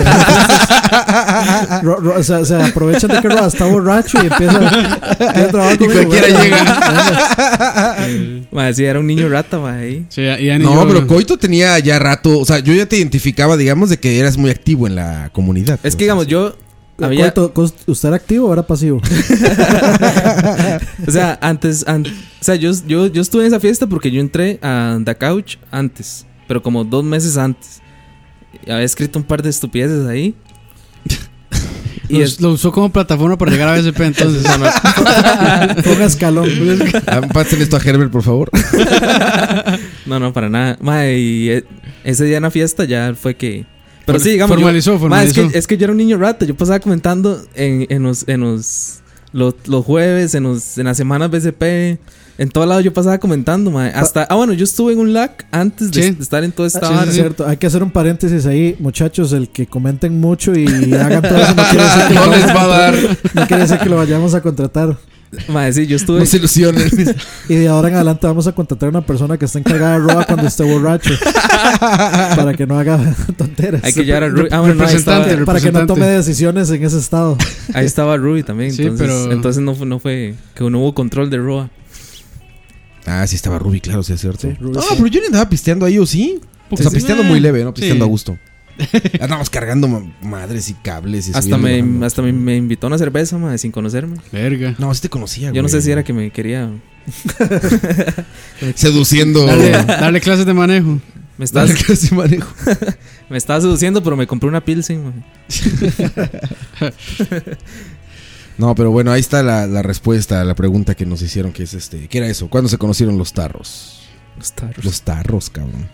Speaker 5: Ro- Ro- o sea, se aprovechan de que Roa está borracho y empieza empieza a trabajar
Speaker 3: Y
Speaker 5: conmigo,
Speaker 3: cualquiera
Speaker 5: ma.
Speaker 3: llega.
Speaker 6: Madre, sí, era un niño rata, madre. Ahí.
Speaker 4: Sí, y Dani y
Speaker 3: No,
Speaker 4: yo,
Speaker 3: pero
Speaker 4: ¿no?
Speaker 3: Coito tenía ya rato. O sea, yo ya te identificaba, digamos, de que eras muy activo en la comunidad.
Speaker 6: Es que, digamos, yo Había-
Speaker 5: Coito, cos- ¿Usted era activo o era pasivo?
Speaker 6: o sea, antes. an- o sea, yo, yo, yo estuve en esa fiesta porque yo entré a The Couch antes, pero como dos meses antes. Y había escrito un par de estupideces ahí.
Speaker 4: Lo, us- lo usó como plataforma para llegar a BSP entonces.
Speaker 5: Ponga escalón.
Speaker 3: Ah, Pasen esto a Herbert, por favor.
Speaker 6: No, no, para nada. Mae, y eh, ese día en la fiesta ya fue que. Pero
Speaker 4: Form-
Speaker 6: sí, digamos. yo-
Speaker 4: formalizó,
Speaker 6: Mae, es que-
Speaker 3: eh,
Speaker 6: es,
Speaker 4: formalizó.
Speaker 6: que, yo era un niño rata. Yo pasaba comentando en, en los. En los los, los jueves, en, los, en las semanas BCP, en todo lado yo pasaba comentando, mae. Hasta, ah, bueno, yo estuve en un LAC antes de,
Speaker 4: Sí.
Speaker 6: de estar en toda esta
Speaker 5: Sí,
Speaker 6: vara.
Speaker 5: es cierto. Hay que hacer un paréntesis ahí, muchachos. El que comenten mucho y hagan todo eso no quiere decir que,
Speaker 3: No
Speaker 5: lo,
Speaker 3: les
Speaker 5: vamos
Speaker 3: va a dar.
Speaker 5: no quiere decir que lo vayamos a contratar.
Speaker 6: Mae, sí, yo estuve.
Speaker 3: No se ilusionen.
Speaker 5: Y de ahora en adelante vamos a contratar a una persona que está encargada de roba cuando esté borracho. para que no haga tonteras.
Speaker 6: Hay que llevar a Rui.
Speaker 4: Rep-
Speaker 6: Ah, bueno, no, ahí estaba,
Speaker 4: representante, rep-
Speaker 5: para que no tome
Speaker 4: representante.
Speaker 5: decisiones en ese estado.
Speaker 6: ahí estaba Rui también.
Speaker 4: Sí,
Speaker 6: entonces,
Speaker 4: pero-
Speaker 6: entonces no, fue, no fue. Que no hubo control de Roa.
Speaker 3: Ah, sí, estaba Ruby, claro, sí es cierto.
Speaker 5: Sí, Ruby,
Speaker 3: no,
Speaker 5: sí.
Speaker 3: pero yo ni andaba pisteando ahí, ¿o sí? O sea,
Speaker 4: Sí.
Speaker 3: pisteando muy leve, ¿no?
Speaker 4: Sí.
Speaker 3: Pisteando a gusto. Andamos cargando ma- madres y cables y
Speaker 6: Hasta,
Speaker 3: subiendo,
Speaker 6: me,
Speaker 3: bajando.
Speaker 6: hasta me, me invitó a una cerveza, mae, sin conocerme.
Speaker 4: Verga.
Speaker 3: No, sí te conocía,
Speaker 6: Yo no
Speaker 3: güey.
Speaker 6: sé si era que me quería.
Speaker 3: Seduciendo.
Speaker 4: Darle, darle clases de manejo.
Speaker 6: Me estaba,
Speaker 3: Dale que se manejo.
Speaker 6: me estaba seduciendo, pero me compré una pilsen. mae.
Speaker 3: No, pero bueno, ahí está la, la respuesta a la pregunta que nos hicieron, que es este, ¿qué era eso? ¿Cuándo se conocieron los tarros?
Speaker 6: Los tarros.
Speaker 3: Los tarros, cabrón.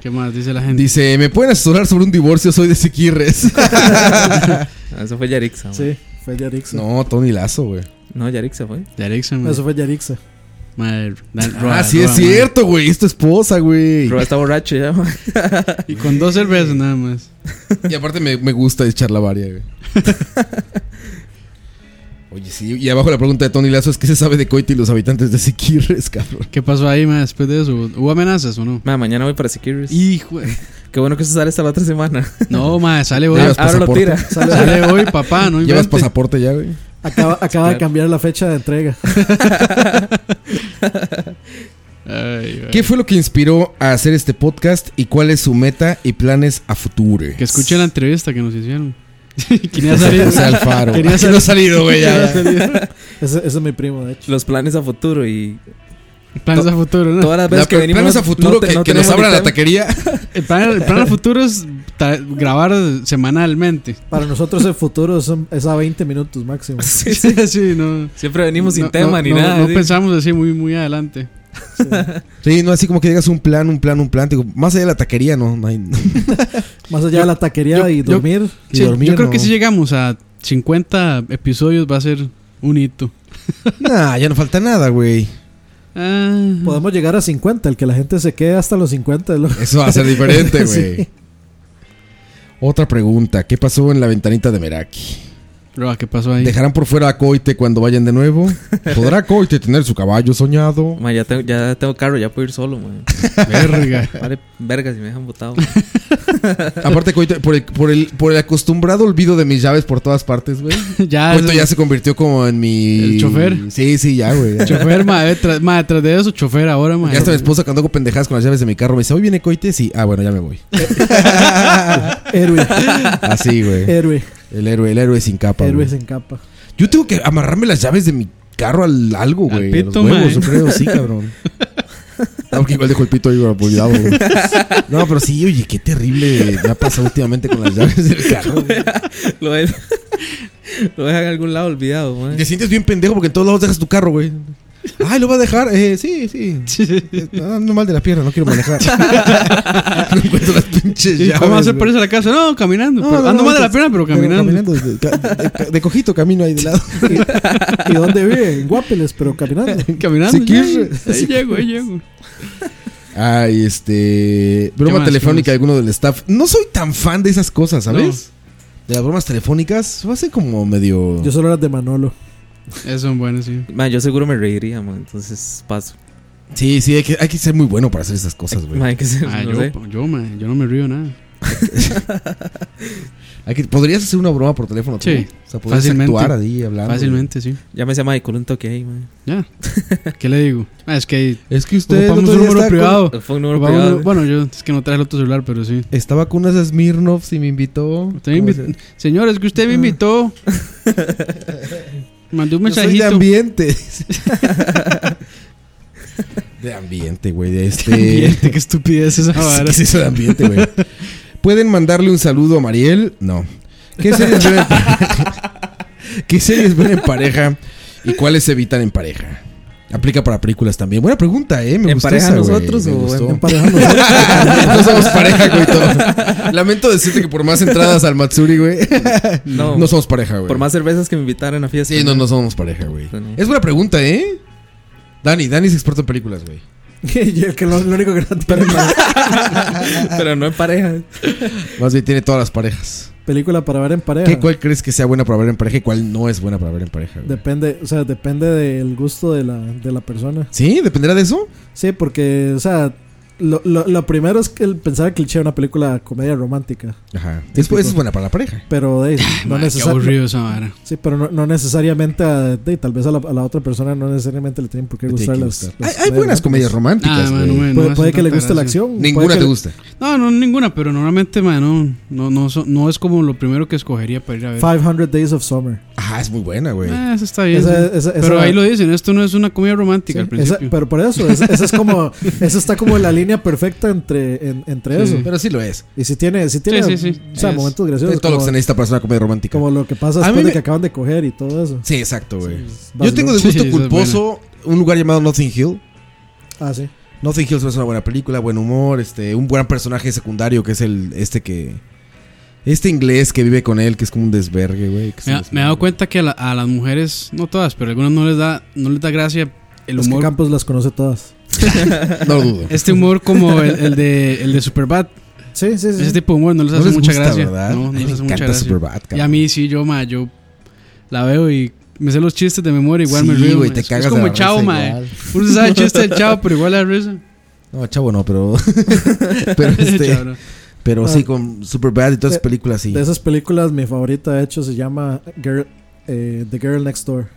Speaker 4: ¿Qué más dice la gente?
Speaker 3: Dice, ¿me pueden asesorar sobre un divorcio? Soy de Siquirres.
Speaker 6: Ah, Eso fue Yarixa. mae.
Speaker 5: Sí, fue Yarixa.
Speaker 3: no, Tony Lazo, güey.
Speaker 6: No, Yarixa fue.
Speaker 4: De Erickson,
Speaker 5: Eso fue Yarixa.
Speaker 4: Madre, eh, da- roa,
Speaker 3: Ah, sí
Speaker 4: roa,
Speaker 3: es cierto, güey. Es tu esposa, güey.
Speaker 6: Roa está borracho ya. mae.
Speaker 4: madre. Y con dos cervezas nada más.
Speaker 3: Y aparte me, me gusta echar la varia, güey. Oye, sí, y abajo la pregunta de Tony Lazo es ¿qué se sabe de Coito y los habitantes de Siquirres, cabrón?
Speaker 4: ¿Qué pasó ahí, más después de eso? ¿Hubo amenazas o no?
Speaker 6: Mae, mañana voy para Securities.
Speaker 4: Hijo. de-
Speaker 6: Qué bueno que eso sale hasta la otra semana. Ah,
Speaker 4: No, madre, sale hoy.
Speaker 3: Llevas
Speaker 6: Ahora lo
Speaker 3: pasaporte.
Speaker 6: tira.
Speaker 4: Sale hoy, papá, no
Speaker 3: ¿Llevas
Speaker 4: inventes.
Speaker 3: pasaporte ya, güey?
Speaker 6: Eh.
Speaker 5: Acaba, acaba de
Speaker 6: Claro.
Speaker 5: cambiar la fecha de entrega.
Speaker 4: Ay, güey.
Speaker 3: ¿Qué fue lo que inspiró a hacer este podcast y cuál es su meta y planes a futuro?
Speaker 4: Que escuchen la entrevista que nos hicieron.
Speaker 3: Quería salir. Alfaro.
Speaker 4: Quería
Speaker 3: Aquí no ha salido, güey. ya.
Speaker 5: Ese, ese es mi primo, de hecho.
Speaker 6: Los planes a futuro y
Speaker 4: Planes a futuro, ¿no?
Speaker 6: todas las
Speaker 3: La-
Speaker 6: veces que venimos.
Speaker 3: planes a futuro
Speaker 6: no te-
Speaker 3: que,
Speaker 6: no
Speaker 3: que nos
Speaker 6: tenemos
Speaker 3: abran
Speaker 6: ni
Speaker 3: la
Speaker 6: tema.
Speaker 3: taquería.
Speaker 4: El plan, el plan a futuro es ta- grabar semanalmente.
Speaker 5: Para nosotros el futuro son, es a 20 minutos máximo.
Speaker 6: Sí,
Speaker 4: Sí,
Speaker 6: sí.
Speaker 4: sí, no.
Speaker 6: Siempre venimos sin
Speaker 4: No-
Speaker 6: tema
Speaker 4: no-
Speaker 6: ni
Speaker 4: no-
Speaker 6: nada.
Speaker 4: No
Speaker 6: sí.
Speaker 4: pensamos así muy, muy adelante.
Speaker 3: Sí, no así como que digas un plan, un plan, un plan. Digo, más allá de la taquería, no. no hay-
Speaker 5: Más allá de la taquería
Speaker 4: yo-
Speaker 5: y
Speaker 4: yo-
Speaker 5: dormir.
Speaker 3: Y
Speaker 4: Sí,
Speaker 3: dormir,
Speaker 4: yo creo
Speaker 3: no.
Speaker 4: que si llegamos a 50 episodios va a ser un hito.
Speaker 3: Nah, ya no falta nada, güey. Pues,
Speaker 4: Ah,
Speaker 5: Podemos llegar a 50, el que la gente se quede hasta los 50. es lo-
Speaker 3: Eso va a ser diferente,
Speaker 5: Sí.
Speaker 3: güey. Otra pregunta. ¿Qué pasó en la ventanita de Meraki?
Speaker 4: Roa, ¿qué pasó ahí?
Speaker 3: ¿Dejarán por fuera a Coite cuando vayan de nuevo? ¿Podrá Coite tener su caballo soñado?
Speaker 6: Ma, ya, tengo, ya tengo carro, ya puedo ir solo, man.
Speaker 4: Verga.
Speaker 6: Vale, verga si me dejan botado.
Speaker 3: Aparte, Coite, por el, por el, por el acostumbrado olvido de mis llaves por todas partes, güey.
Speaker 4: ya,
Speaker 3: Coito
Speaker 4: el
Speaker 3: ya se convirtió como en mi...
Speaker 4: ¿El chofer?
Speaker 3: Sí, sí, ya, güey. Ya.
Speaker 4: chofer, madre, tras, madre, tras de eso, chofer ahora,
Speaker 3: Ya
Speaker 4: madre.
Speaker 3: hasta mi esposa cuando hago pendejadas con las llaves de mi carro me dice, hoy viene Coite, sí. Ah, bueno, ya me voy.
Speaker 5: héroe,
Speaker 3: Así, güey.
Speaker 5: héroe,
Speaker 3: El héroe, el héroe sin capa.
Speaker 5: héroe
Speaker 3: güey.
Speaker 5: sin capa.
Speaker 3: Yo tengo que amarrarme las llaves de mi carro al algo,
Speaker 4: Al
Speaker 3: güey. a los
Speaker 4: pito,
Speaker 3: huevos,
Speaker 4: man.
Speaker 3: yo creo, sí, cabrón. No, porque igual dejo el pito ahí apoyado, güey. No, pero sí, oye, qué terrible me ha pasado últimamente con las llaves del carro. güey.
Speaker 6: lo, de- lo dejan en algún lado olvidado, man.
Speaker 3: Te sientes bien pendejo porque en todos lados dejas tu carro, güey. Ay, ¿lo va a dejar? Eh, sí, sí. Eh, No, no mal de la pierna, no quiero manejar. No encuentro las pinches
Speaker 4: Sí,
Speaker 3: llaves.
Speaker 4: ¿Cómo hacer
Speaker 3: güey.
Speaker 4: para irse a la casa? No, caminando.
Speaker 3: No,
Speaker 4: pero-
Speaker 3: no,
Speaker 4: ando
Speaker 3: no, pues,
Speaker 4: más de la
Speaker 3: entonces-
Speaker 4: pena, pero caminando.
Speaker 3: de, de- de cojito camino ahí de lado.
Speaker 5: ¿Y dónde vive? En Guapeles, pero caminando.
Speaker 4: Caminando.
Speaker 3: Si
Speaker 4: ya,
Speaker 3: quieres. eh.
Speaker 4: ahí llego, ahí llego.
Speaker 3: Ay, este. Broma
Speaker 4: más?
Speaker 3: telefónica
Speaker 4: ¿Qué
Speaker 3: de alguno del staff. No soy tan fan de esas cosas, ¿sabes? De las bromas telefónicas. Va a ser como medio.
Speaker 5: Yo solo era de Manolo.
Speaker 4: Esos son buenos, sí.
Speaker 6: Ma, yo seguro me reiría, man. Entonces paso.
Speaker 3: Sí, sí, hay que, hay que ser muy Pues bueno para hacer esas cosas, güey.
Speaker 6: Ma, hay que ser,
Speaker 4: Ah,
Speaker 6: no
Speaker 4: yo,
Speaker 6: sé.
Speaker 4: yo, madre, yo no me río nada.
Speaker 3: Hay que- Podrías hacer una broma por teléfono. tú?
Speaker 4: Sí,
Speaker 3: O sea, podrías
Speaker 4: fácilmente.
Speaker 3: actuar ahí hablando.
Speaker 4: Fácilmente, sí.
Speaker 6: Ya me llama Michael un toque ahí, man.
Speaker 4: Ya. ¿Qué le digo? Ah, es que
Speaker 3: Es que usted.
Speaker 4: ocupamos un número privado.
Speaker 3: Oh,
Speaker 6: Fue un número
Speaker 4: Ocupamos
Speaker 6: privado.
Speaker 4: un- Bueno, yo es que no traje el otro celular, pero sí.
Speaker 3: Estaba con unas Smirnoffs y me invitó.
Speaker 4: Usted me invitó- Señor, es que usted me invitó. Mandó un
Speaker 3: Yo soy de
Speaker 4: mensajito.
Speaker 3: ambiente. de ambiente, güey. De este.
Speaker 4: Ambiente, qué estupidez esa
Speaker 3: Sí,
Speaker 4: vara.
Speaker 3: ¿Qué es eso de ambiente, güey? ¿Pueden mandarle un saludo a Mariel? No. ¿Qué series ven en pareja? ¿Qué series ven en pareja? ¿Y cuáles evitan en pareja? Aplica para películas también. Buena pregunta, ¿eh? Me
Speaker 6: ¿En
Speaker 3: gustó
Speaker 6: pareja
Speaker 3: esa, güey.
Speaker 6: nosotros
Speaker 3: Me
Speaker 6: o
Speaker 3: gustó.
Speaker 6: en
Speaker 5: Pareja nosotros.
Speaker 3: no somos pareja, güey. todo. Lamento decirte que por más entradas al Matsuri, güey.
Speaker 6: No,
Speaker 3: No. somos pareja, güey.
Speaker 6: por más cervezas que me invitaran a fiesta.
Speaker 3: Sí, no,
Speaker 6: man.
Speaker 3: no somos pareja, güey.
Speaker 6: No, no.
Speaker 3: Es buena pregunta, ¿eh? Dani, Dani es experto en películas, güey.
Speaker 5: y el que lo, lo único que no tiene
Speaker 6: Pero no en pareja.
Speaker 3: Más bien tiene todas las parejas.
Speaker 5: película para ver en pareja.
Speaker 3: ¿Qué, ¿Cuál crees que sea buena para ver en pareja y cuál no es buena para ver en pareja? güey?
Speaker 5: Depende, o sea, depende del gusto de la, de la persona.
Speaker 3: ¿Sí? ¿Dependerá de eso?
Speaker 5: Sí, porque, o sea, lo, lo- lo primero es que el pensar el cliché de una película comedia romántica.
Speaker 3: Ajá. Después es buena para la pareja.
Speaker 5: Pero de, no,
Speaker 4: Madre, qué
Speaker 5: necesar-
Speaker 4: aburrido esa vara.
Speaker 5: sí, pero no, no necesariamente, a- de, tal vez a la, a la otra persona no necesariamente le tienen por qué
Speaker 3: Te tiene
Speaker 5: gustar
Speaker 3: que
Speaker 5: las,
Speaker 3: gustar.
Speaker 5: las
Speaker 3: Hay, hay buenas comedias románticas,
Speaker 4: Nada, man,
Speaker 3: güey.
Speaker 4: no me- no me
Speaker 5: Puede,
Speaker 4: hace
Speaker 5: puede que le
Speaker 4: tanta
Speaker 5: guste la
Speaker 4: gracia.
Speaker 5: acción. puede
Speaker 3: Ninguna
Speaker 5: que
Speaker 3: te
Speaker 5: le-
Speaker 3: gusta.
Speaker 4: No, no, ninguna, pero normalmente, man, no, no, no, so- no es como lo primero que escogería para ir a ver.
Speaker 5: 500 Days of Summer.
Speaker 3: Ajá, es muy buena, güey.
Speaker 4: Ah, eso está bien.
Speaker 5: Esa-
Speaker 4: sí.
Speaker 5: esa- esa-
Speaker 4: pero ahí lo dicen, esto no es una comida romántica
Speaker 5: Sí,
Speaker 4: al
Speaker 5: esa-
Speaker 4: principio.
Speaker 5: pero por eso, esa, esa es como, esa está como en la línea perfecta entre, en- entre
Speaker 4: Sí.
Speaker 5: eso.
Speaker 3: Pero sí lo es.
Speaker 5: Y si tiene, si tiene
Speaker 4: Sí, sí, sí.
Speaker 5: O sea,
Speaker 4: Es-
Speaker 5: momentos
Speaker 3: Es
Speaker 5: graciosos.
Speaker 3: todo lo que se
Speaker 5: Como,
Speaker 3: necesita para hacer una comedia romántica.
Speaker 5: como lo que pasa
Speaker 3: A mí
Speaker 5: después de
Speaker 3: me-
Speaker 5: que acaban de coger y todo eso.
Speaker 3: Sí, exacto, güey. Yo
Speaker 5: Vacilón.
Speaker 3: tengo de
Speaker 4: Sí,
Speaker 3: gusto
Speaker 4: esa es
Speaker 3: culposo un lugar llamado Nothing Hill.
Speaker 5: Ah, sí.
Speaker 3: Nothing Hill es una buena película, buen humor, este, un buen personaje secundario que es el este que este inglés que vive con él, que es como un desvergue, güey. que es
Speaker 4: me,
Speaker 3: un
Speaker 4: ha- me he dado cuenta que a, la- a las mujeres, no todas, pero algunas no les da, no les da gracia el
Speaker 5: Es que
Speaker 4: humor.
Speaker 5: Campos las conoce todas.
Speaker 3: desvergue. No lo dudo.
Speaker 4: Este humor como el, el de, el de Superbad,
Speaker 5: Sí, sí, sí.
Speaker 4: ese tipo de humor no les
Speaker 3: No
Speaker 4: hace
Speaker 3: les
Speaker 4: mucha
Speaker 3: gusta,
Speaker 4: gracia.
Speaker 3: ¿verdad?
Speaker 4: No, no
Speaker 3: A mí
Speaker 4: les
Speaker 3: me
Speaker 4: hace mucha
Speaker 3: encanta
Speaker 4: gracia.
Speaker 3: Superbad,
Speaker 4: y a
Speaker 3: cabrón.
Speaker 4: mí sí, yo, ma, yo la veo y me sé los chistes de memoria, igual me
Speaker 3: Sí,
Speaker 4: río.
Speaker 3: güey,
Speaker 4: ma.
Speaker 3: te
Speaker 4: Es-
Speaker 3: cagas
Speaker 4: es
Speaker 3: de
Speaker 4: como
Speaker 3: la
Speaker 4: chavo,
Speaker 3: risa
Speaker 4: ma. eh.
Speaker 3: igual.
Speaker 4: Uno se sabe el chiste del chavo, pero igual la risa.
Speaker 3: No, chavo no, pero pero
Speaker 4: Chavo,
Speaker 3: este,
Speaker 4: ¿no?
Speaker 3: pero
Speaker 5: Ah.
Speaker 3: sí con Superbad y todas esas
Speaker 5: De-
Speaker 3: películas sí.
Speaker 5: De esas películas, mi favorita, de hecho, se llama Girl- eh, The Girl Next Door.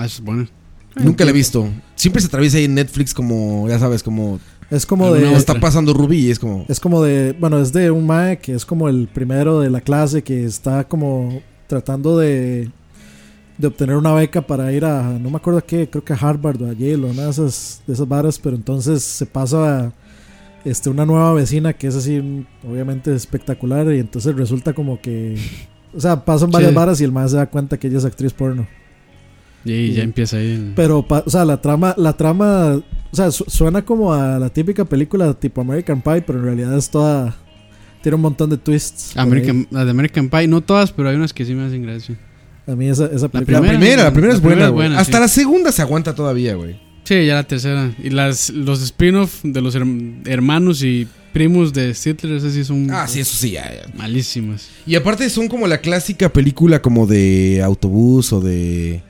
Speaker 4: Ah, eso es bueno.
Speaker 3: Nunca la he visto. Siempre se atraviesa ahí en Netflix como, ya sabes, como
Speaker 5: Es como
Speaker 4: Alguna
Speaker 5: de.
Speaker 3: no, está
Speaker 4: otra.
Speaker 3: pasando Rubí y es como
Speaker 5: Es como de. Bueno, es de un mae que es como el primero de la clase que está como tratando de. De obtener una beca para ir a. No me acuerdo a qué, creo que a Harvard o a Yale o una de esas, de esas varas, pero entonces se pasa a. Este, una nueva vecina que es así, obviamente espectacular, y entonces resulta como que. O sea, pasan varias
Speaker 4: Sí.
Speaker 5: varas y el mae se da cuenta que ella es actriz porno.
Speaker 4: Y ahí ya empieza ahí. el-
Speaker 5: Pero, pa- o sea, la trama, la trama, o sea, su- suena como a la típica película tipo American Pie, pero en realidad es toda, tiene un montón de twists. por ahí.
Speaker 4: American, las de American Pie, no todas, pero hay unas que sí me hacen gracia.
Speaker 5: A mí esa, esa película.
Speaker 3: la primera, la primera
Speaker 4: la
Speaker 3: es buena,
Speaker 4: primera es
Speaker 3: güey.
Speaker 4: buena,
Speaker 3: Hasta
Speaker 4: sí.
Speaker 3: la segunda se aguanta todavía, güey.
Speaker 4: Sí, ya la tercera. Y las, los spin-off de los herm- hermanos y primos de Stetler, esas sí son
Speaker 3: Ah, sí, eso sí, ya, ya.
Speaker 4: malísimas.
Speaker 3: Y aparte son como la clásica película como de autobús o de,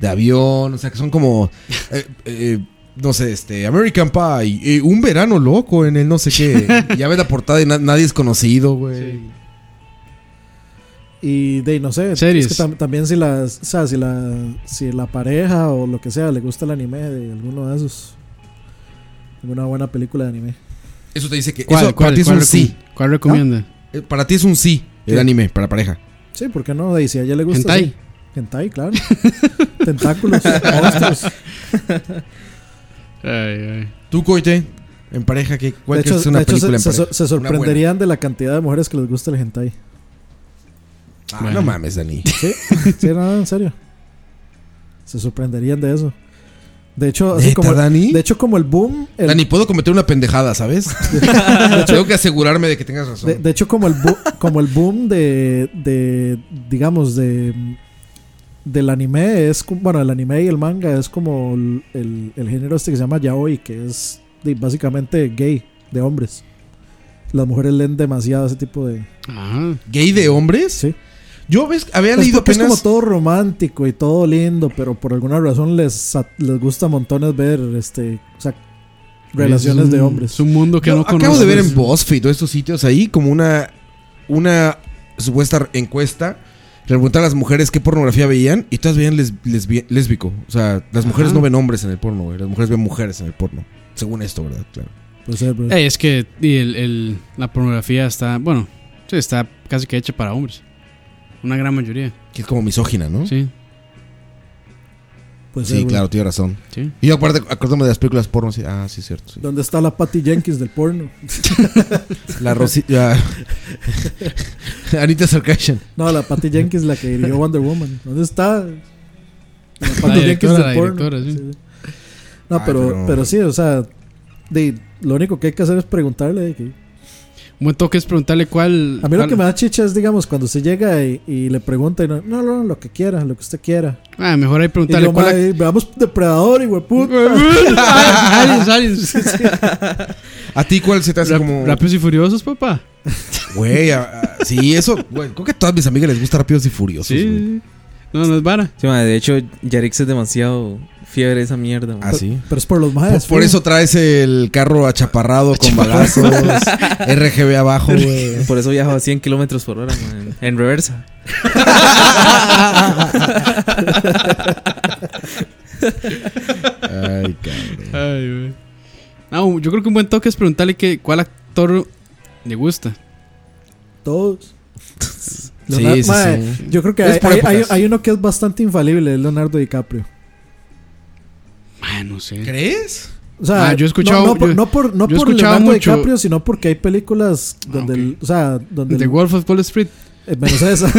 Speaker 3: de avión, o sea que son como, eh, eh, no sé, este, American Pie, eh, un verano loco en el no sé qué. ya ves la portada y na- nadie es conocido, güey.
Speaker 5: Y de ahí, no sé, es
Speaker 4: Series.
Speaker 5: que tam- también si las, o sea, si la, si la pareja o lo que sea le gusta el anime de alguno de esos, alguna buena película de anime.
Speaker 3: Eso te dice que eso para ti es un
Speaker 4: recom-
Speaker 3: sí.
Speaker 4: ¿Cuál recomienda?
Speaker 3: Eh, Para ti es un sí el
Speaker 5: Sí.
Speaker 3: anime, para pareja.
Speaker 5: Sí, ¿por qué no? De ahí, si a ella le gusta.
Speaker 4: Hentai.
Speaker 5: sí. Hentai, claro. Tentáculos, monstruos.
Speaker 4: Ay, ay.
Speaker 3: ¿Tú, Coite? En pareja, ¿qué, ¿cuál
Speaker 5: De hecho,
Speaker 3: crees que es una
Speaker 5: de hecho, se,
Speaker 3: película
Speaker 5: se-
Speaker 3: en pareja?
Speaker 5: se
Speaker 3: Una buena.
Speaker 5: sorprenderían de la cantidad de mujeres que les gusta el hentai.
Speaker 3: Ah,
Speaker 4: Bueno.
Speaker 3: No mames, Dani.
Speaker 5: Sí, no, en serio. Se sorprenderían de eso. De hecho, así
Speaker 3: ¿Neta,
Speaker 5: como,
Speaker 3: Dani?
Speaker 5: de hecho, como el boom. el-
Speaker 3: Dani, puedo cometer una pendejada, ¿sabes? Tengo que asegurarme de que tengas razón.
Speaker 5: de, de hecho, como el, bu- como el boom de, de. Digamos, de. Del anime es. como- Bueno, el anime y el manga es como el, el- el género este que se llama yaoi, que es de- básicamente gay, de hombres. Las mujeres leen demasiado ese tipo de.
Speaker 4: Ajá.
Speaker 3: ¿Gay de hombres?
Speaker 5: Sí.
Speaker 3: Yo ves, había
Speaker 5: Es
Speaker 3: leído
Speaker 5: Pues porque es
Speaker 3: apenas.
Speaker 5: como todo romántico y todo lindo, pero por alguna razón les, a- les gusta montones ver este, o sea, Relaciones
Speaker 4: Es un-
Speaker 5: de hombres.
Speaker 4: Es un mundo que
Speaker 5: Yo
Speaker 4: no
Speaker 5: acabo
Speaker 4: conoce.
Speaker 3: Acabo de ver en BuzzFeed todos estos sitios ahí como una, una supuesta encuesta. Le preguntaban a las mujeres qué pornografía veían y todas veían les- lesbi- lésbico. O sea, las mujeres
Speaker 4: Ajá.
Speaker 3: no ven hombres en el porno, güey. Las mujeres ven mujeres en el porno. Según esto, ¿verdad? Claro.
Speaker 5: Puede ser, bro.
Speaker 4: Eh, es que y el- el- la pornografía está, bueno, sí, está casi que hecha para hombres. Una gran mayoría.
Speaker 3: Que es como misógina, ¿no?
Speaker 4: Sí.
Speaker 5: Puede ser,
Speaker 3: Sí,
Speaker 5: bro.
Speaker 3: claro, tiene razón.
Speaker 4: Sí.
Speaker 3: Y yo aparte, acuérdame de las películas porno. sí. Ah, sí, cierto. sí.
Speaker 5: ¿Dónde está la Patty Jenkins del porno?
Speaker 3: La Rosita. Anita Sarkasian.
Speaker 5: No, la Patty Jenkins, la que dirigió Wonder Woman. ¿Dónde está? La Patty
Speaker 4: directora,
Speaker 5: del
Speaker 4: la
Speaker 5: porno.
Speaker 4: directora, sí.
Speaker 5: No,
Speaker 3: Ay,
Speaker 5: pero,
Speaker 3: pero-
Speaker 5: pero sí, o sea, de- lo único que hay que hacer es preguntarle. de que-
Speaker 4: Un buen toque es preguntarle cuál.
Speaker 5: A mí lo
Speaker 4: cuál-
Speaker 5: que me da chicha es, digamos, cuando se llega y, y le pregunta, y no, no, no, lo que quiera, lo que usted quiera.
Speaker 4: Ah, mejor hay
Speaker 5: Y
Speaker 4: preguntarle
Speaker 5: yo,
Speaker 4: cuál.
Speaker 5: madre, veamos depredador y puta.
Speaker 4: Ah, aliens, aliens.
Speaker 3: ¿A ti cuál se te hace
Speaker 4: Rap-
Speaker 3: como.?
Speaker 4: Rápidos y furiosos, papá.
Speaker 3: Güey, a- a- sí, eso. Güey, creo que a todas mis amigas les gusta Rápidos y Furiosos. güey.
Speaker 4: Sí. No, no es vara.
Speaker 6: Sí, madre, de hecho, Yarix es demasiado fiebre esa mierda. madre.
Speaker 3: Ah, sí.
Speaker 5: Pero es por los
Speaker 3: Por,
Speaker 5: maestros.
Speaker 3: por eso traes el carro achaparrado con balazos, RGB abajo, güey.
Speaker 6: Por eso viajo a 100 kilómetros por hora, madre, En reversa.
Speaker 3: Ay, cabrón.
Speaker 4: Ay, güey. No, yo creo que un buen toque es preguntarle que, cuál actor le gusta.
Speaker 5: Todos.
Speaker 3: Sí,
Speaker 5: Leonardo-
Speaker 3: sí, sí.
Speaker 5: madre, Yo creo que
Speaker 3: Es
Speaker 5: hay,
Speaker 3: por
Speaker 5: hay-
Speaker 3: épocas.
Speaker 5: hay- hay uno que es bastante infalible, es Leonardo DiCaprio.
Speaker 4: Ah, no sé.
Speaker 3: ¿Crees?
Speaker 5: O sea,
Speaker 4: Ah, yo he escuchado-
Speaker 5: no, no por,
Speaker 4: yo-
Speaker 5: no por, no
Speaker 4: yo he
Speaker 5: por
Speaker 4: escuchado
Speaker 5: Leonardo
Speaker 4: mucho- Ah,
Speaker 5: DiCaprio, sino porque hay películas donde,
Speaker 4: ok.
Speaker 5: el- o sea, donde
Speaker 4: The
Speaker 5: el-
Speaker 4: Wolf of Wall Street.
Speaker 5: eh, menos esa,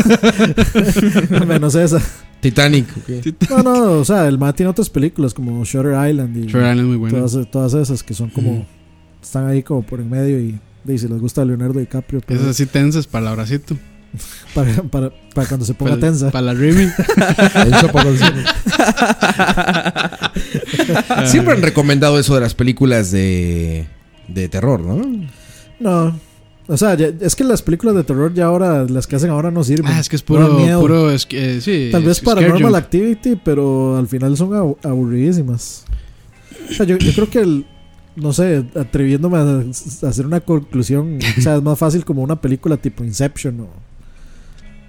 Speaker 5: menos esa.
Speaker 3: Titanic. ok.
Speaker 5: No, no, o sea, el man tiene otras películas como Shutter Island y
Speaker 4: Sure Island es muy bueno.
Speaker 5: todas, todas esas que son como están ahí como por en medio y, y si les gusta Leonardo DiCaprio pero
Speaker 4: Esas así tensas para el abracito.
Speaker 5: para, para, para cuando se ponga
Speaker 4: Para,
Speaker 5: tensa.
Speaker 4: para la Remy. Ah.
Speaker 3: Siempre han recomendado eso de las películas de, de terror, ¿no?
Speaker 5: No. O sea, ya- es que las películas de terror ya ahora, las que hacen ahora no sirven.
Speaker 4: Ah, es que es
Speaker 5: No
Speaker 4: puro.
Speaker 5: dan miedo.
Speaker 4: puro es que, eh, sí,
Speaker 5: Tal vez
Speaker 4: es- scare
Speaker 5: Paranormal
Speaker 4: junk.
Speaker 5: Activity, pero al final son abu- aburridísimas. O sea, yo, yo creo que el. No sé, atreviéndome a s- a hacer una conclusión, o sea, es más fácil como una película tipo Inception o.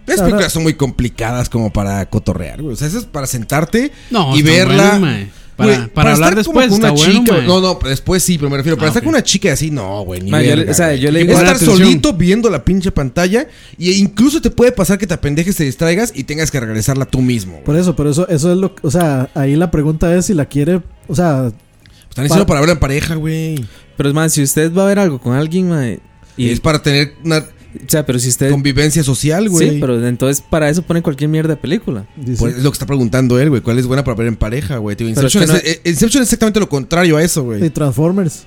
Speaker 3: Las
Speaker 5: Ahora-
Speaker 3: películas son muy complicadas como para cotorrear, güey. O sea, eso es para sentarte
Speaker 4: No,
Speaker 3: y
Speaker 4: está
Speaker 3: verla.
Speaker 4: bueno, mae. para
Speaker 3: Güey,
Speaker 4: para, hablar
Speaker 3: estar como
Speaker 4: después,
Speaker 3: con una
Speaker 4: está bueno.
Speaker 3: chica,
Speaker 4: mae.
Speaker 3: No, no, después sí, pero me refiero. Para
Speaker 4: Ah,
Speaker 3: estar
Speaker 4: ok.
Speaker 3: con una chica así, no, güey. Ni
Speaker 6: Ma, yo le-
Speaker 3: verga,
Speaker 6: o sea,
Speaker 3: güey.
Speaker 6: yo le
Speaker 3: Es
Speaker 6: digo-
Speaker 3: estar
Speaker 4: Atención.
Speaker 3: solito viendo la pinche pantalla. Y e incluso te puede pasar que te apendejes, te distraigas y tengas que regresarla tú mismo. güey.
Speaker 5: Por eso, pero eso, eso es lo. O sea, ahí la pregunta es si la quiere. O sea,
Speaker 3: Están diciendo para ver en pareja, güey.
Speaker 6: Pero es más, si usted va a ver algo con alguien, madre,
Speaker 3: Y
Speaker 6: y,
Speaker 3: es para tener una
Speaker 6: O sea, pero si usted.
Speaker 3: convivencia social, güey.
Speaker 6: Sí, pero entonces para eso ponen cualquier mierda de película.
Speaker 5: dice,
Speaker 3: Pues es lo que está preguntando él, güey. ¿Cuál es buena para ver en pareja, güey? Tío,
Speaker 6: Pero es
Speaker 3: Inception, es,
Speaker 6: que
Speaker 3: eh, Inception es exactamente lo contrario a eso,
Speaker 5: "Hey,
Speaker 3: güey.
Speaker 5: Transformers.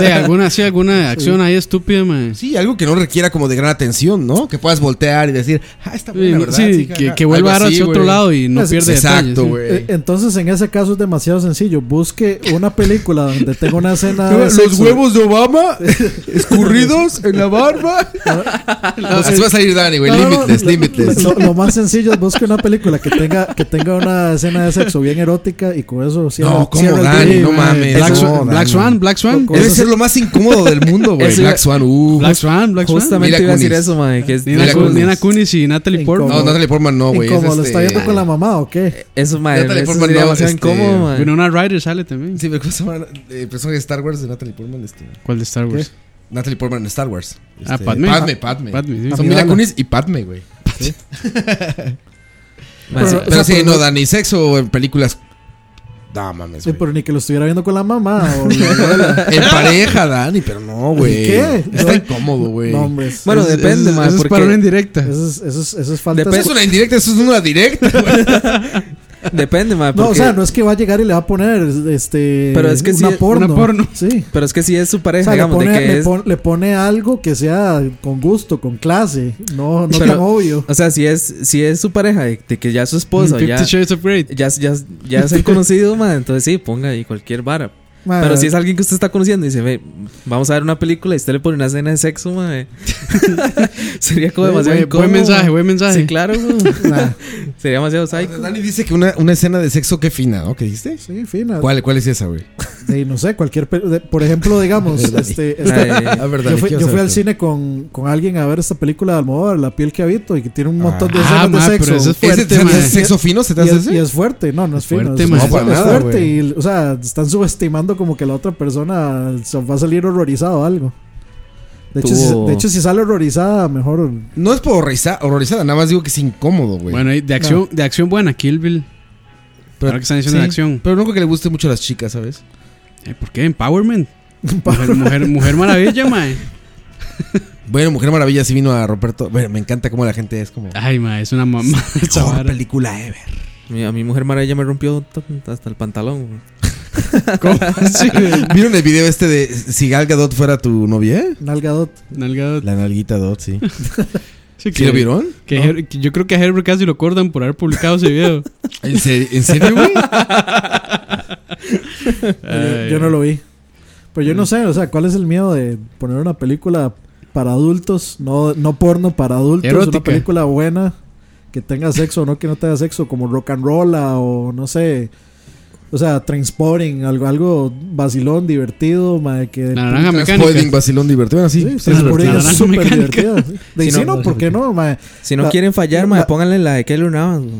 Speaker 4: De alguna, sí, alguna acción ahí estúpida, mae.
Speaker 3: Sí, algo que no requiera como de gran atención, ¿no? Que puedas voltear y decir, ah, está buena, ¿verdad?
Speaker 4: Sí,
Speaker 3: Sí,
Speaker 4: que,
Speaker 3: jaja".
Speaker 4: que vuelva
Speaker 3: Algo
Speaker 4: ahora
Speaker 3: así,
Speaker 4: hacia otro
Speaker 3: güey.
Speaker 4: lado y no
Speaker 5: Es-
Speaker 4: pierde detalles,
Speaker 3: Exacto,
Speaker 4: sí.
Speaker 3: güey.
Speaker 5: Eh, Entonces, en ese caso es demasiado sencillo. Busque una película donde tenga una escena. de
Speaker 3: Los
Speaker 5: sexo.
Speaker 3: huevos de Obama escurridos en la barba. Así va a salir Dani, güey.
Speaker 5: No, no, no,
Speaker 3: Limitless,
Speaker 5: lo-
Speaker 3: limitless.
Speaker 5: Lo, lo más sencillo es busque una película que tenga, que tenga una escena de sexo bien erótica y con eso cierra-
Speaker 3: No, ¿cómo,
Speaker 5: cierra el
Speaker 3: Dani?
Speaker 5: día y-
Speaker 3: No mames.
Speaker 4: Black,
Speaker 3: no,
Speaker 4: Swan, Black
Speaker 3: Dani.
Speaker 4: Swan, Black Swan.
Speaker 5: Con-
Speaker 3: Debe ser lo más incómodo del mundo, güey.
Speaker 6: Eso ya-
Speaker 3: Black Swan, uh.
Speaker 4: Black Swan, Black Swan.
Speaker 6: Justamente
Speaker 3: Mila
Speaker 6: iba a decir
Speaker 3: Kunis.
Speaker 6: eso, madre, que es-
Speaker 4: Nina,
Speaker 3: Mila
Speaker 4: Kun-
Speaker 3: Kunis.
Speaker 4: Nina Kunis y Natalie Portman.
Speaker 3: No, Natalie Portman no, güey.
Speaker 5: y como
Speaker 3: es
Speaker 5: lo
Speaker 3: este-
Speaker 5: está viendo con la mamá o qué.
Speaker 6: Eso,
Speaker 3: Ya te
Speaker 6: madre,
Speaker 3: le
Speaker 6: eso
Speaker 3: forman
Speaker 6: sería
Speaker 3: no,
Speaker 6: demasiado
Speaker 3: este,
Speaker 6: incómodo, madre.
Speaker 4: Winona Ryder sale también.
Speaker 3: Sí, me gusta el personaje de Eh, pues, Star Wars de Natalie Portman. Este.
Speaker 4: ¿Cuál de Star Wars?
Speaker 3: Natalie Portman en Star Wars. Este,
Speaker 4: Ah, Padme.
Speaker 3: Padme, Padme.
Speaker 4: Padme, sí.
Speaker 3: Son Mila Kunis y Padme, güey.
Speaker 6: Madre,
Speaker 5: Pero-
Speaker 6: Ah, sí.
Speaker 3: Pero
Speaker 5: sea,
Speaker 3: sí,
Speaker 5: pero
Speaker 3: no,
Speaker 5: no-
Speaker 3: Dani, sexo en películas. No mames,
Speaker 5: Sí,
Speaker 3: güey.
Speaker 5: pero ni que lo estuviera viendo con la mamá o la abuela.
Speaker 3: En pareja, Dani, pero no, güey.
Speaker 5: ¿Qué?
Speaker 3: Está
Speaker 5: No.
Speaker 3: incómodo, güey.
Speaker 5: No, hombre. es-
Speaker 6: Bueno,
Speaker 5: es-
Speaker 6: depende,
Speaker 4: Eso
Speaker 6: madre,
Speaker 4: es
Speaker 6: porque-
Speaker 4: para una indirecta.
Speaker 5: eso, es, eso, es, eso es falta.
Speaker 3: Eso es una indirecta, eso es una directa, güey.
Speaker 6: Depende, madre,
Speaker 5: no, o
Speaker 6: porque-
Speaker 5: sea, no es que va a llegar y le va a poner este,
Speaker 6: Pero es que
Speaker 5: una
Speaker 6: sí,
Speaker 5: porno.
Speaker 4: una porno.
Speaker 5: Sí.
Speaker 6: Pero es que si es su
Speaker 5: O
Speaker 6: pareja,
Speaker 5: sea, le,
Speaker 6: digamos,
Speaker 5: pone,
Speaker 6: de que
Speaker 5: le
Speaker 6: es.
Speaker 5: pon- le pone algo que sea con gusto, con clase. No, no
Speaker 6: Pero-
Speaker 5: tan obvio.
Speaker 6: O sea, si es, si es su pareja, de, de que ya es su esposa,
Speaker 4: Fifty
Speaker 6: ya,
Speaker 4: Shades of Grey.
Speaker 6: ya, ya, ya se han conocido, madre, entonces sí, ponga ahí cualquier vara.
Speaker 4: Ah.
Speaker 5: Madre,
Speaker 6: Pero si es alguien que usted está conociendo y dice, ve, vamos a ver una película y usted le pone una escena de sexo, madre. Sería como demasiado
Speaker 4: Güey,
Speaker 6: incómodo.
Speaker 4: Buen mensaje, Ah. buen mensaje.
Speaker 6: Sí, claro, güey.
Speaker 5: nah.
Speaker 6: Sería demasiado psycho.
Speaker 3: Dani dice que una, una escena de sexo que fina, ¿no? ¿Qué dijiste?
Speaker 5: Sí, fina.
Speaker 3: ¿Cuál, ¿Cuál es esa, güey?
Speaker 5: De, no sé, cualquier. pe- de- por ejemplo, digamos. este, este-
Speaker 3: Ay,
Speaker 6: Ah,
Speaker 4: Ah.
Speaker 6: Eh,
Speaker 3: a ver, Dani,
Speaker 5: yo fui,
Speaker 3: quiero
Speaker 5: yo fui
Speaker 3: saber
Speaker 5: al
Speaker 3: tú.
Speaker 5: cine con, con alguien a ver esta película de Almodóvar, La piel que habito, y que tiene un montón de
Speaker 4: Ah,
Speaker 5: escenas de
Speaker 4: ma,
Speaker 5: sexo.
Speaker 4: pero eso es fuerte,
Speaker 5: y-
Speaker 4: ma.
Speaker 5: y-
Speaker 3: ¿Sexo fino se te
Speaker 5: y
Speaker 3: hace
Speaker 5: es-
Speaker 3: ese?
Speaker 5: Y es fuerte, no, no es fino.
Speaker 4: fuerte,
Speaker 5: es,
Speaker 4: ma.
Speaker 5: es-
Speaker 3: No, para
Speaker 5: es
Speaker 3: nada,
Speaker 5: fuerte,
Speaker 3: güey.
Speaker 5: y, o sea, están subestimando como que la otra persona se va a salir horrorizada o algo. De hecho, si,
Speaker 6: Tuvo-
Speaker 5: de hecho, si sale horrorizada, mejor.
Speaker 3: No es por horroriza- horrorizada, nada más digo que es incómodo, güey.
Speaker 4: Bueno, y de acción, de acción buena, Kill Bill.
Speaker 3: Pero-
Speaker 4: ahora que están diciendo de acción.
Speaker 3: Pero no creo que le guste mucho a las chicas, ¿sabes?
Speaker 4: Eh, ¿Por qué? Empowerment. Mujer, mujer, mujer maravilla, mae.
Speaker 3: Bueno, Mujer Maravilla sí vino a romper todo. Bueno, me encanta cómo la gente es como.
Speaker 4: Ay, mae, es una mamá. esa
Speaker 3: Mejor
Speaker 4: vara.
Speaker 3: película ever.
Speaker 6: Mi- A mi mujer maravilla me rompió to- hasta el pantalón. güey.
Speaker 4: ¿Cómo así, güey?
Speaker 3: ¿Vieron el video este de si Gal Gadot fuera tu novia?
Speaker 5: Nalgadot.
Speaker 4: Nalgado.
Speaker 3: La nalguita Dot, sí.
Speaker 4: Sí,
Speaker 3: ¿Sí
Speaker 4: que-
Speaker 3: lo vieron?
Speaker 4: que Her- que yo creo que a Herbert casi lo acordan por haber publicado ese video.
Speaker 3: ¿En serio, ¿En serio, güey?
Speaker 5: Yo, yo no lo vi. Pero
Speaker 4: Mm.
Speaker 5: yo no sé, o sea, ¿cuál es el miedo de poner una película para adultos? No, no porno para adultos,
Speaker 4: Erótica.
Speaker 5: una película buena que tenga sexo o no que no tenga sexo, como rock and roll o no sé. O sea, Transporting, algo, algo vacilón, divertido, mae, que
Speaker 4: La naranja
Speaker 3: Spoiling,
Speaker 4: mecánica.
Speaker 3: vacilón divertido. Bueno,
Speaker 5: Sí,
Speaker 3: sí. sí,
Speaker 5: Transporting
Speaker 4: la
Speaker 5: es
Speaker 4: naranja
Speaker 5: súper
Speaker 4: mecánica.
Speaker 5: divertida. sí. De
Speaker 6: Si
Speaker 5: sí,
Speaker 6: no-
Speaker 5: no, ¿por qué no, mae?
Speaker 6: Si no
Speaker 5: La-
Speaker 6: quieren fallar,
Speaker 5: la-
Speaker 6: madre, pónganle la de Keylor Navas. güey.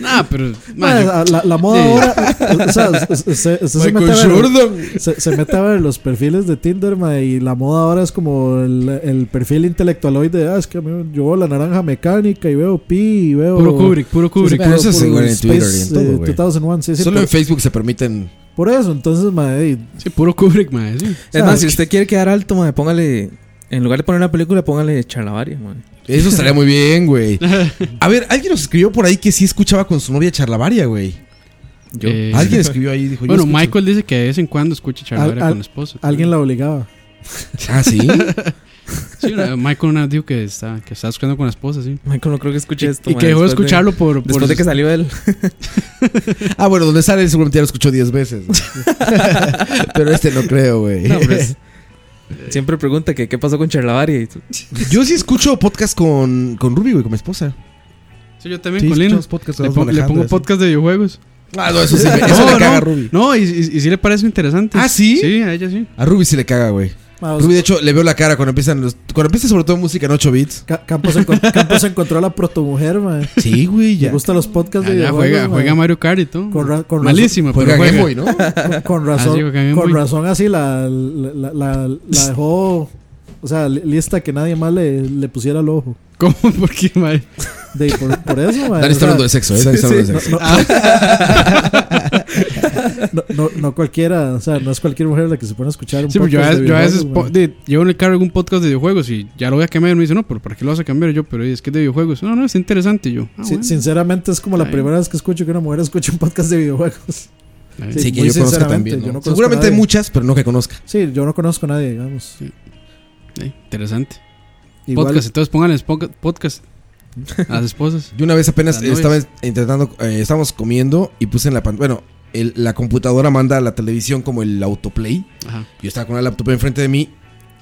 Speaker 4: Nah, pero. mae,
Speaker 5: Mae,
Speaker 4: yo-
Speaker 5: la, la- la moda
Speaker 4: Sí.
Speaker 5: ahora. O sea, se- se- se-
Speaker 4: Pues
Speaker 5: se
Speaker 3: Michael
Speaker 5: mete a ver-
Speaker 3: Jordan.
Speaker 5: se, se mete a ver los perfiles de Tinder, ma, y la moda ahora es como el, el perfil intelectualoide. Ah, es que a mí- yo veo la naranja mecánica y veo Pi y veo.
Speaker 4: puro Kubrick, puro
Speaker 5: Sí,
Speaker 4: Kubrick.
Speaker 3: Pero eso es igual en
Speaker 5: Space,
Speaker 3: Twitter y en todo,
Speaker 5: eh,
Speaker 3: güey.
Speaker 5: 2001, sí, sí,
Speaker 3: Solo
Speaker 5: por,
Speaker 3: en Facebook se permiten.
Speaker 5: por eso, entonces, ma, ey,
Speaker 4: Sí, puro Kubrick, mae. Sí.
Speaker 6: Es más, si
Speaker 5: que-
Speaker 6: usted quiere quedar alto, madre, póngale. En lugar de poner una película, póngale charlavaria, madre.
Speaker 3: Eso estaría muy bien, güey. A ver, alguien nos escribió por ahí que sí escuchaba con su novia charlavaria, güey.
Speaker 6: Yo.
Speaker 4: Eh,
Speaker 3: Alguien escribió ahí y dijo. yo
Speaker 4: Bueno,
Speaker 3: escucho.
Speaker 4: Michael dice que de vez en cuando escucha charlar
Speaker 5: Al- al-
Speaker 4: con la esposa.
Speaker 5: alguien la obligaba.
Speaker 3: Ah, sí.
Speaker 4: Sí, una- Michael una vez dijo que está, que está escuchando con la esposa, sí.
Speaker 6: Michael, no creo que escuche esto.
Speaker 4: Y
Speaker 6: madre,
Speaker 4: que dejó de
Speaker 6: después
Speaker 4: escucharlo por, por
Speaker 6: Después de que salió él.
Speaker 3: Ah, bueno, donde sale seguramente ya lo escuchó 10 veces. güey. Pero este no creo, güey.
Speaker 6: No, pero
Speaker 4: pues,
Speaker 6: es- siempre pregunta que qué pasó con Charlavaria. y tú-
Speaker 3: Yo sí escucho podcast con, con Ruby, güey, con mi esposa.
Speaker 4: Sí, yo también
Speaker 3: Sí,
Speaker 4: con Lino.
Speaker 3: escuchamos podcast,
Speaker 4: Le,
Speaker 3: vamos
Speaker 4: pongo- le
Speaker 3: pues, manejando,
Speaker 4: pongo
Speaker 3: así.
Speaker 4: podcast de videojuegos.
Speaker 3: Ah, no, eso sí, me- eso
Speaker 4: No,
Speaker 3: le caga a
Speaker 4: no.
Speaker 3: Ruby.
Speaker 4: No, y, y, y sí le parece interesante.
Speaker 3: ¿Ah, sí?
Speaker 4: Sí, a ella sí.
Speaker 3: A Ruby sí le caga, güey.
Speaker 5: Ma, o sea,
Speaker 3: Ruby, de hecho, le veo la cara cuando empiezan los- cuando empieza sobre todo música en 8 bits.
Speaker 5: Ca- Campos, encon- Campos encontró a la protomujer, ma.
Speaker 3: Sí, güey,
Speaker 5: Le
Speaker 3: ya.
Speaker 5: gustan los podcasts
Speaker 4: Ah,
Speaker 5: de
Speaker 4: ya juega,
Speaker 5: videojuegos, ma.
Speaker 4: juega Mario Kart y todo.
Speaker 5: Con ra- con razón-
Speaker 4: Malísimo, pero
Speaker 3: Juega Game
Speaker 4: juega.
Speaker 3: Boy, ¿no?
Speaker 5: Con- con razón,
Speaker 4: Ah, sí, porque a mí
Speaker 5: con
Speaker 4: muy-
Speaker 5: razón así la, la, la- la- la dejó, o sea, li- lista que nadie más le, le pusiera el ojo.
Speaker 4: ¿Cómo? ¿Por qué, mae?
Speaker 5: De, por, por eso, mae,
Speaker 3: Dani está
Speaker 5: o sea,
Speaker 3: hablando de sexo, ¿eh? Dani está hablando de sexo.
Speaker 5: no, no, no cualquiera, o sea, no es cualquier mujer la que se pone a escuchar un
Speaker 4: Sí, pero yo, a-
Speaker 5: podcast de
Speaker 4: yo a veces
Speaker 5: videojuegos,
Speaker 4: po-
Speaker 5: mae.
Speaker 4: de- llevo en el carro algún podcast de videojuegos y ya lo voy a cambiar. Me dice, no, pero ¿para qué lo vas a cambiar? Y Yo, pero es que es de videojuegos. No, no, es interesante. Y yo, ah,
Speaker 5: Si-
Speaker 4: bueno.
Speaker 5: Sinceramente es como la
Speaker 4: Ay.
Speaker 5: primera vez que escucho que una mujer escucha un podcast de videojuegos.
Speaker 4: Ay.
Speaker 5: Sí,
Speaker 3: Sí, que
Speaker 5: muy
Speaker 3: yo conozca
Speaker 5: sinceramente,
Speaker 3: también. ¿no?
Speaker 5: yo no conozco
Speaker 3: Seguramente
Speaker 5: a
Speaker 3: hay
Speaker 5: nadie.
Speaker 3: muchas, pero no que conozca.
Speaker 5: Sí, yo no conozco a nadie, digamos.
Speaker 4: Eh, interesante.
Speaker 5: Igual,
Speaker 4: Podcast, entonces pónganles poca- podcast a las esposas.
Speaker 3: Yo una vez apenas
Speaker 4: Las
Speaker 3: eh, estaba intentando, eh, estábamos comiendo y puse en la pantalla. Bueno, el- la computadora manda a la televisión como el autoplay.
Speaker 4: Ajá.
Speaker 3: Yo estaba con la laptop enfrente de mí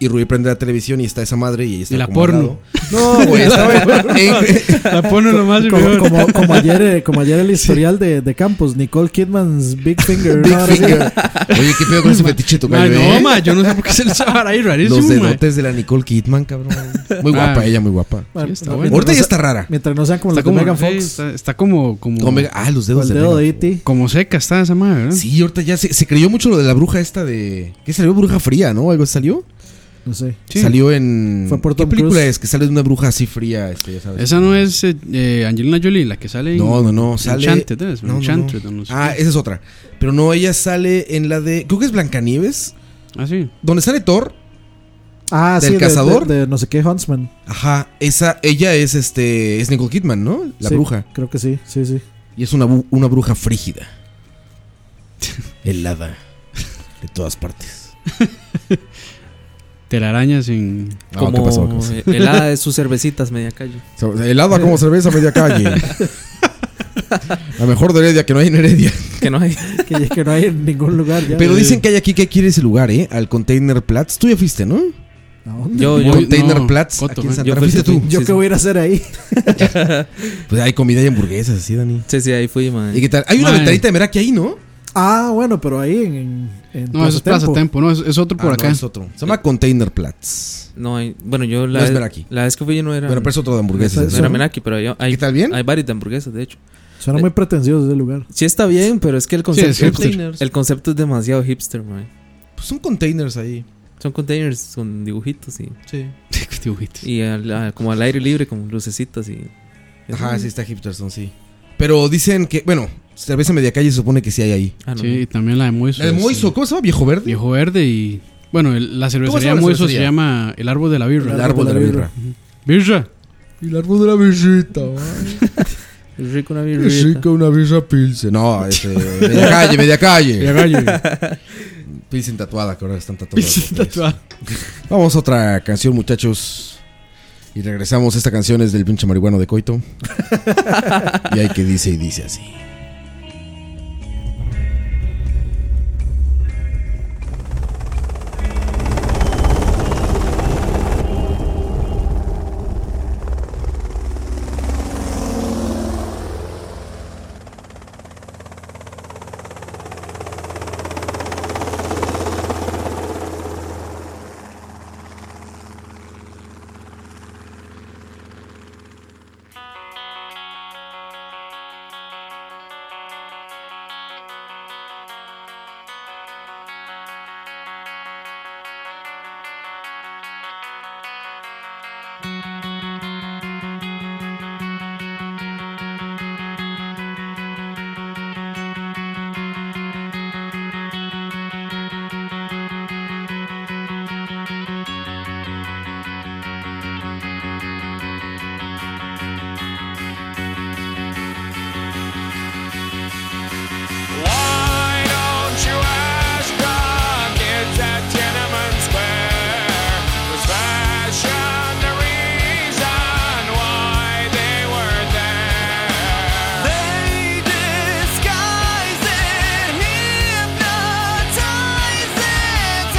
Speaker 3: y Rubí prende la televisión y está esa madre y ahí está.
Speaker 4: Y la
Speaker 3: como al
Speaker 4: porno.
Speaker 3: lado. No, güey, estaba en-
Speaker 4: La pone nomás y
Speaker 5: como,
Speaker 4: mejor.
Speaker 5: como, como ayer, eh, como ayer el historial de, de Campos, Nicole Kidman's Big Finger.
Speaker 3: Big
Speaker 5: una hora así.
Speaker 3: Finger. Oye, qué pedo con ese fetiche tu
Speaker 4: Mae,
Speaker 3: gallo,
Speaker 4: no,
Speaker 3: eh?
Speaker 4: ma, yo no sé por qué se les va ahí rarísimo,
Speaker 3: Los
Speaker 4: mae.
Speaker 3: dedotes de la Nicole Kidman, cabrón. Muy guapa
Speaker 4: Ah.
Speaker 3: ella, muy guapa.
Speaker 5: Bueno,
Speaker 4: Sí, está
Speaker 5: no,
Speaker 4: bueno.
Speaker 5: mientras
Speaker 3: Ahorita
Speaker 5: no
Speaker 3: ya
Speaker 5: sea-
Speaker 3: está rara.
Speaker 5: Mientras no sean como
Speaker 4: Está
Speaker 5: los de
Speaker 4: como,
Speaker 5: Megan
Speaker 4: sí,
Speaker 5: Fox.
Speaker 4: está, está como, como,
Speaker 3: Como Mega- ah, los
Speaker 5: o
Speaker 3: dedos
Speaker 5: el
Speaker 3: de
Speaker 5: dedo de E
Speaker 3: Megan
Speaker 5: E.T.
Speaker 4: como seca está esa madre, ¿verdad?
Speaker 3: Fox. Sí, ahorita ya se, se creyó mucho lo de la bruja esta de. ¿Qué salió? Bruja fría, ¿no? Algo salió.
Speaker 5: No sé.
Speaker 4: Sí.
Speaker 3: Salió en.
Speaker 5: Fue por
Speaker 3: ¿Qué
Speaker 5: Tom
Speaker 3: película
Speaker 5: Cruise.
Speaker 3: es? Que sale de una bruja así fría, este, ya sabes.
Speaker 4: Esa no es eh, eh, Angelina Jolie, la que sale
Speaker 3: No,
Speaker 4: en
Speaker 3: no, no. Sale.
Speaker 4: Enchanted, ¿eh? Es
Speaker 3: No, no, no.
Speaker 4: Enchanted, no, no sé.
Speaker 3: Ah, esa es otra. Pero no, ella sale en la de. Creo que es Blancanieves.
Speaker 4: Ah, sí.
Speaker 3: Donde sale Thor.
Speaker 5: Ah,
Speaker 3: ¿Del
Speaker 5: sí, de-
Speaker 3: cazador?
Speaker 5: De, de no sé qué Huntsman.
Speaker 3: Ajá. Esa, ella es este. Es Nicole Kidman, ¿no? La
Speaker 5: Sí,
Speaker 3: bruja.
Speaker 5: Creo que sí, sí, sí.
Speaker 3: Y es una, bu- una bruja frígida. Helada. De todas partes.
Speaker 4: Telarañas en...
Speaker 3: No,
Speaker 6: como
Speaker 3: ¿qué pasó? ¿Qué pasó?
Speaker 6: helada de sus cervecitas media calle.
Speaker 3: So- Helada como cerveza a media calle. La mejor de Heredia que no hay en Heredia.
Speaker 6: Que no hay.
Speaker 5: Que, que no hay en ningún lugar ya.
Speaker 3: Pero dicen que hay aquí que quiere ese lugar, ¿eh? Al Container Platz. Tú ya fuiste, ¿no?
Speaker 6: Yo, yo,
Speaker 3: Container
Speaker 6: no,
Speaker 3: Platz.
Speaker 6: Coto,
Speaker 3: aquí en
Speaker 6: man.
Speaker 3: Santa
Speaker 6: Yo
Speaker 3: Ana.
Speaker 6: fui-
Speaker 3: ¿Fuiste tú?
Speaker 6: yo
Speaker 3: Sí,
Speaker 6: qué
Speaker 3: sí.
Speaker 6: voy a ir a hacer ahí.
Speaker 3: Pues hay comida y hamburguesas, sí, Dani.
Speaker 6: Sí, sí, ahí fui, man.
Speaker 3: ¿Y qué tal? Hay una
Speaker 6: Mae.
Speaker 3: ventanita de Meraki ahí, ¿no?
Speaker 5: Ah, bueno, pero ahí en. en, en
Speaker 4: No, eso es Plaza Tempo, no, es, es otro por
Speaker 3: Ah, no,
Speaker 4: acá.
Speaker 3: es otro. Se llama Container Platz.
Speaker 6: No, hay- bueno, yo la,
Speaker 3: No es Meraki.
Speaker 6: la vez que fui yo no era.
Speaker 3: Bueno, pero es otro de hamburguesas,
Speaker 6: No
Speaker 3: ¿no?
Speaker 6: era Meraki, pero hay, hay, hay varios de hamburguesas, de hecho.
Speaker 5: Suena muy pretencioso ese lugar.
Speaker 6: Sí está bien, pero es que el concepto,
Speaker 4: es hipster.
Speaker 6: el concepto es demasiado hipster, man.
Speaker 3: Pues son containers ahí.
Speaker 6: Son containers con dibujitos y.
Speaker 3: Sí.
Speaker 4: Dibujitos.
Speaker 6: Y al- a- como al aire libre, con lucecitas y.
Speaker 3: Ajá, sí, está hipsterson, sí. Pero dicen que, bueno, cerveza media calle se supone que sí hay ahí.
Speaker 6: Ah, no.
Speaker 4: Sí, y también la de Moiso.
Speaker 3: El
Speaker 4: es,
Speaker 3: Moiso, ¿cómo se llama? ¿Viejo Verde?
Speaker 4: Viejo Verde y. Bueno, el- la
Speaker 3: se
Speaker 4: cervecería
Speaker 3: llama la
Speaker 4: Moiso se
Speaker 3: cervecería?
Speaker 4: llama El Árbol de la Birra.
Speaker 3: El árbol de la birra.
Speaker 4: Birra.
Speaker 3: El árbol de la birrita,
Speaker 6: Es rico una
Speaker 3: Qué
Speaker 6: birrita.
Speaker 3: rica una birra pilsen. No, este, media calle, media calle.
Speaker 4: Media calle.
Speaker 3: Pilsen tatuada, que ahora están tatuadas.
Speaker 4: Pinche tatuada.
Speaker 3: Vamos a otra canción, muchachos. Y regresamos. Esta canción es del pinche marihuano de Coito. y hay que dice y dice así.
Speaker 11: Why don't you ask the kids at Tiananmen Square? Was fashion the reason why they were there? They disguise it, hypnotize it.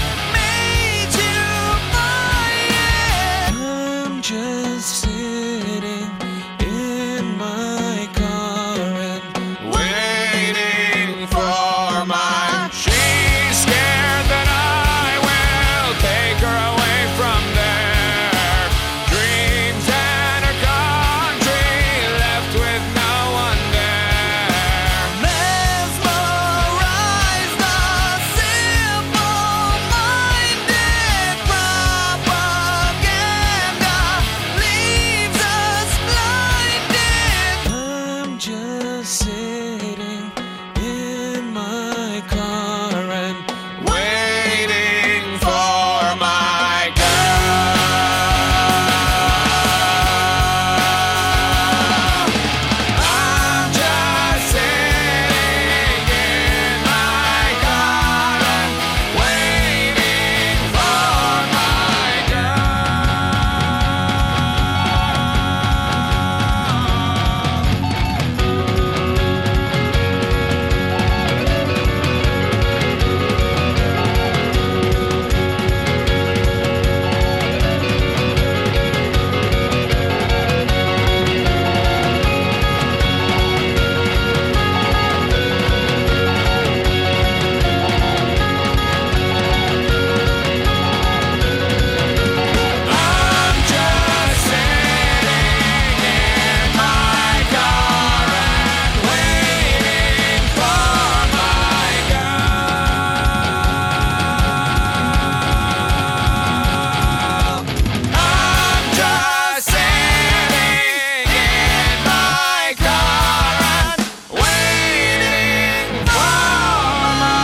Speaker 11: Television made you buy it. I'm just sitting in my car and waiting for my. She's scared that I will take her away from there. Dreams and her country left with no one there. Mesmerize the simple-minded propaganda leaves us blinded. I'm just sitting in my car and waiting for my girl. I'm just sitting in my car and waiting for my I'm just sitting in my car and waiting for my girl. I'm just sitting in my car and waiting for my.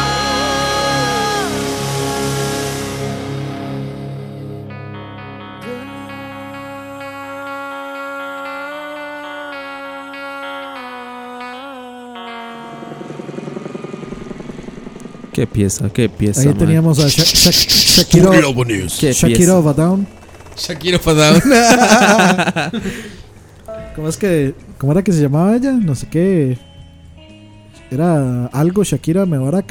Speaker 6: Qué pieza, qué pieza.
Speaker 5: Ahí
Speaker 6: man.
Speaker 5: teníamos a Sha- Sha- Shakira.
Speaker 3: Julio Bonis.
Speaker 6: Qué
Speaker 5: Shakira
Speaker 6: pieza.
Speaker 5: of a Down.
Speaker 3: Shakira Fadown.
Speaker 5: ¿Cómo es que. ¿Cómo era que se llamaba ella? No sé qué. Era algo Shakira Mebarak.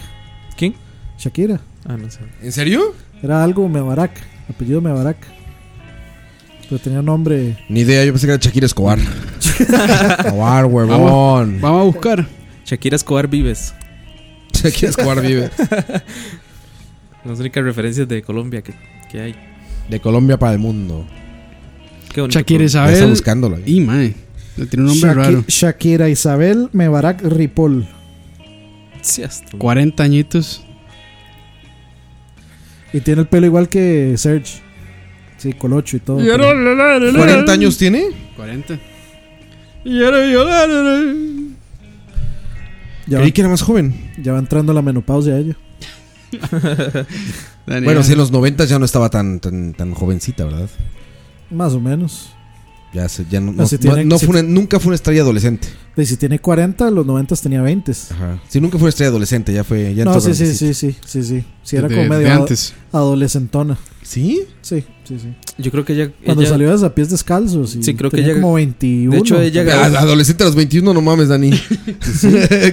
Speaker 6: ¿Quién?
Speaker 5: Shakira.
Speaker 6: Ah, no sé.
Speaker 3: ¿En serio?
Speaker 5: Era algo Mebarak, apellido Mebarak. Pero tenía nombre.
Speaker 3: Ni idea, yo pensé que era Shakira Escobar. Escobar, huevón.
Speaker 4: Vamos a buscar.
Speaker 6: Shakira Escobar Vives.
Speaker 3: Shakira Escobar vive.
Speaker 6: Las únicas referencias de Colombia que, que hay.
Speaker 3: De Colombia para el mundo.
Speaker 6: Qué bonito
Speaker 4: Shakira
Speaker 6: Colombia.
Speaker 3: Ya está
Speaker 4: Isabel.
Speaker 3: buscándolo. ahí.
Speaker 4: Y mae. Tiene un nombre
Speaker 5: Shaki-
Speaker 4: raro.
Speaker 5: Shakira Isabel Mebarak Ripoll.
Speaker 6: Sí, hasta-
Speaker 4: 40 añitos.
Speaker 5: Y tiene el pelo igual que Serge. Sí, colocho y todo. pero-
Speaker 3: 40 años tiene.
Speaker 4: 40.
Speaker 5: Ya va,
Speaker 3: Creí que era más joven.
Speaker 5: ya va entrando la menopausia ella.
Speaker 3: Bueno, sí, en los 90 ya no estaba tan, tan, tan jovencita, ¿verdad?
Speaker 5: Más o menos.
Speaker 3: Ya, se- ya no,
Speaker 5: No,
Speaker 3: no-
Speaker 5: si tiene-
Speaker 3: no- no
Speaker 5: si-
Speaker 3: fue una- nunca fue una estrella adolescente.
Speaker 5: Y si tiene 40, los 90 tenía 20.
Speaker 3: Ajá. Sí, nunca fue una estrella adolescente, ya fue. Ya
Speaker 5: No,
Speaker 3: entró
Speaker 5: sí, sí,
Speaker 3: grandecita.
Speaker 5: sí, sí, sí, sí. Sí, era
Speaker 4: de,
Speaker 5: como medio
Speaker 4: de
Speaker 5: ado-
Speaker 4: antes.
Speaker 5: adolescentona.
Speaker 3: ¿Sí?
Speaker 5: Sí, sí, sí.
Speaker 6: Yo creo que ella.
Speaker 5: Cuando
Speaker 6: ella-
Speaker 5: salió de esas pies descalzos. y
Speaker 6: Sí, creo que
Speaker 5: tenía
Speaker 6: ella-
Speaker 5: como 21.
Speaker 6: De hecho, ella
Speaker 3: A-
Speaker 6: grabó.
Speaker 3: Adolescente a los 21, no mames, Dani.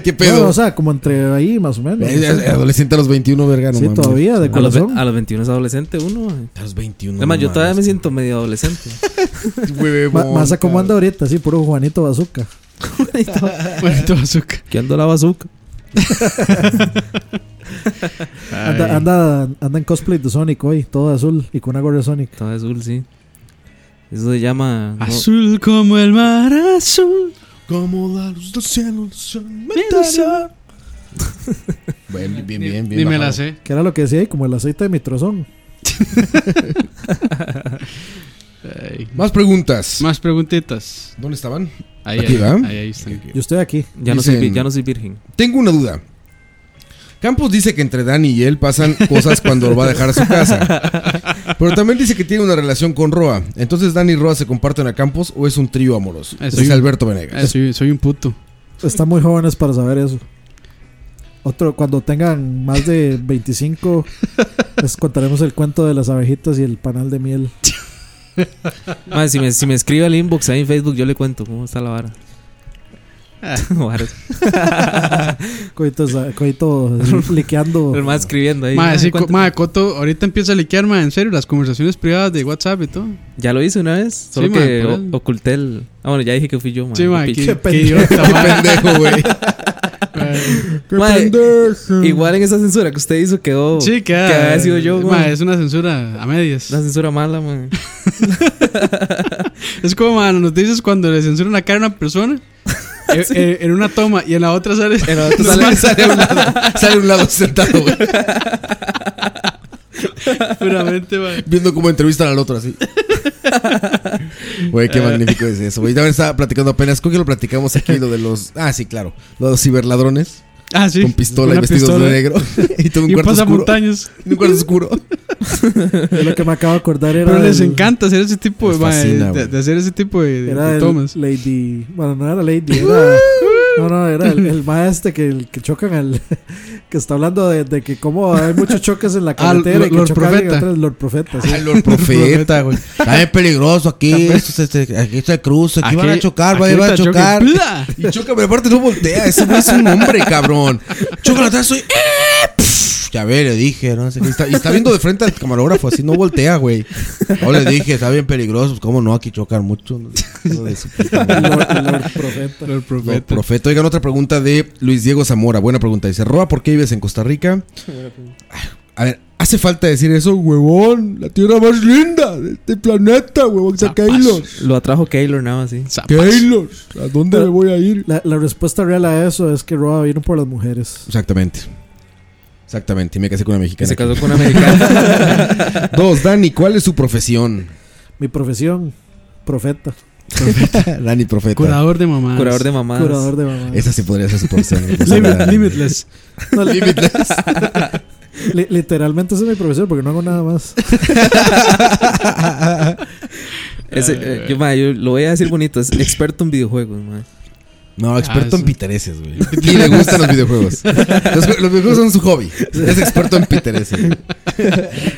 Speaker 3: ¿Qué
Speaker 5: No,
Speaker 3: pedo?
Speaker 5: o sea, como entre ahí, más o menos.
Speaker 3: Eh, eh, Adolescente a los 21, verga, no
Speaker 5: sí,
Speaker 3: mames. Ah,
Speaker 5: todavía, de
Speaker 6: A los, ve-
Speaker 5: corazón.
Speaker 6: a los 21 es adolescente uno. mae.
Speaker 3: A los 21.
Speaker 6: Además, yo
Speaker 3: no
Speaker 6: todavía me
Speaker 3: mames,
Speaker 6: siento medio adolescente.
Speaker 3: huevón,
Speaker 5: Ma- Más a cómo
Speaker 3: cara.
Speaker 5: anda ahorita, sí, puro Juanito Bazooka.
Speaker 4: Bueno, todo azúcar.
Speaker 6: ¿Qué ando la bazooka?
Speaker 5: Anda, anda, anda en cosplay de Sonic hoy, todo azul y con una gorra de Sonic.
Speaker 6: Todo azul, sí. Eso se llama. no-
Speaker 4: Azul como el mar azul.
Speaker 3: Como la luz del cielo, el sol me Bueno, bien, bien, bien.
Speaker 4: Ni me la
Speaker 3: bajado.
Speaker 4: sé.
Speaker 5: Que era lo que decía ahí, como el aceite de mitrozón.
Speaker 4: Ay.
Speaker 3: Más preguntas.
Speaker 4: Más preguntitas.
Speaker 3: ¿Dónde estaban?
Speaker 4: Ahí,
Speaker 3: Aquí,
Speaker 4: ahí,
Speaker 3: ¿verdad?
Speaker 4: ahí, ahí están.
Speaker 5: Yo estoy aquí.
Speaker 6: ya, no soy, vi-
Speaker 3: Dicen-
Speaker 6: ya no soy virgen.
Speaker 3: Tengo una duda. Campos dice que entre Dani y él pasan cosas cuando va a dejar a su casa. Pero también dice que tiene una relación con Roa. Entonces, ¿Dani y Roa se comparten a Campos o es un trío amoroso?
Speaker 4: Es
Speaker 3: Dice
Speaker 4: un-
Speaker 3: Alberto Venegas.
Speaker 4: Ah, soy, soy un puto.
Speaker 5: Están muy jóvenes para saber eso. Otro, cuando tengan más de 25, les contaremos el cuento de las abejitas y el panal de miel.
Speaker 6: Mae, si, me, si me escribe al inbox ahí en Facebook, yo le cuento cómo está la vara.
Speaker 4: Ah.
Speaker 6: Varas.
Speaker 5: Coito, sa- coito liqueando.
Speaker 6: El más escribiendo ahí.
Speaker 4: Mae,
Speaker 6: "Mae,
Speaker 4: sí, co-
Speaker 6: ¿cuánto-"
Speaker 4: mae, Coto, ahorita empieza a liquear, mae, en serio, las conversaciones privadas de WhatsApp y todo.
Speaker 6: Ya lo hice una vez, solo
Speaker 4: mae,
Speaker 6: que
Speaker 4: por
Speaker 6: o-
Speaker 4: él.
Speaker 6: oculté el. Ah, bueno, ya dije que fui yo, mae,
Speaker 4: Sí,
Speaker 6: qué
Speaker 4: mae,
Speaker 6: picha.
Speaker 4: qué, qué idiota,
Speaker 3: Qué
Speaker 4: mae.
Speaker 3: pendejo, güey.
Speaker 6: Mae, Igual en esa censura que usted hizo quedó.
Speaker 4: Sí, que,
Speaker 6: que había sido yo,
Speaker 4: mae,
Speaker 6: mae.
Speaker 4: Es una censura a medias.
Speaker 6: La censura mala, man.
Speaker 4: Es como mae, nos dices cuando le censuran la cara a una persona. eh, eh, en una toma y en la otra sale.
Speaker 6: Pero tú
Speaker 3: Entonces,
Speaker 6: sale-
Speaker 3: sale, a un lado, sale a un lado sentado, güey,
Speaker 4: Puramente, mae.
Speaker 3: viendo cómo entrevistan al otro así. Güey, qué magnífico es eso, güey. También estaba platicando apenas, creo que lo platicamos aquí, lo de los... Ah, sí, claro. Lo de los ciberladrones
Speaker 4: Ah, sí.
Speaker 3: con pistola y
Speaker 4: Una
Speaker 3: vestidos
Speaker 4: pistola.
Speaker 3: de negro. y todo un
Speaker 4: Y un
Speaker 3: cuarto oscuro.
Speaker 4: pasamontañas.
Speaker 3: En un cuarto oscuro.
Speaker 5: Yo lo que me acabo de acordar era.
Speaker 4: Pero les
Speaker 5: del-
Speaker 4: encanta hacer ese tipo de,
Speaker 3: Les
Speaker 4: mae,
Speaker 3: fascina,
Speaker 4: de,
Speaker 3: güey.
Speaker 4: de hacer ese tipo de, de-
Speaker 5: Era
Speaker 4: de
Speaker 5: el
Speaker 4: tomas.
Speaker 5: Lady. Bueno, no era Lady, era. No, no, era el, el maestro que, el que chocan al. que está hablando de, de que como hay muchos choques en la carretera
Speaker 4: Lord-
Speaker 5: y que
Speaker 4: Ah, Lord
Speaker 5: choca alguien
Speaker 4: Profeta.
Speaker 5: atrás, Lord Profeta, sí.
Speaker 3: Ay, Lord Profeta, güey. Está bien peligroso aquí. esto se- se- Aquí está el cruce. Aquí, van a chocar,
Speaker 4: aquí
Speaker 3: van a
Speaker 4: ahorita
Speaker 3: chocar.
Speaker 4: choquen. ¡Pla!
Speaker 3: Y choca, pero aparte no voltea. Ese no es un hombre, cabrón. Choca atrás, soy. ¡Eh! Pf, Ya ve, le dije, no sé qué. Y está, y está viendo de frente al camarógrafo, así no voltea, güey. No le dije, está bien peligroso. Pues, ¿Cómo no? Aquí chocan mucho. ¿no? Hijo de su puta madre.
Speaker 5: Lord, Lord Profeta.
Speaker 4: Lord
Speaker 3: No,
Speaker 4: Profeta.
Speaker 3: profeta. Oigan, otra pregunta de Luis Diego Zamora. Buena pregunta. Dice, Roa, ¿por qué vives en Costa Rica? Ay, A ver, hace falta decir eso, huevón. La tierra más linda de este planeta, huevón. Está
Speaker 4: Zapazo.
Speaker 3: Keylor.
Speaker 6: Lo atrajo Keylor nada más, sí.
Speaker 4: Zapas.
Speaker 3: Keylor. ¿A dónde me voy a ir?
Speaker 5: La, la respuesta real a eso es que Roa vino por las mujeres.
Speaker 3: Exactamente. Exactamente. Y me casé con una
Speaker 6: Que
Speaker 3: mexicana.
Speaker 6: se casó con una americana.
Speaker 3: Dos, Dani, ¿cuál es su profesión?
Speaker 5: Mi profesión, profeta,
Speaker 3: Dani, profeta.
Speaker 4: Curador de mamás.
Speaker 6: curador de mamadas.
Speaker 5: curador de mamá.
Speaker 3: Esa sí podría ser su profesión.
Speaker 4: Lim- Limitless.
Speaker 5: No, li- li- literalmente esa es mi profesión porque no hago nada más.
Speaker 6: Ese, eh, yo, mae, yo lo voy a decir bonito. Es experto en videojuegos, mae.
Speaker 3: No,
Speaker 4: Ah,
Speaker 3: experto
Speaker 4: eso.
Speaker 3: en pitereces, güey. Y le gustan los videojuegos. Los, los videojuegos son su hobby. Es experto en pitereces.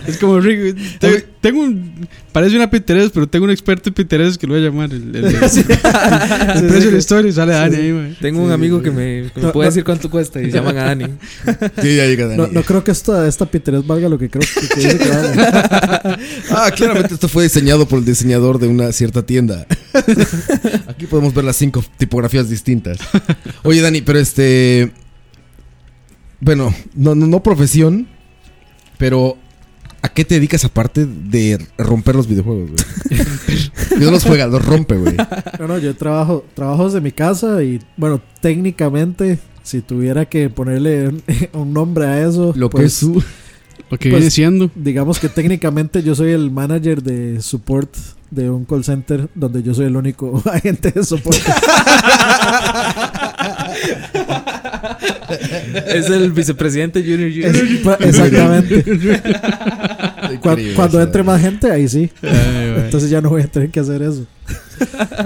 Speaker 4: Es como Rick. Tengo, Tengo un. Parece una Pinterest, pero tengo un experto en Pinterest que lo voy a llamar. El, el, el-
Speaker 6: Sí.
Speaker 4: el precio de la historia y sale Dani ahí, mae.
Speaker 6: Tengo un amigo que me, que me
Speaker 5: No,
Speaker 6: puede
Speaker 5: no.
Speaker 6: decir cuánto cuesta y llaman a Dani.
Speaker 3: Sí, ya llega Dani.
Speaker 5: No, no creo que esta, esta Pinterest valga lo que creo que, que dice que vale.
Speaker 3: Ah, claramente esto fue diseñado por el diseñador de una cierta tienda. Aquí podemos ver las cinco tipografías distintas. Oye, Dani, pero este. Bueno, no, no, no profesión, pero ¿a qué te dedicas aparte de romper los videojuegos, güey? no los juega, los rompe, güey.
Speaker 5: No, no, yo trabajo, trabajo desde mi casa y bueno, técnicamente, si tuviera que ponerle un, un nombre a eso,
Speaker 3: Lo que
Speaker 5: pues,
Speaker 3: es su.
Speaker 4: Lo que
Speaker 5: pues,
Speaker 4: viene siendo.
Speaker 5: Digamos que técnicamente yo soy el manager de support de un call center donde yo soy el único agente de soporte.
Speaker 6: Es el vicepresidente Junior Junior.
Speaker 5: Es- pa- exactamente. Cuan-
Speaker 3: Increíble, eh.
Speaker 5: cuando
Speaker 3: esa
Speaker 5: entre
Speaker 3: madre.
Speaker 5: más gente, ahí sí.
Speaker 4: mae.
Speaker 5: Entonces ya no voy a tener que hacer eso.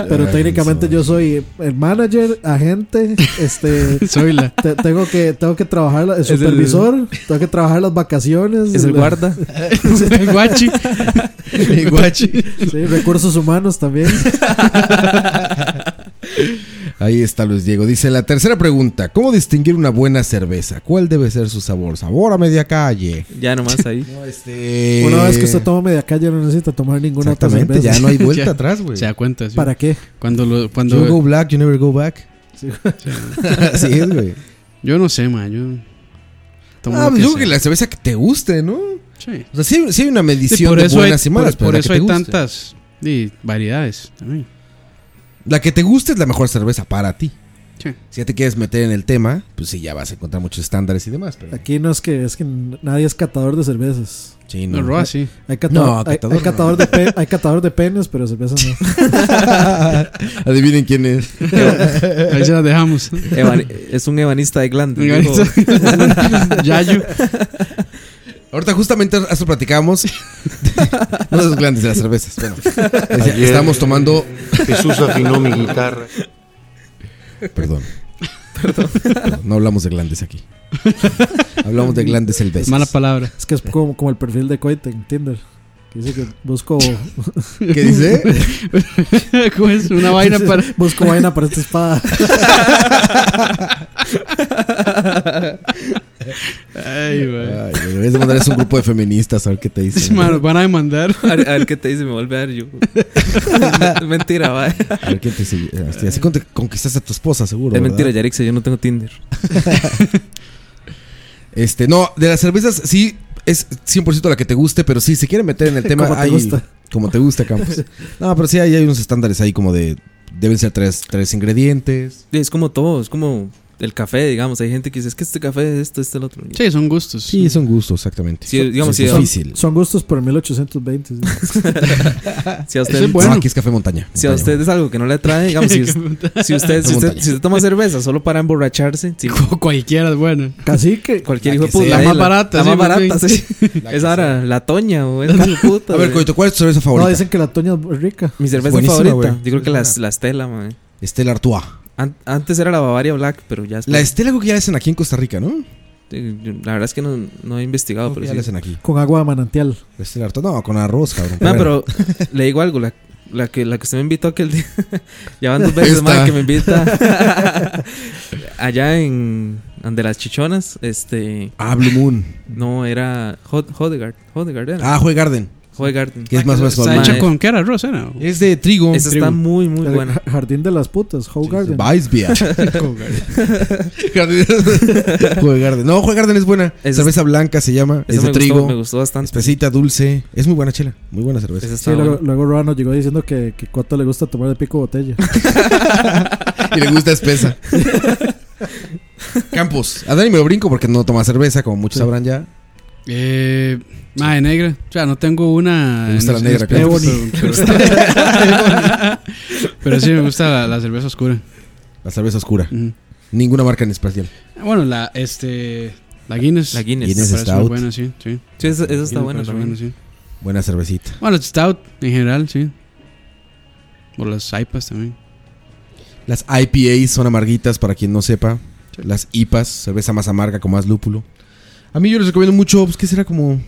Speaker 5: Pero
Speaker 3: Ay,
Speaker 5: técnicamente
Speaker 3: esa
Speaker 5: yo soy el manager, agente, este
Speaker 4: Soy la.
Speaker 5: te- tengo que tengo que trabajar la- el
Speaker 6: el-
Speaker 5: supervisor, tengo que trabajar las vacaciones, eh,
Speaker 6: Es el
Speaker 5: la-
Speaker 6: guarda.
Speaker 4: El guachi. El guachi.
Speaker 5: sí, recursos humanos también.
Speaker 3: Ahí está Luis Diego. Dice la tercera pregunta: ¿Cómo distinguir una buena cerveza? ¿Cuál debe ser su sabor? ¿Sabor a media calle?
Speaker 6: Ya nomás ahí.
Speaker 3: No, este.
Speaker 5: Una vez que usted toma media calle no necesita tomar ninguna otra
Speaker 3: Exactamente,
Speaker 5: cerveza.
Speaker 3: ya no hay vuelta
Speaker 4: Ya.
Speaker 3: atrás, güey.
Speaker 4: Se da cuenta, sí.
Speaker 5: ¿Para qué?
Speaker 4: Cuando lo. Cuando,
Speaker 3: You go black, you never go back.
Speaker 5: Sí.
Speaker 3: Así es, güey.
Speaker 4: Yo no sé, man. Yo. tomo
Speaker 3: Ah,
Speaker 4: lo
Speaker 3: pues yo creo
Speaker 4: sea.
Speaker 3: que la cerveza que te guste, ¿no? O
Speaker 4: Sí.
Speaker 3: sea, sí, sí hay una
Speaker 4: Sí,
Speaker 3: medición
Speaker 4: por
Speaker 3: de
Speaker 4: eso hay,
Speaker 3: buenas y malas,
Speaker 4: por, por
Speaker 3: pero
Speaker 4: eso
Speaker 3: la que
Speaker 4: hay
Speaker 3: te guste.
Speaker 4: tantas sí, variedades. también.
Speaker 3: La que te guste es la mejor cerveza para ti.
Speaker 4: Sí.
Speaker 3: Si ya te quieres meter en el tema, pues sí, ya vas a encontrar muchos estándares y demás. Pero
Speaker 5: Aquí no es que es que nadie es catador de cervezas.
Speaker 3: sí,
Speaker 4: No, Roa sí.
Speaker 5: Hay catador,
Speaker 3: No,
Speaker 5: hay-
Speaker 3: catador
Speaker 5: hay,
Speaker 3: no.
Speaker 5: catador de pe- hay catador de penes, pero cervezas no.
Speaker 3: Adivinen quién es.
Speaker 4: Ahí se las dejamos.
Speaker 6: Evan- es un ebanista de glande. dijo.
Speaker 4: Yayo.
Speaker 3: Ahorita justamente hace platicamos. no de los grandes de las cervezas. Bueno, decía,
Speaker 10: Ayer-
Speaker 3: estamos tomando.
Speaker 10: Jesús afinó mi guitarra.
Speaker 3: Perdón. Perdón. No hablamos de glandes aquí. hablamos de glandes cervezas.
Speaker 4: Mala palabra.
Speaker 5: Es que es como, como el perfil de Coite en Tinder. Que dice que busco,
Speaker 3: ¿Qué dice?
Speaker 4: ¿Cómo es? Una vaina para.
Speaker 5: busco vaina para esta espada.
Speaker 4: Ay, güey.
Speaker 3: Ay, güey, deberías de mandarles un grupo de feministas a ver qué te
Speaker 4: Sí,
Speaker 3: dicen.
Speaker 4: man, nos van a demandar.
Speaker 6: A ver, a ver qué te dice, me vuelve a dar yo. mentira, va.
Speaker 3: A ver quién te sigue. Así así con- conquistaste a tu esposa, seguro.
Speaker 6: Es
Speaker 3: ¿verdad?
Speaker 6: mentira, Yarixa, yo no tengo Tinder.
Speaker 3: Este, no, de las cervezas sí es 100% la que te guste, pero sí, si quieren meter en el tema.
Speaker 5: Como te
Speaker 3: hay-
Speaker 5: gusta.
Speaker 3: Como te gusta, Campos. No, pero sí hay, hay unos estándares ahí como de. Deben ser tres, tres ingredientes.
Speaker 6: Sí, Es como todo, es como el café, digamos. Hay gente que dice, es que este café es esto, este, el otro.
Speaker 4: Sí, son gustos.
Speaker 3: Sí, son gustos, exactamente.
Speaker 6: Sí, digamos,
Speaker 3: Sí, es
Speaker 6: sí,
Speaker 3: difícil.
Speaker 5: Son gustos por 1820. sí.
Speaker 6: Si a usted,
Speaker 4: Eso es bueno.
Speaker 3: No, aquí es café montaña.
Speaker 6: si a
Speaker 3: montaña.
Speaker 6: usted es algo que no le atrae, digamos, si, si usted, si, usted, si, usted, toma cerveza solo para emborracharse, sí,
Speaker 4: Como cualquiera es bueno.
Speaker 5: Cacique.
Speaker 3: La
Speaker 6: cualquier hijo de
Speaker 3: que
Speaker 6: puta.
Speaker 3: sea.
Speaker 6: eh,
Speaker 4: La más barata,
Speaker 6: La
Speaker 4: sí,
Speaker 6: más
Speaker 4: porque-
Speaker 6: barata, sí.
Speaker 3: La que
Speaker 6: Es ahora la toña o esa hijo de puta.
Speaker 3: A ver,
Speaker 6: güey.
Speaker 3: Coito, ¿cuál es tu cerveza
Speaker 5: No,
Speaker 3: favorita?
Speaker 5: dicen que la Toña es rica.
Speaker 6: Mi cerveza
Speaker 3: buenísima,
Speaker 6: favorita.
Speaker 3: güey.
Speaker 6: Yo creo que
Speaker 3: Es
Speaker 6: la,
Speaker 3: buena.
Speaker 6: la Estela, man.
Speaker 3: Estela Artois.
Speaker 6: An- antes era la Bavaria Black, pero ya
Speaker 3: La
Speaker 6: después-
Speaker 3: Estela creo que ya la hacen aquí en Costa Rica, ¿no?
Speaker 6: eh, yo- la verdad es que no, no he investigado,
Speaker 3: Creo que
Speaker 6: pero
Speaker 3: ya
Speaker 6: Pues sí.
Speaker 3: la hacen aquí.
Speaker 5: Con agua de manantial.
Speaker 3: La Estela Artois. No, con arroz, cabrón.
Speaker 6: No,
Speaker 3: Bueno.
Speaker 6: pero le digo algo, la, la que, la que usted me invitó aquel día. ya van dos veces
Speaker 3: Esta.
Speaker 6: más que me invita. Allá en ande las chichonas, este
Speaker 3: Ah, Blue Moon.
Speaker 6: no era Hod- Hodegard, Hodegard era.
Speaker 3: Ah, Joy Garden.
Speaker 6: Hoegaarden.
Speaker 3: Que es más o menos
Speaker 6: Está
Speaker 3: normal.
Speaker 4: Hecha
Speaker 6: Mae.
Speaker 4: con qué era arroz, era. Con
Speaker 3: Es de trigo.
Speaker 6: Esa está muy muy
Speaker 5: El
Speaker 6: buena.
Speaker 5: ja- jardín de las putas, How Garden.
Speaker 3: Weissbier. Garden. Joy Garden. No, Joy Garden es buena.
Speaker 6: Es-
Speaker 3: cerveza blanca se llama.
Speaker 6: Esa
Speaker 3: es
Speaker 6: me
Speaker 3: de
Speaker 6: gustó, me
Speaker 3: trigo.
Speaker 6: gustó bastante.
Speaker 3: Espesita, dulce. Es muy buena chela. Muy buena cerveza.
Speaker 6: Esa
Speaker 5: Sí,
Speaker 6: está
Speaker 5: luego,
Speaker 6: buena.
Speaker 5: luego Roa nos llegó diciendo que, que Coto le gusta tomar de pico botella.
Speaker 3: Y le gusta espesa. Campos. A Dani me lo brinco porque no toma cerveza, como muchos sabrán ya.
Speaker 4: Eh, madre negra. O sea, no tengo una.
Speaker 3: Me gusta
Speaker 4: en-
Speaker 3: la
Speaker 4: en
Speaker 3: negra, claro.
Speaker 4: especial, pero, pero- pero sí, me gusta la, la cerveza oscura.
Speaker 3: La cerveza oscura.
Speaker 4: Ujú.
Speaker 3: Ninguna marca en especial.
Speaker 4: Bueno, la, este, la Guinness.
Speaker 6: La Guinness.
Speaker 3: Guinness.
Speaker 4: Me parece muy
Speaker 3: Stout.
Speaker 4: buena, sí. sí.
Speaker 6: Sí, esa, esa está
Speaker 4: Me
Speaker 6: buena
Speaker 4: parece
Speaker 6: también.
Speaker 4: sí.
Speaker 3: Buena cervecita.
Speaker 4: Bueno, Stout en general, sí. O las IPAs también.
Speaker 3: Las IPAs son amarguitas, para quien no sepa. Las IPAs, cerveza más amarga con más lúpulo. A mí yo les recomiendo mucho, pues que será como...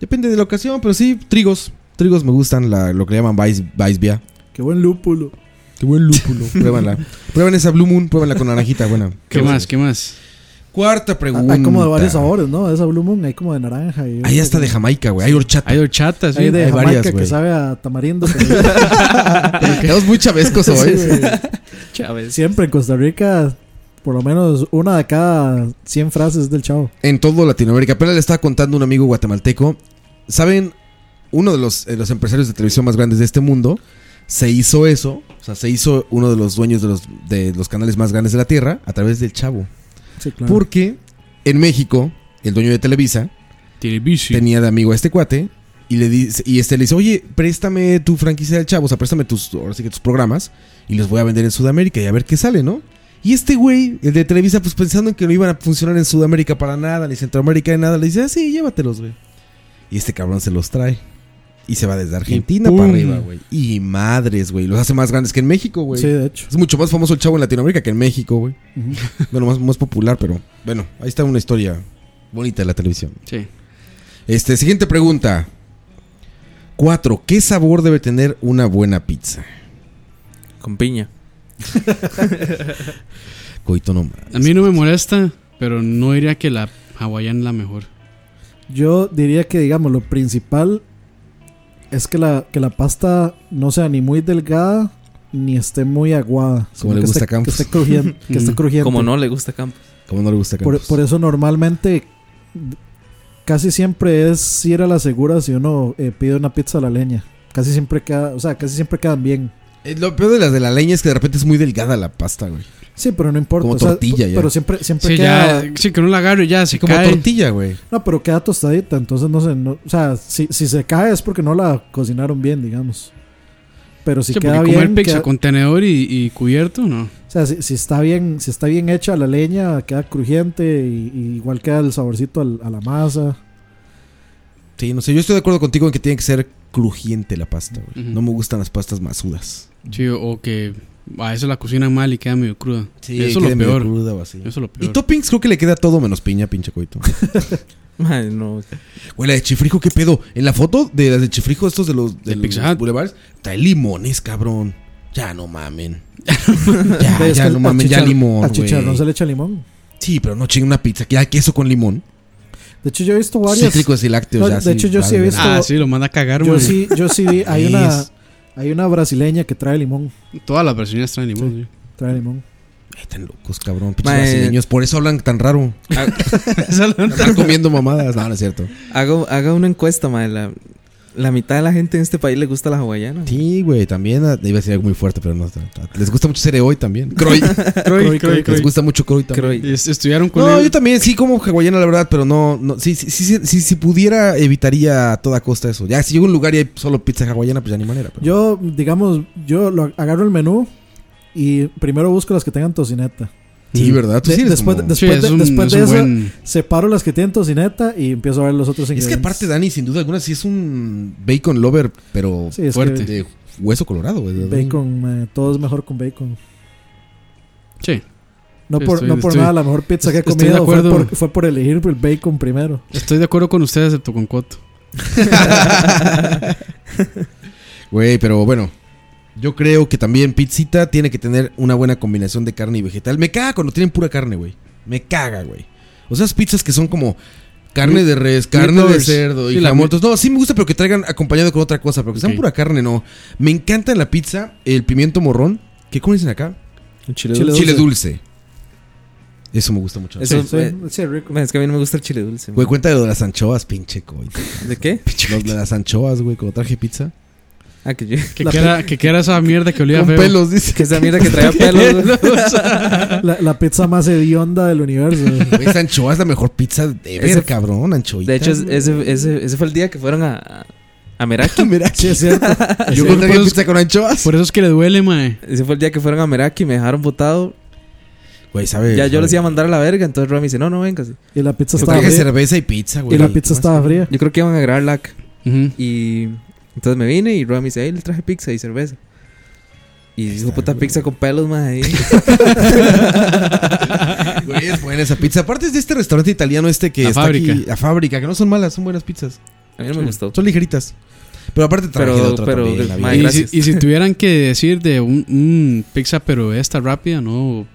Speaker 3: Depende de la ocasión, pero sí, trigos. Trigos me gustan, la- lo que le llaman Vice, Vicevia.
Speaker 5: Qué buen lúpulo.
Speaker 3: Qué buen lúpulo. Pruébanla. Prueben esa Blue Moon, pruébanla con naranjita, buena.
Speaker 4: ¿Qué más? ¿Qué más?
Speaker 3: Cuarta pregunta.
Speaker 5: Hay como de varios sabores, ¿no? Esa Blue Moon, hay como de naranja. Y
Speaker 3: Ahí hasta de Jamaica, güey. Hay horchata.
Speaker 4: Hay horchatas,
Speaker 5: Hay
Speaker 4: sí.
Speaker 5: de
Speaker 3: hay
Speaker 5: Jamaica
Speaker 3: varias,
Speaker 5: que
Speaker 3: güey.
Speaker 5: sabe a tamarindo.
Speaker 3: Quedamos muy chavescos hoy.
Speaker 5: Sí,
Speaker 3: güey.
Speaker 5: güey. Siempre en Costa Rica, por lo menos una de cada 100 frases del chavo.
Speaker 3: en todo Latinoamérica. Apenas le estaba contando un amigo guatemalteco. ¿Saben? Uno de los, eh, los empresarios de televisión más grandes de este mundo se hizo eso. O sea, se hizo uno de los dueños de los, de los canales más grandes de la Tierra a través del Chavo.
Speaker 5: Sí, claro.
Speaker 3: Porque en México, el dueño de Televisa
Speaker 4: Television.
Speaker 3: tenía de amigo a este cuate. Y, le dice, y este le dice, oye, préstame tu franquicia del Chavo, o sea, préstame tus, ahora sí que tus programas y los voy a vender en Sudamérica y a ver qué sale, ¿no? Y este güey, el de Televisa, pues pensando en que no iban a funcionar en Sudamérica para nada, ni Centroamérica, ni nada, le dice, ah, sí, llévatelos, güey. Y este cabrón se los trae. Y se va desde Argentina
Speaker 4: ¡pum!
Speaker 3: para arriba, güey. Y madres, güey. Los hace más grandes que en México, güey.
Speaker 5: Sí, de hecho.
Speaker 3: Es mucho más famoso el chavo en Latinoamérica que en México, güey. Bueno, más, más popular, pero bueno, ahí está una historia bonita de la televisión.
Speaker 4: Sí.
Speaker 3: Este, siguiente pregunta. Cuatro, ¿qué sabor debe tener una buena pizza?
Speaker 6: Con piña.
Speaker 3: Coito no más.
Speaker 4: A mí no me molesta, pero no diría que la hawaiana es la mejor.
Speaker 5: Yo diría que, digamos, lo principal es que la, que la pasta no sea ni muy delgada ni esté muy aguada. sino
Speaker 3: le
Speaker 5: que
Speaker 3: gusta
Speaker 5: esté,
Speaker 3: a Campos.
Speaker 5: Que esté crujiente. que esté
Speaker 4: Mm,
Speaker 5: crujiente.
Speaker 6: Como no le gusta a Campos.
Speaker 3: Como no le gusta que
Speaker 5: Por, por eso normalmente casi siempre es ir a la segura si uno eh, pide una pizza a la leña. Casi siempre queda, o sea, casi siempre quedan bien.
Speaker 3: Eh, Lo peor de las de la leña es que de repente es muy delgada la pasta, güey.
Speaker 5: Sí, pero no importa.
Speaker 3: Como
Speaker 5: o sea,
Speaker 3: tortilla ya.
Speaker 5: Pero siempre, siempre
Speaker 4: Sí,
Speaker 5: queda.
Speaker 4: ya, sí, que uno la agarre y ya se
Speaker 3: Sí, como
Speaker 4: cae.
Speaker 3: tortilla, güey.
Speaker 5: No, pero queda tostadita, entonces no sé, no- o sea, si, si se cae es porque no la cocinaron bien, digamos. Pero si
Speaker 4: Sí, porque
Speaker 5: queda
Speaker 4: comer
Speaker 5: bien,
Speaker 4: pizza
Speaker 5: queda-
Speaker 4: con tenedor y, y cubierto, no.
Speaker 5: o sea, si, si está bien, si está bien hecha la leña, queda crujiente y, y igual queda el saborcito al- a la masa.
Speaker 3: Sí, no sé. Yo estoy de acuerdo contigo en que tiene que ser crujiente la pasta, güey.
Speaker 4: Ujú.
Speaker 3: No me gustan las pastas masudas.
Speaker 4: Sí, o que a eso la cocinan mal y queda medio cruda. eso es
Speaker 3: quede
Speaker 4: lo
Speaker 3: medio
Speaker 4: peor.
Speaker 3: cruda o así.
Speaker 4: Eso es lo peor.
Speaker 3: Y toppings creo que le queda todo menos piña, pinche coito.
Speaker 6: Ay, no.
Speaker 3: Güey, la de chifrijo, qué pedo. En la foto de las de chifrijo, estos de los, de
Speaker 4: De
Speaker 3: los
Speaker 4: Pizza Hut.
Speaker 3: boulevards, trae limones, cabrón. Ya no mamen. ya,
Speaker 5: Es que
Speaker 3: ya no
Speaker 5: al
Speaker 3: mamen, ya
Speaker 5: chichar-
Speaker 3: limón.
Speaker 5: Al chicharrón
Speaker 3: güey.
Speaker 5: se le echa limón.
Speaker 3: Sí, pero no chingue una pizza que ya queso con limón.
Speaker 5: De hecho, yo he visto varias.
Speaker 3: Cítricos y lácteos.
Speaker 5: No,
Speaker 3: ya,
Speaker 5: de
Speaker 3: sí,
Speaker 5: hecho, yo sí he
Speaker 3: vale,
Speaker 5: visto-
Speaker 4: ah, sí, lo manda a cagar,
Speaker 5: Yo
Speaker 4: man.
Speaker 5: sí, yo sí vi, hay
Speaker 3: Es.
Speaker 5: una, hay una brasileña que trae limón.
Speaker 4: Todas las brasileñas traen limón. ¿eh? sí.
Speaker 5: Trae limón.
Speaker 3: verga. Ay, Están locos, cabrón. Pinches
Speaker 6: Mae.
Speaker 3: brasileños. Por eso hablan tan raro. Están comiendo mamadas. No, no es cierto.
Speaker 6: Haga, haga una encuesta, madre. La, la mitad de la gente en este país le gusta la hawaiana. mae.
Speaker 3: Sí, güey. También ah, iba a decir algo muy fuerte, pero no. está- está- Les gusta mucho ser hoy también. Croy.
Speaker 4: Croy, croy,
Speaker 3: Les
Speaker 4: croy.
Speaker 3: gusta mucho Croy también.
Speaker 6: Creo-
Speaker 4: Y es- Estudiaron con
Speaker 3: No,
Speaker 4: él.
Speaker 3: yo también, sí como hawaiana, la verdad, pero no, no sí, sí, sí, sí, sí, si pudiera, evitaría a toda costa eso. Ya, si llego a un lugar y hay solo pizza hawaiana, pues ya ni manera. Pero...
Speaker 5: Yo, digamos, yo lo agarro el menú y primero busco las que tengan tocineta.
Speaker 3: sí, ¿verdad? Tú
Speaker 5: De-
Speaker 3: sí eres
Speaker 5: después,
Speaker 3: como-
Speaker 5: después,
Speaker 4: Sí, es
Speaker 5: de,
Speaker 4: un-
Speaker 5: después
Speaker 4: es
Speaker 5: de
Speaker 4: un
Speaker 5: eso,
Speaker 4: buen-
Speaker 5: separo las que tienen tocineta y empiezo a ver los otros
Speaker 3: Es que
Speaker 5: ingredientes.
Speaker 3: aparte, Dani, sin duda alguna, sí es un bacon lover, pero
Speaker 5: Sí, es
Speaker 4: fuerte.
Speaker 3: de hueso colorado, güey.
Speaker 5: que
Speaker 3: ¿verdad?
Speaker 5: bacon, mae, todo es mejor con bacon.
Speaker 4: Sí.
Speaker 5: No por,
Speaker 4: Estoy-
Speaker 5: no por
Speaker 4: estoy-
Speaker 5: nada, la mejor pizza que he
Speaker 4: estoy de
Speaker 5: comido fue
Speaker 4: acuerdo.
Speaker 5: por, fue por elegir el bacon primero.
Speaker 4: Estoy de acuerdo con ustedes, excepto con Coto.
Speaker 3: Güey, pero bueno. Yo creo que también pizzita tiene que tener una buena combinación de carne y vegetal. Me caga cuando tienen pura carne, güey. Me caga, güey. O sea, esas pizzas que son como carne de res, carne de
Speaker 4: lovers.
Speaker 3: cerdo y
Speaker 4: Sí, la
Speaker 3: jamón.
Speaker 4: mi-
Speaker 3: Entonces, no, sí me gusta, pero que traigan acompañado con otra cosa. Pero que sean
Speaker 4: Ok.
Speaker 3: pura carne, no. Me encanta en la pizza el pimiento morrón. ¿Qué cómo dicen acá?
Speaker 6: Un chile
Speaker 5: Chile
Speaker 6: dulce.
Speaker 3: Chile dulce. Eso me gusta mucho.
Speaker 6: Eso,
Speaker 5: Sí,
Speaker 6: mae,
Speaker 5: sí, rico.
Speaker 6: mae, es que a mí no me gusta el chile dulce. mae.
Speaker 3: Güey, cuenta de lo de las anchoas, pinche coy.
Speaker 6: ¿De qué?
Speaker 3: Lo de las anchoas, güey, cuando traje pizza.
Speaker 6: Ah, que yo.
Speaker 4: Que, quiera, que quiera esa mierda que olía
Speaker 3: Con
Speaker 4: feo.
Speaker 3: pelos, dice.
Speaker 6: Que esa mierda que traía pelos. güey.
Speaker 5: La, la pizza más hedionda del universo.
Speaker 3: Güey, Esa anchoa es la mejor pizza de ver,
Speaker 6: Ese-
Speaker 3: cabrón, anchoita.
Speaker 6: De hecho, es- ese, ese, ese fue el día que fueron a, a- a Meraki.
Speaker 3: mira,
Speaker 5: Sí, es cierto.
Speaker 3: yo
Speaker 4: creo que
Speaker 3: creo
Speaker 4: por eso-
Speaker 3: pizza con anchoas.
Speaker 4: Por eso es que le duele, mae.
Speaker 6: Ese fue el día que fueron a Meraki y me dejaron botado.
Speaker 3: Güey, sabe.
Speaker 6: Ya yo les
Speaker 3: sabe.
Speaker 6: iba a mandar a la verga, entonces Rami dice, no, no vengas.
Speaker 5: Y la pizza
Speaker 3: Yo
Speaker 5: estaba
Speaker 3: traje
Speaker 5: fría.
Speaker 3: cerveza y pizza, güey.
Speaker 5: Y la pizza estaba fría.
Speaker 6: Yo creo que iban a grabar LAC.
Speaker 4: Ujú.
Speaker 6: Y entonces me vine y Rami dice, hey, le traje pizza y cerveza. Y dijo, puta pizza con pelos, más ahí.
Speaker 3: Güey, es buena esa pizza. Aparte es de este restaurante italiano este que
Speaker 4: La
Speaker 3: está
Speaker 4: Fábrica.
Speaker 3: aquí. La fábrica, que no son malas, son buenas pizzas.
Speaker 6: A mí no me gustó.
Speaker 3: Son ligeritas. Pero aparte trabajé de otra también, la vida.
Speaker 4: y, si, y si tuvieran que decir de un, un pizza, pero esta rápida, no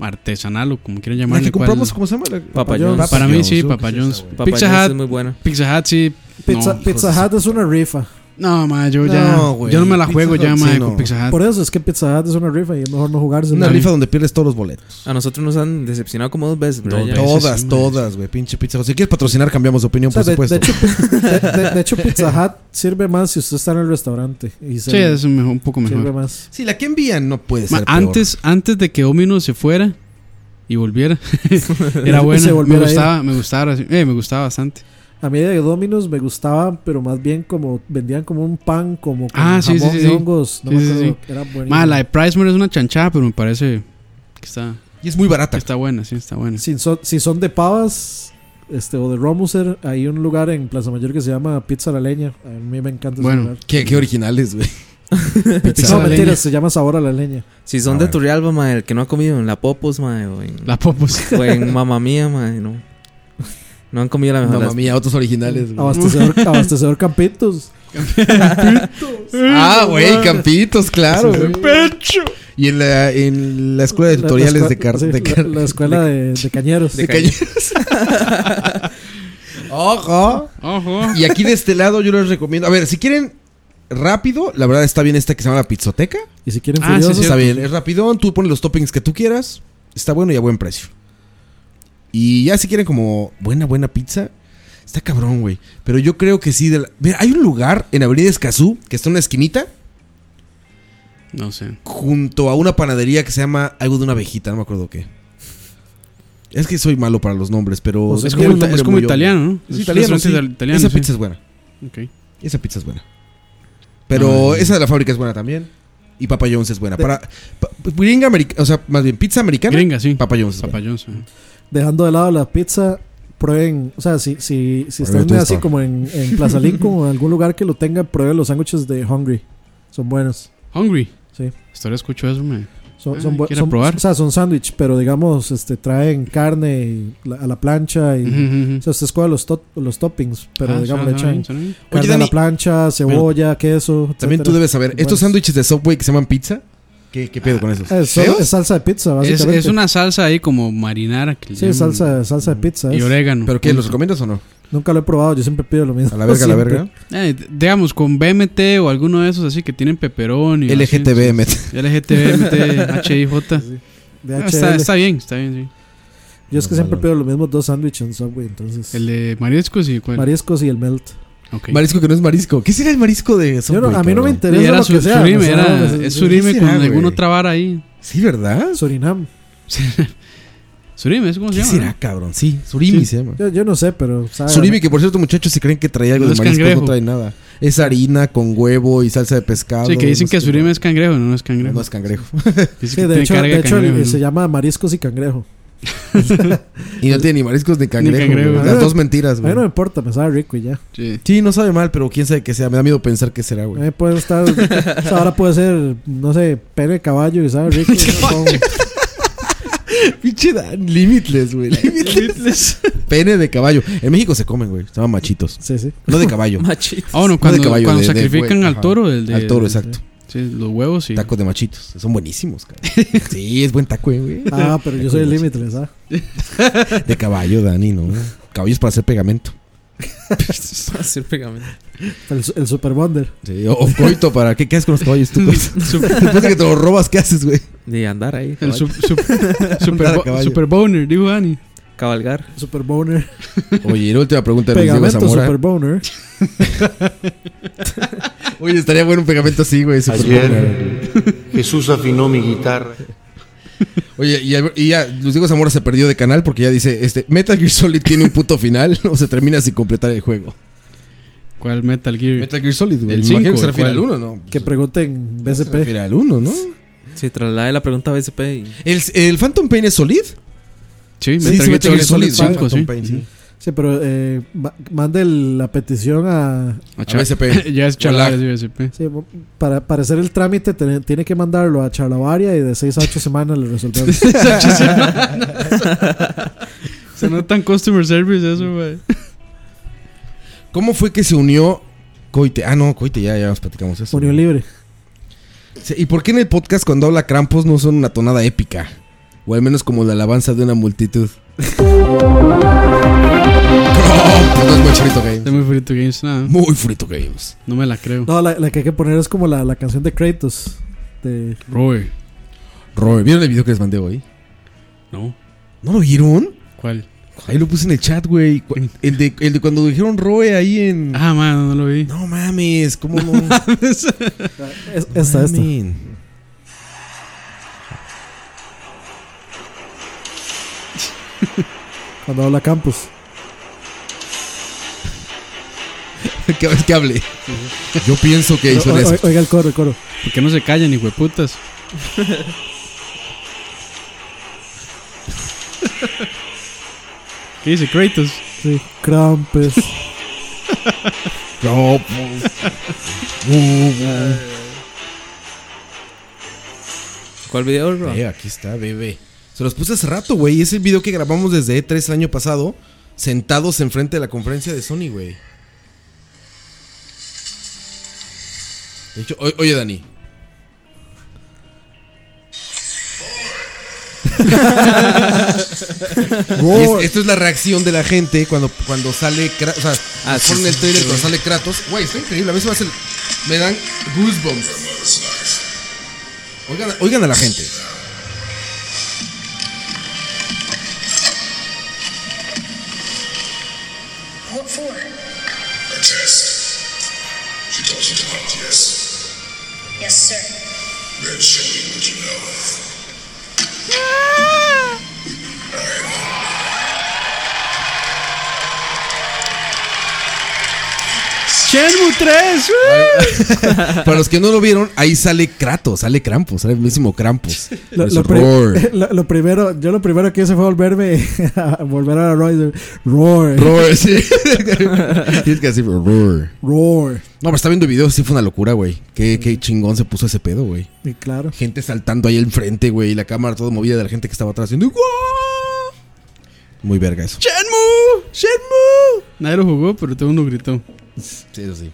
Speaker 4: artesanal o como quieran llamarle.
Speaker 3: que
Speaker 4: ¿cuál?
Speaker 3: compramos, ¿cómo se llama? La- Papa John's.
Speaker 4: Para mí sí,
Speaker 3: Papa
Speaker 4: Papa
Speaker 3: John's.
Speaker 4: John's.
Speaker 3: Papa
Speaker 4: Pizza
Speaker 3: John's
Speaker 4: Hut
Speaker 3: es muy buena.
Speaker 4: Pizza Hut sí.
Speaker 5: Pizza,
Speaker 4: no. pues
Speaker 5: Pizza Hut es una rifa.
Speaker 4: No, ma, yo ya. yo no me la juego ya, ma, con Pizza Hut.
Speaker 5: Por eso es que Pizza Hut es una rifa y es mejor no jugarse.
Speaker 3: Una rifa donde pierdes todos los boletos.
Speaker 6: A nosotros nos han decepcionado como dos veces, ¿verdad? Ya.
Speaker 3: todas, todas, güey. Pinche pizza. Hut. Si quieres patrocinar, cambiamos de opinión,
Speaker 5: O sea,
Speaker 3: por
Speaker 5: de, de
Speaker 3: supuesto.
Speaker 5: hecho, de- de- de hecho, Pizza Hut sirve más si usted está en el restaurante. Y se-
Speaker 4: Sí, es un mejor- un poco mejor.
Speaker 5: Sirve más.
Speaker 3: Sí, la que envían no puede
Speaker 4: Ma, antes, antes de que Omino se fuera y volviera, era
Speaker 5: Y
Speaker 4: bueno.
Speaker 5: se
Speaker 4: Me
Speaker 5: volviera a ir.
Speaker 4: gustaba, me gustaba, eh, me gustaba bastante.
Speaker 5: A mí de Dominos me gustaba, pero más bien como vendían como un pan, como con
Speaker 4: Ah, sí, sí,
Speaker 5: jamón
Speaker 4: sí.
Speaker 5: y
Speaker 4: sí.
Speaker 5: hongos. No
Speaker 4: Sí,
Speaker 5: me
Speaker 4: sí,
Speaker 5: acuerdo.
Speaker 4: sí.
Speaker 5: Era buenísimo.
Speaker 4: Ma, la de Pricemer es una chanchada, pero me parece que está.
Speaker 3: Y es muy barata.
Speaker 4: Está buena, sí, está buena.
Speaker 5: Si son, si son de pavas este, o de Romuser, hay un lugar en Plaza Mayor que se llama Pizza La Leña. A mí me encanta ese
Speaker 4: Bueno,
Speaker 5: lugar.
Speaker 3: Qué, qué originales, güey.
Speaker 5: Pizza no, mentira, se llama Sabor a la Leña.
Speaker 6: Si
Speaker 5: Ah,
Speaker 6: son de
Speaker 5: bueno.
Speaker 6: Turrialba, ma, el que no ha comido en La Popos, ma, o en...
Speaker 4: La Popos.
Speaker 6: O Pues en Mamá Mía, ma, no. No han comido la mejor.
Speaker 3: Mamma
Speaker 6: las-
Speaker 3: Mía, otros originales, güey.
Speaker 5: Abastecedor, abastecedor Campitos.
Speaker 3: Ah, güey, Campitos, claro.
Speaker 5: Sí, sí.
Speaker 3: güey. Y en la, en la escuela de
Speaker 5: La- la
Speaker 3: tutoriales
Speaker 5: escue-
Speaker 3: de car-
Speaker 5: sí,
Speaker 3: de
Speaker 5: la-
Speaker 3: car-
Speaker 5: la escuela de, de cañeros.
Speaker 3: De cañeros. Ojo.
Speaker 4: Ojo.
Speaker 3: Y aquí de este lado yo les recomiendo. A ver, si quieren rápido, la verdad está bien esta que se llama la pizzoteca.
Speaker 5: Y si quieren
Speaker 4: Ah, sí, furiosos- es
Speaker 3: está
Speaker 4: cierto.
Speaker 3: bien. Es rapidón, tú pones los toppings que tú quieras. Está bueno y a buen precio. Y ya si quieren como buena, buena pizza. Está cabrón, güey. Pero yo creo que sí. de la- Mira, hay un lugar en Avenida Escazú que está en una esquinita
Speaker 4: No sé.
Speaker 3: junto a una panadería que se llama algo de una abejita, no me acuerdo qué. Es que soy malo para los nombres, pero
Speaker 4: O sea, es
Speaker 3: tiene
Speaker 4: como
Speaker 3: un
Speaker 4: ita-
Speaker 3: nombre
Speaker 4: es como
Speaker 3: muy obvio.
Speaker 4: italiano, ¿no?
Speaker 3: Es
Speaker 4: Es
Speaker 3: italiano, sí.
Speaker 4: restaurante ital- italiano,
Speaker 3: Esa
Speaker 4: sí.
Speaker 3: pizza es buena.
Speaker 4: Ok.
Speaker 3: Esa pizza es buena. Pero
Speaker 4: Ah,
Speaker 3: esa de la fábrica es buena también. Y Papa Jones es buena. Para pa- gringa americana, o sea, más bien pizza americana.
Speaker 4: Gringa, sí. eh.
Speaker 3: Papa Jones. es buena.
Speaker 5: Dejando de lado la pizza, prueben. O sea, si, si, si
Speaker 3: Prueben
Speaker 5: están
Speaker 3: todo
Speaker 5: así
Speaker 3: esto.
Speaker 5: como en, en Plaza Lincoln o en algún lugar que lo tengan, prueben los sándwiches de Hungry. Son buenos.
Speaker 4: Hungry.
Speaker 5: Sí.
Speaker 4: Hasta ahora escucho eso, me.
Speaker 5: Son, son, bu-
Speaker 4: quiero
Speaker 5: son-
Speaker 4: probar.
Speaker 5: O sea, son sándwich, pero digamos, este, traen carne y la- a la plancha y. O sea, usted escoge los, to- los toppings, pero
Speaker 4: Ah,
Speaker 5: digamos,
Speaker 4: suena-
Speaker 5: le echan
Speaker 4: suena bien, suena bien.
Speaker 5: carne
Speaker 3: Oye,
Speaker 5: a
Speaker 3: Dani,
Speaker 5: la plancha, cebolla, queso.
Speaker 3: También
Speaker 5: etcétera.
Speaker 3: tú debes saber.
Speaker 5: Son
Speaker 3: Estos
Speaker 5: buenos.
Speaker 3: sándwiches de Subway que se llaman pizza. ¿Qué, qué pedo con esos?
Speaker 5: Es,
Speaker 3: ¿Feos?
Speaker 5: es salsa de pizza,
Speaker 4: Ah, Es,
Speaker 5: básicamente.
Speaker 4: es una salsa ahí como marinara. Que le
Speaker 5: Sí,
Speaker 4: llaman.
Speaker 5: salsa, salsa de pizza.
Speaker 4: Y
Speaker 5: es.
Speaker 4: orégano.
Speaker 3: ¿Pero qué? ¿Los recomiendas o no?
Speaker 5: Nunca lo he probado, yo siempre pido lo mismo.
Speaker 3: A la verga, a la
Speaker 5: Siempre.
Speaker 3: verga.
Speaker 4: Eh, d- digamos, con BMT o alguno de esos así que tienen peperón. y
Speaker 3: LGTBMT.
Speaker 4: así. LGTBMT, HIJ. Ah, está,
Speaker 5: DHL.
Speaker 4: está bien, está bien, sí.
Speaker 5: Yo es que siempre pido los mismos dos sándwiches en Subway, entonces.
Speaker 4: El de mariscos y cuál.
Speaker 5: Mariscos y el melt.
Speaker 4: Ok.
Speaker 3: Marisco que no es marisco. ¿Qué será el marisco de Subway?
Speaker 5: no- a mí no
Speaker 3: cabrón?
Speaker 5: me interesa
Speaker 4: Y era
Speaker 5: lo
Speaker 4: su-
Speaker 5: que sea.
Speaker 4: surime,
Speaker 5: o sea,
Speaker 4: era-
Speaker 5: no Pues, sé-
Speaker 4: es surime
Speaker 5: ¿qué
Speaker 4: con
Speaker 5: será,
Speaker 4: alguna
Speaker 5: güey?
Speaker 4: otra vara ahí.
Speaker 3: Sí, ¿verdad?
Speaker 5: Surinam.
Speaker 4: Surime, ¿es cómo
Speaker 3: ¿Qué
Speaker 4: se llama?
Speaker 3: será, cabrón? Sí, surimi
Speaker 5: Sí.
Speaker 3: se llama.
Speaker 5: Yo, yo no sé, pero. sabe,
Speaker 3: Surimi, que por cierto, muchachos, si creen que trae algo
Speaker 4: No
Speaker 3: de
Speaker 4: es
Speaker 3: mariscos,
Speaker 4: Ah, cangrejo.
Speaker 3: no trae nada. Es harina con huevo y salsa de pescado.
Speaker 4: Sí, que dicen
Speaker 3: no
Speaker 4: que
Speaker 3: sé
Speaker 4: surime es cangrejo, no, no es cangrejo.
Speaker 3: No es cangrejo.
Speaker 4: Dice
Speaker 5: Sí,
Speaker 4: que
Speaker 5: de
Speaker 4: tiene
Speaker 5: hecho,
Speaker 4: carga
Speaker 5: de
Speaker 4: de
Speaker 5: hecho el-
Speaker 4: cangrejo,
Speaker 5: se
Speaker 4: ¿no?
Speaker 5: llama mariscos y cangrejo.
Speaker 3: Y no tiene ni mariscos ni cangrejo.
Speaker 4: cangrejo.
Speaker 3: güey.
Speaker 5: A
Speaker 3: Las
Speaker 5: ver,
Speaker 3: dos mentiras,
Speaker 5: A mí
Speaker 3: güey.
Speaker 5: no me importa, me sabe rico y ya.
Speaker 4: Sí.
Speaker 3: Sí, no sabe mal, pero quién sabe qué sea. Me da miedo pensar qué será,
Speaker 5: A
Speaker 3: güey.
Speaker 5: mí puede estar. o sea, ahora puede ser, no sé, pene de caballo y sabe rico. ¿no? Como-
Speaker 3: Pinche Dan, limitless, güey. Limitless. Pene de caballo. En México se comen, güey. Se llaman machitos.
Speaker 5: sí, sí.
Speaker 3: No de caballo.
Speaker 6: Machitos.
Speaker 4: Ah, bueno,
Speaker 3: No
Speaker 4: cuando,
Speaker 3: de caballo,
Speaker 4: cuando
Speaker 3: de- de
Speaker 4: sacrifican
Speaker 3: bue-
Speaker 4: al
Speaker 3: ajá.
Speaker 4: toro. El de,
Speaker 3: Al toro, exacto.
Speaker 4: Sí, los huevos y.
Speaker 3: Tacos de machitos. Son buenísimos, cabrón. Sí, es buen taco, eh, güey.
Speaker 5: Ah, pero yo soy el límite, ¿sabes?
Speaker 3: De caballo, Dani, ¿no? Caballos para hacer pegamento.
Speaker 6: Para hacer pegamento.
Speaker 5: El, su- el Super Wonder.
Speaker 3: Sí, o, o coito para. ¿Qué, qué haces con los caballos, tú? coito? Después de que te los robas, ¿qué haces, güey?
Speaker 6: De andar ahí.
Speaker 4: El
Speaker 6: cabal-
Speaker 4: sup- sup- super,
Speaker 3: Andar a
Speaker 4: bo-
Speaker 3: caballo.
Speaker 4: super boner, digo Dani.
Speaker 6: Cabalgar.
Speaker 5: Super Boner.
Speaker 3: Oye, y la última pregunta de Luis Diego
Speaker 5: Pegamento
Speaker 3: Zamora.
Speaker 5: Super Boner.
Speaker 3: Oye, estaría bueno un pegamento así, güey. super bueno.
Speaker 10: Ayer Jesús afinó mi guitarra.
Speaker 3: Oye, y, Albert- y ya, Luis Diego Zamora se perdió de canal porque ya dice, este, Metal Gear Solid tiene un punto final o se termina sin completar el juego.
Speaker 4: ¿Cuál Metal Gear?
Speaker 3: Metal Gear Solid, güey.
Speaker 4: El
Speaker 3: Me imagino
Speaker 4: cinco,
Speaker 3: que se refiere
Speaker 4: ¿cuál?
Speaker 3: al 1, ¿no?
Speaker 5: Que pregunten
Speaker 3: Se
Speaker 5: BCP.
Speaker 3: refiere al 1, ¿no?
Speaker 6: Sí, traslade la pregunta a BCP y...
Speaker 3: ¿El, el Phantom Pain es Solid?
Speaker 4: Sí, Metal,
Speaker 3: sí,
Speaker 4: Gear Solid
Speaker 3: ¿no?
Speaker 4: 5,
Speaker 3: Phantom
Speaker 4: sí.
Speaker 3: Pain, sí.
Speaker 5: Sí, pero eh, ma- mande el- la petición a.
Speaker 4: A
Speaker 3: A BSP.
Speaker 4: ya es
Speaker 3: Hola.
Speaker 4: chalada, es USP.
Speaker 5: sí, mo- para, para hacer el trámite, tiene, tiene que mandarlo a Charlavaria y de 6 a 8 semanas le resolvemos.
Speaker 4: Mm. Se nota en customer service eso, güey.
Speaker 3: ¿Cómo fue que se unió Coite. Ah, no, coite, ya, ya nos platicamos eso.
Speaker 5: Unión Libre.
Speaker 3: Sí, ¿Y por qué en el podcast cuando habla Krampus no son una tonada épica? O al menos como la alabanza de una multitud. Krampus, no es muy frito games.
Speaker 4: Es muy frito games, nada.
Speaker 3: Muy frito games.
Speaker 4: No me la creo.
Speaker 5: No, la, la que hay que poner es como la, la canción de Kratos. De,
Speaker 4: Roy.
Speaker 3: Roy, ¿vieron el video que les mandé hoy?
Speaker 4: No.
Speaker 3: ¿No lo vieron?
Speaker 4: ¿Cuál?
Speaker 3: Ahí lo puse en el chat, güey. Cu- El de, el de cuando dijeron Roe ahí en.
Speaker 4: Ah, man, no lo vi.
Speaker 3: No mames, ¿cómo no?
Speaker 5: es- esta, esta.
Speaker 3: Mamen.
Speaker 5: Cuando habla Campus.
Speaker 3: Que, que hable. Yo pienso que hizo
Speaker 5: O- o-
Speaker 3: eso.
Speaker 5: oiga el coro, el coro.
Speaker 4: ¿Por qué no se callan, hijo de putas? ¿Qué dice Kratos?
Speaker 5: Sí. Krampus.
Speaker 3: No, pues. Uh,
Speaker 6: ¿Cuál video, bro?
Speaker 3: eh, aquí está, bebé. Se los puse hace rato, güey. Es el video que grabamos desde E3 el año pasado, sentados enfrente de la conferencia de Sony, güey. De hecho, o- oye, Dani. Es- esto es la reacción de la gente cuando, cuando sale Kratos. O sea,
Speaker 6: Ah, sí,
Speaker 3: ponen el
Speaker 6: sí,
Speaker 3: trailer
Speaker 6: sí,
Speaker 3: cuando sale Kratos. Güey, está increíble. A mí se me hace el- Me dan goosebumps. Oigan, oigan a la gente.
Speaker 8: What for?
Speaker 9: A test. She told you to hunt, yes?
Speaker 8: Yes, sir.
Speaker 9: Then show me what you know.
Speaker 4: ¡Shenmue 3!
Speaker 3: Para los que no lo vieron, ahí sale Kratos, sale Krampus, sale el mismo Krampus.
Speaker 5: Lo,
Speaker 3: Es
Speaker 5: lo pri-
Speaker 3: Roar.
Speaker 5: lo- lo primero, yo lo primero que hice fue volverme a volver a Roy. Roar,
Speaker 3: Roar, sí. Tienes que decir Roar.
Speaker 5: roar.
Speaker 3: No, pero está viendo videos, sí fue una locura, güey. Qué, qué chingón se puso ese pedo, güey.
Speaker 5: Y claro.
Speaker 3: Gente saltando ahí enfrente, güey. Y la cámara toda movida de la gente que estaba atrás haciendo. "Guau". Muy verga eso.
Speaker 4: ¡Shenmue! ¡Shenmue! Nadie lo jugó, pero todo el mundo gritó.
Speaker 3: Sí, eso sí.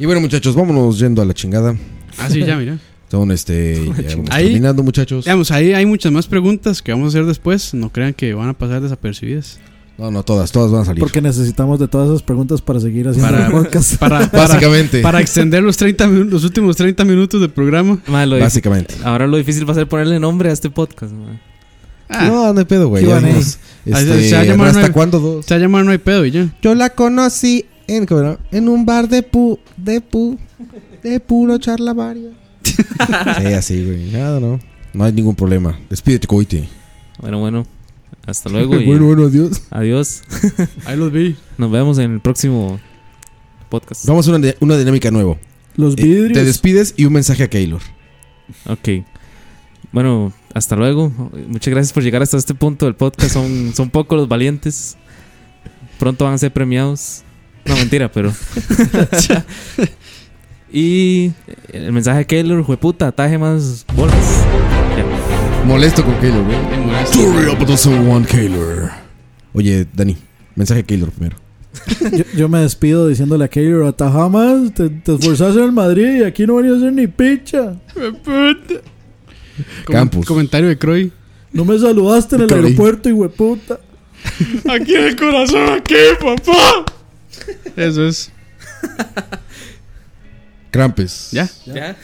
Speaker 3: Y bueno, muchachos, vámonos yendo a la chingada.
Speaker 4: Ah, sí, ya, mira.
Speaker 3: Son este. ya vamos
Speaker 4: Ahí-
Speaker 3: terminando, muchachos.
Speaker 4: Digamos, ahí hay muchas más preguntas que vamos a hacer después. No crean que van a pasar desapercibidas.
Speaker 3: No, no, todas, todas van a salir.
Speaker 5: Porque necesitamos de todas esas preguntas para seguir haciendo
Speaker 4: Para-
Speaker 5: el podcast.
Speaker 4: Para, para,
Speaker 3: Básicamente.
Speaker 4: para extender los, 30 minu- los últimos 30 minutos del programa.
Speaker 6: Ma, lo difícil-
Speaker 3: Básicamente.
Speaker 6: ahora lo difícil va a ser ponerle nombre a este podcast, ma.
Speaker 4: Ah,
Speaker 3: No, no hay pedo, güey. ya
Speaker 5: Q&A.
Speaker 3: vimos.
Speaker 4: Ahí se-
Speaker 3: Este,
Speaker 4: se va a llamar
Speaker 3: ¿Hasta
Speaker 4: nueve.
Speaker 3: cuándo dos?
Speaker 4: se va a llamar No hay pedo y ya.
Speaker 3: Yo la conocí en, ¿cómo era? en un bar de pu, de pu, de puro charlavario. sí, así, güey. Nada, no. No hay ningún problema. Despídete, coite.
Speaker 6: Bueno, bueno. Hasta luego y
Speaker 3: Bueno, bueno, adiós.
Speaker 6: adiós.
Speaker 4: Ahí los vi.
Speaker 6: Nos vemos en el próximo podcast.
Speaker 3: Vamos a una, una dinámica nueva.
Speaker 5: Los
Speaker 3: Eh, te
Speaker 5: vidrios.
Speaker 3: despides y un mensaje a Keylor.
Speaker 6: Ok. Bueno, hasta luego. Muchas gracias por llegar hasta este punto del podcast. Son, son pocos los valientes. Pronto van a ser premiados. No, mentira, pero. y el mensaje de Keylor, jueputa, ataje más bolas.
Speaker 3: Molesto con Keylor, güey. Story up with the one Keylor. Oye, Dani, mensaje a Keylor primero.
Speaker 5: Yo, yo me despido diciéndole a Keylor, hasta jamás te, te esforzaste en el Madrid y aquí no venía a hacer ni picha.
Speaker 4: Com-
Speaker 3: Campus.
Speaker 4: Comentario de Croy.
Speaker 5: No me saludaste en el
Speaker 3: Cabrón.
Speaker 5: aeropuerto, hueputa.
Speaker 4: Aquí en el corazón, aquí, papá. Eso es.
Speaker 3: Crampes.
Speaker 4: Ya.
Speaker 6: Ya.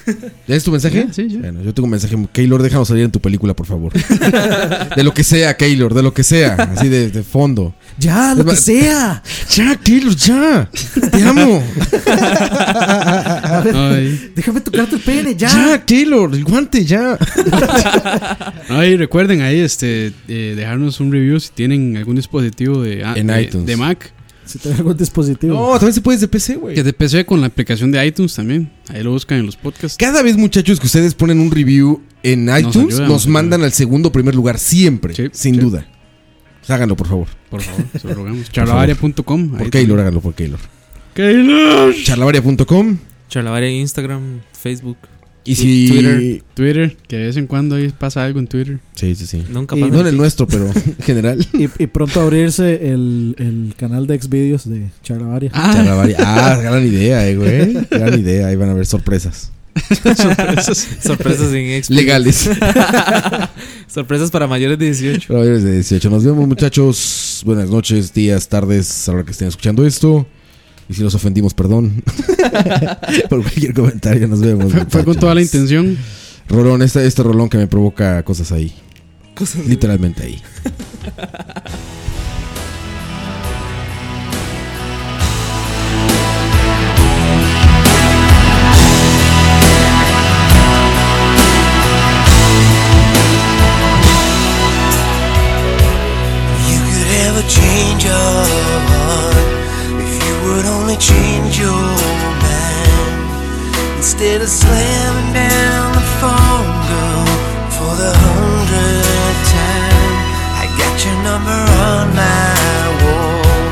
Speaker 3: ¿Ya es tu mensaje?
Speaker 4: Ya, sí, ya.
Speaker 3: Bueno, yo tengo un mensaje. Keylor, déjanos salir en tu película, por favor. de lo que sea, Keylor, de lo que sea. Así de, de fondo.
Speaker 5: Ya, lo que sea.
Speaker 3: Ya, Keylor, ya. Te amo.
Speaker 4: Ay.
Speaker 5: Déjame tocarte el pene, ya.
Speaker 3: Ya, Keylor, el guante, ya.
Speaker 4: Ay, recuerden ahí este eh, dejarnos un review si tienen algún dispositivo de, ah,
Speaker 3: En
Speaker 4: de-
Speaker 3: iTunes.
Speaker 4: de Mac.
Speaker 5: Si tengo algún dispositivo.
Speaker 3: No, también se puede desde PC,
Speaker 4: Que
Speaker 3: güey.
Speaker 4: es de PC con la aplicación de iTunes también. Ahí lo buscan en los podcasts.
Speaker 3: Cada vez, muchachos, que ustedes ponen un review en
Speaker 4: Nos
Speaker 3: iTunes, nos,
Speaker 4: ayuda, nos
Speaker 3: mandan al segundo o primer lugar siempre.
Speaker 4: Sí,
Speaker 3: sin
Speaker 4: sí.
Speaker 3: duda. Pues háganlo, por favor.
Speaker 4: Por favor, se lo rogamos. Charlavaria.com.
Speaker 3: Por Keylor, háganlo por Keylor.
Speaker 4: Keylor.
Speaker 3: Charlavaria.com.
Speaker 6: Charlavaria en Instagram, Facebook.
Speaker 3: Y si-
Speaker 4: Twitter. Twitter, que de vez en cuando ahí pasa algo en Twitter.
Speaker 3: Sí, sí, sí.
Speaker 6: Nunca
Speaker 5: Y-
Speaker 3: No en el nuestro, pero en general.
Speaker 5: Y, y pronto abrirse el, el canal de Xvideos de Charlavaria.
Speaker 3: Charlavaria. Ah, gran idea, eh, güey. Gran idea. Ahí van a haber sorpresas.
Speaker 6: Sorpresas. Sorpresas en Xbox.
Speaker 3: Legales.
Speaker 6: Sorpresas para mayores de 18.
Speaker 3: Pero eres de 18. Nos vemos, muchachos. Buenas noches, días, tardes, a la hora que estén escuchando esto. Y si los ofendimos, perdón. Por cualquier comentario, nos vemos.
Speaker 4: Fue con toda la intención.
Speaker 3: Rolón, este, este rolón que me provoca cosas ahí.
Speaker 6: Cosas-
Speaker 3: Literalmente ahí.
Speaker 11: You could ever change your heart if you would only change your mind. Instead of slamming down the phone, girl, for the hundredth time, I got your number on my wall,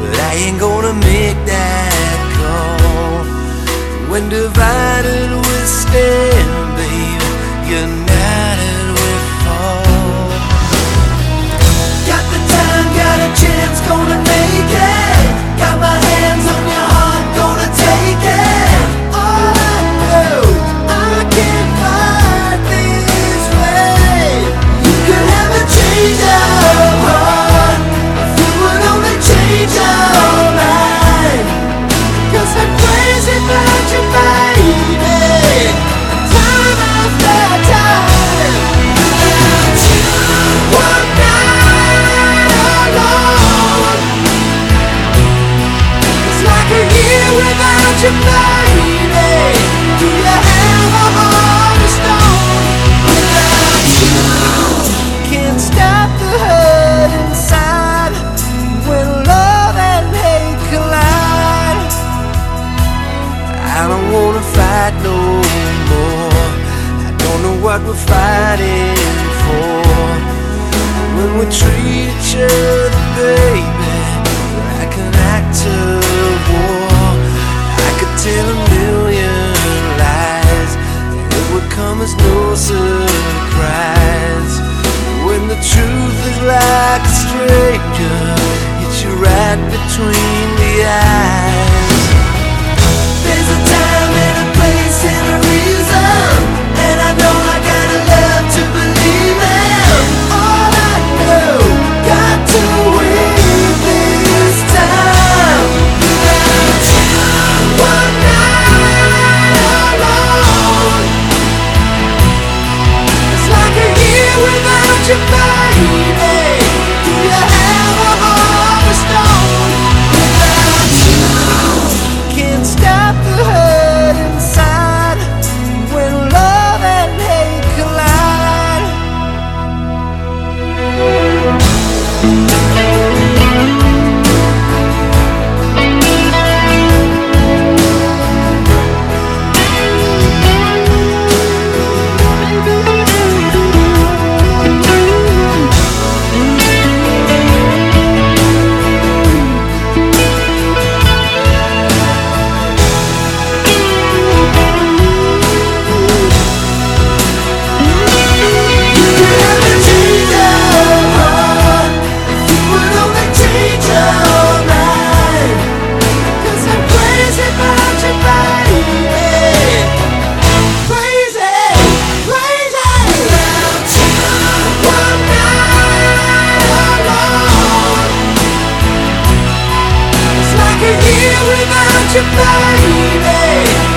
Speaker 11: but I ain't gonna make that call. When divided we stand, babe, united we fall. Got the time, got a chance, gonna make it. Got my hands on your heart, gonna take it. Oh, no, I can't fight this way. You could have a change of heart. If you would only change your mind. Cause I'm crazy about you, baby. Time after time. Without you, one night alone. It's like a year without you, baby. Do you have a heart of stone? Without you, can't stop the hurt inside. When love and hate collide. I don't wanna fight no more. I don't know what we're fighting for. When we treat each other, baby, like an act of war. I could tell a million lies, and it would come as no surprise. When the truth is like a stranger, hits you right between the eyes. There's a time and a place and a reason And I know I gotta love to believe in All I know, got to win this time Without you, one night alone It's like a year without you, baby Do you have a heart of stone? Without you can't stop the hurt inside when love and hate collide. Baby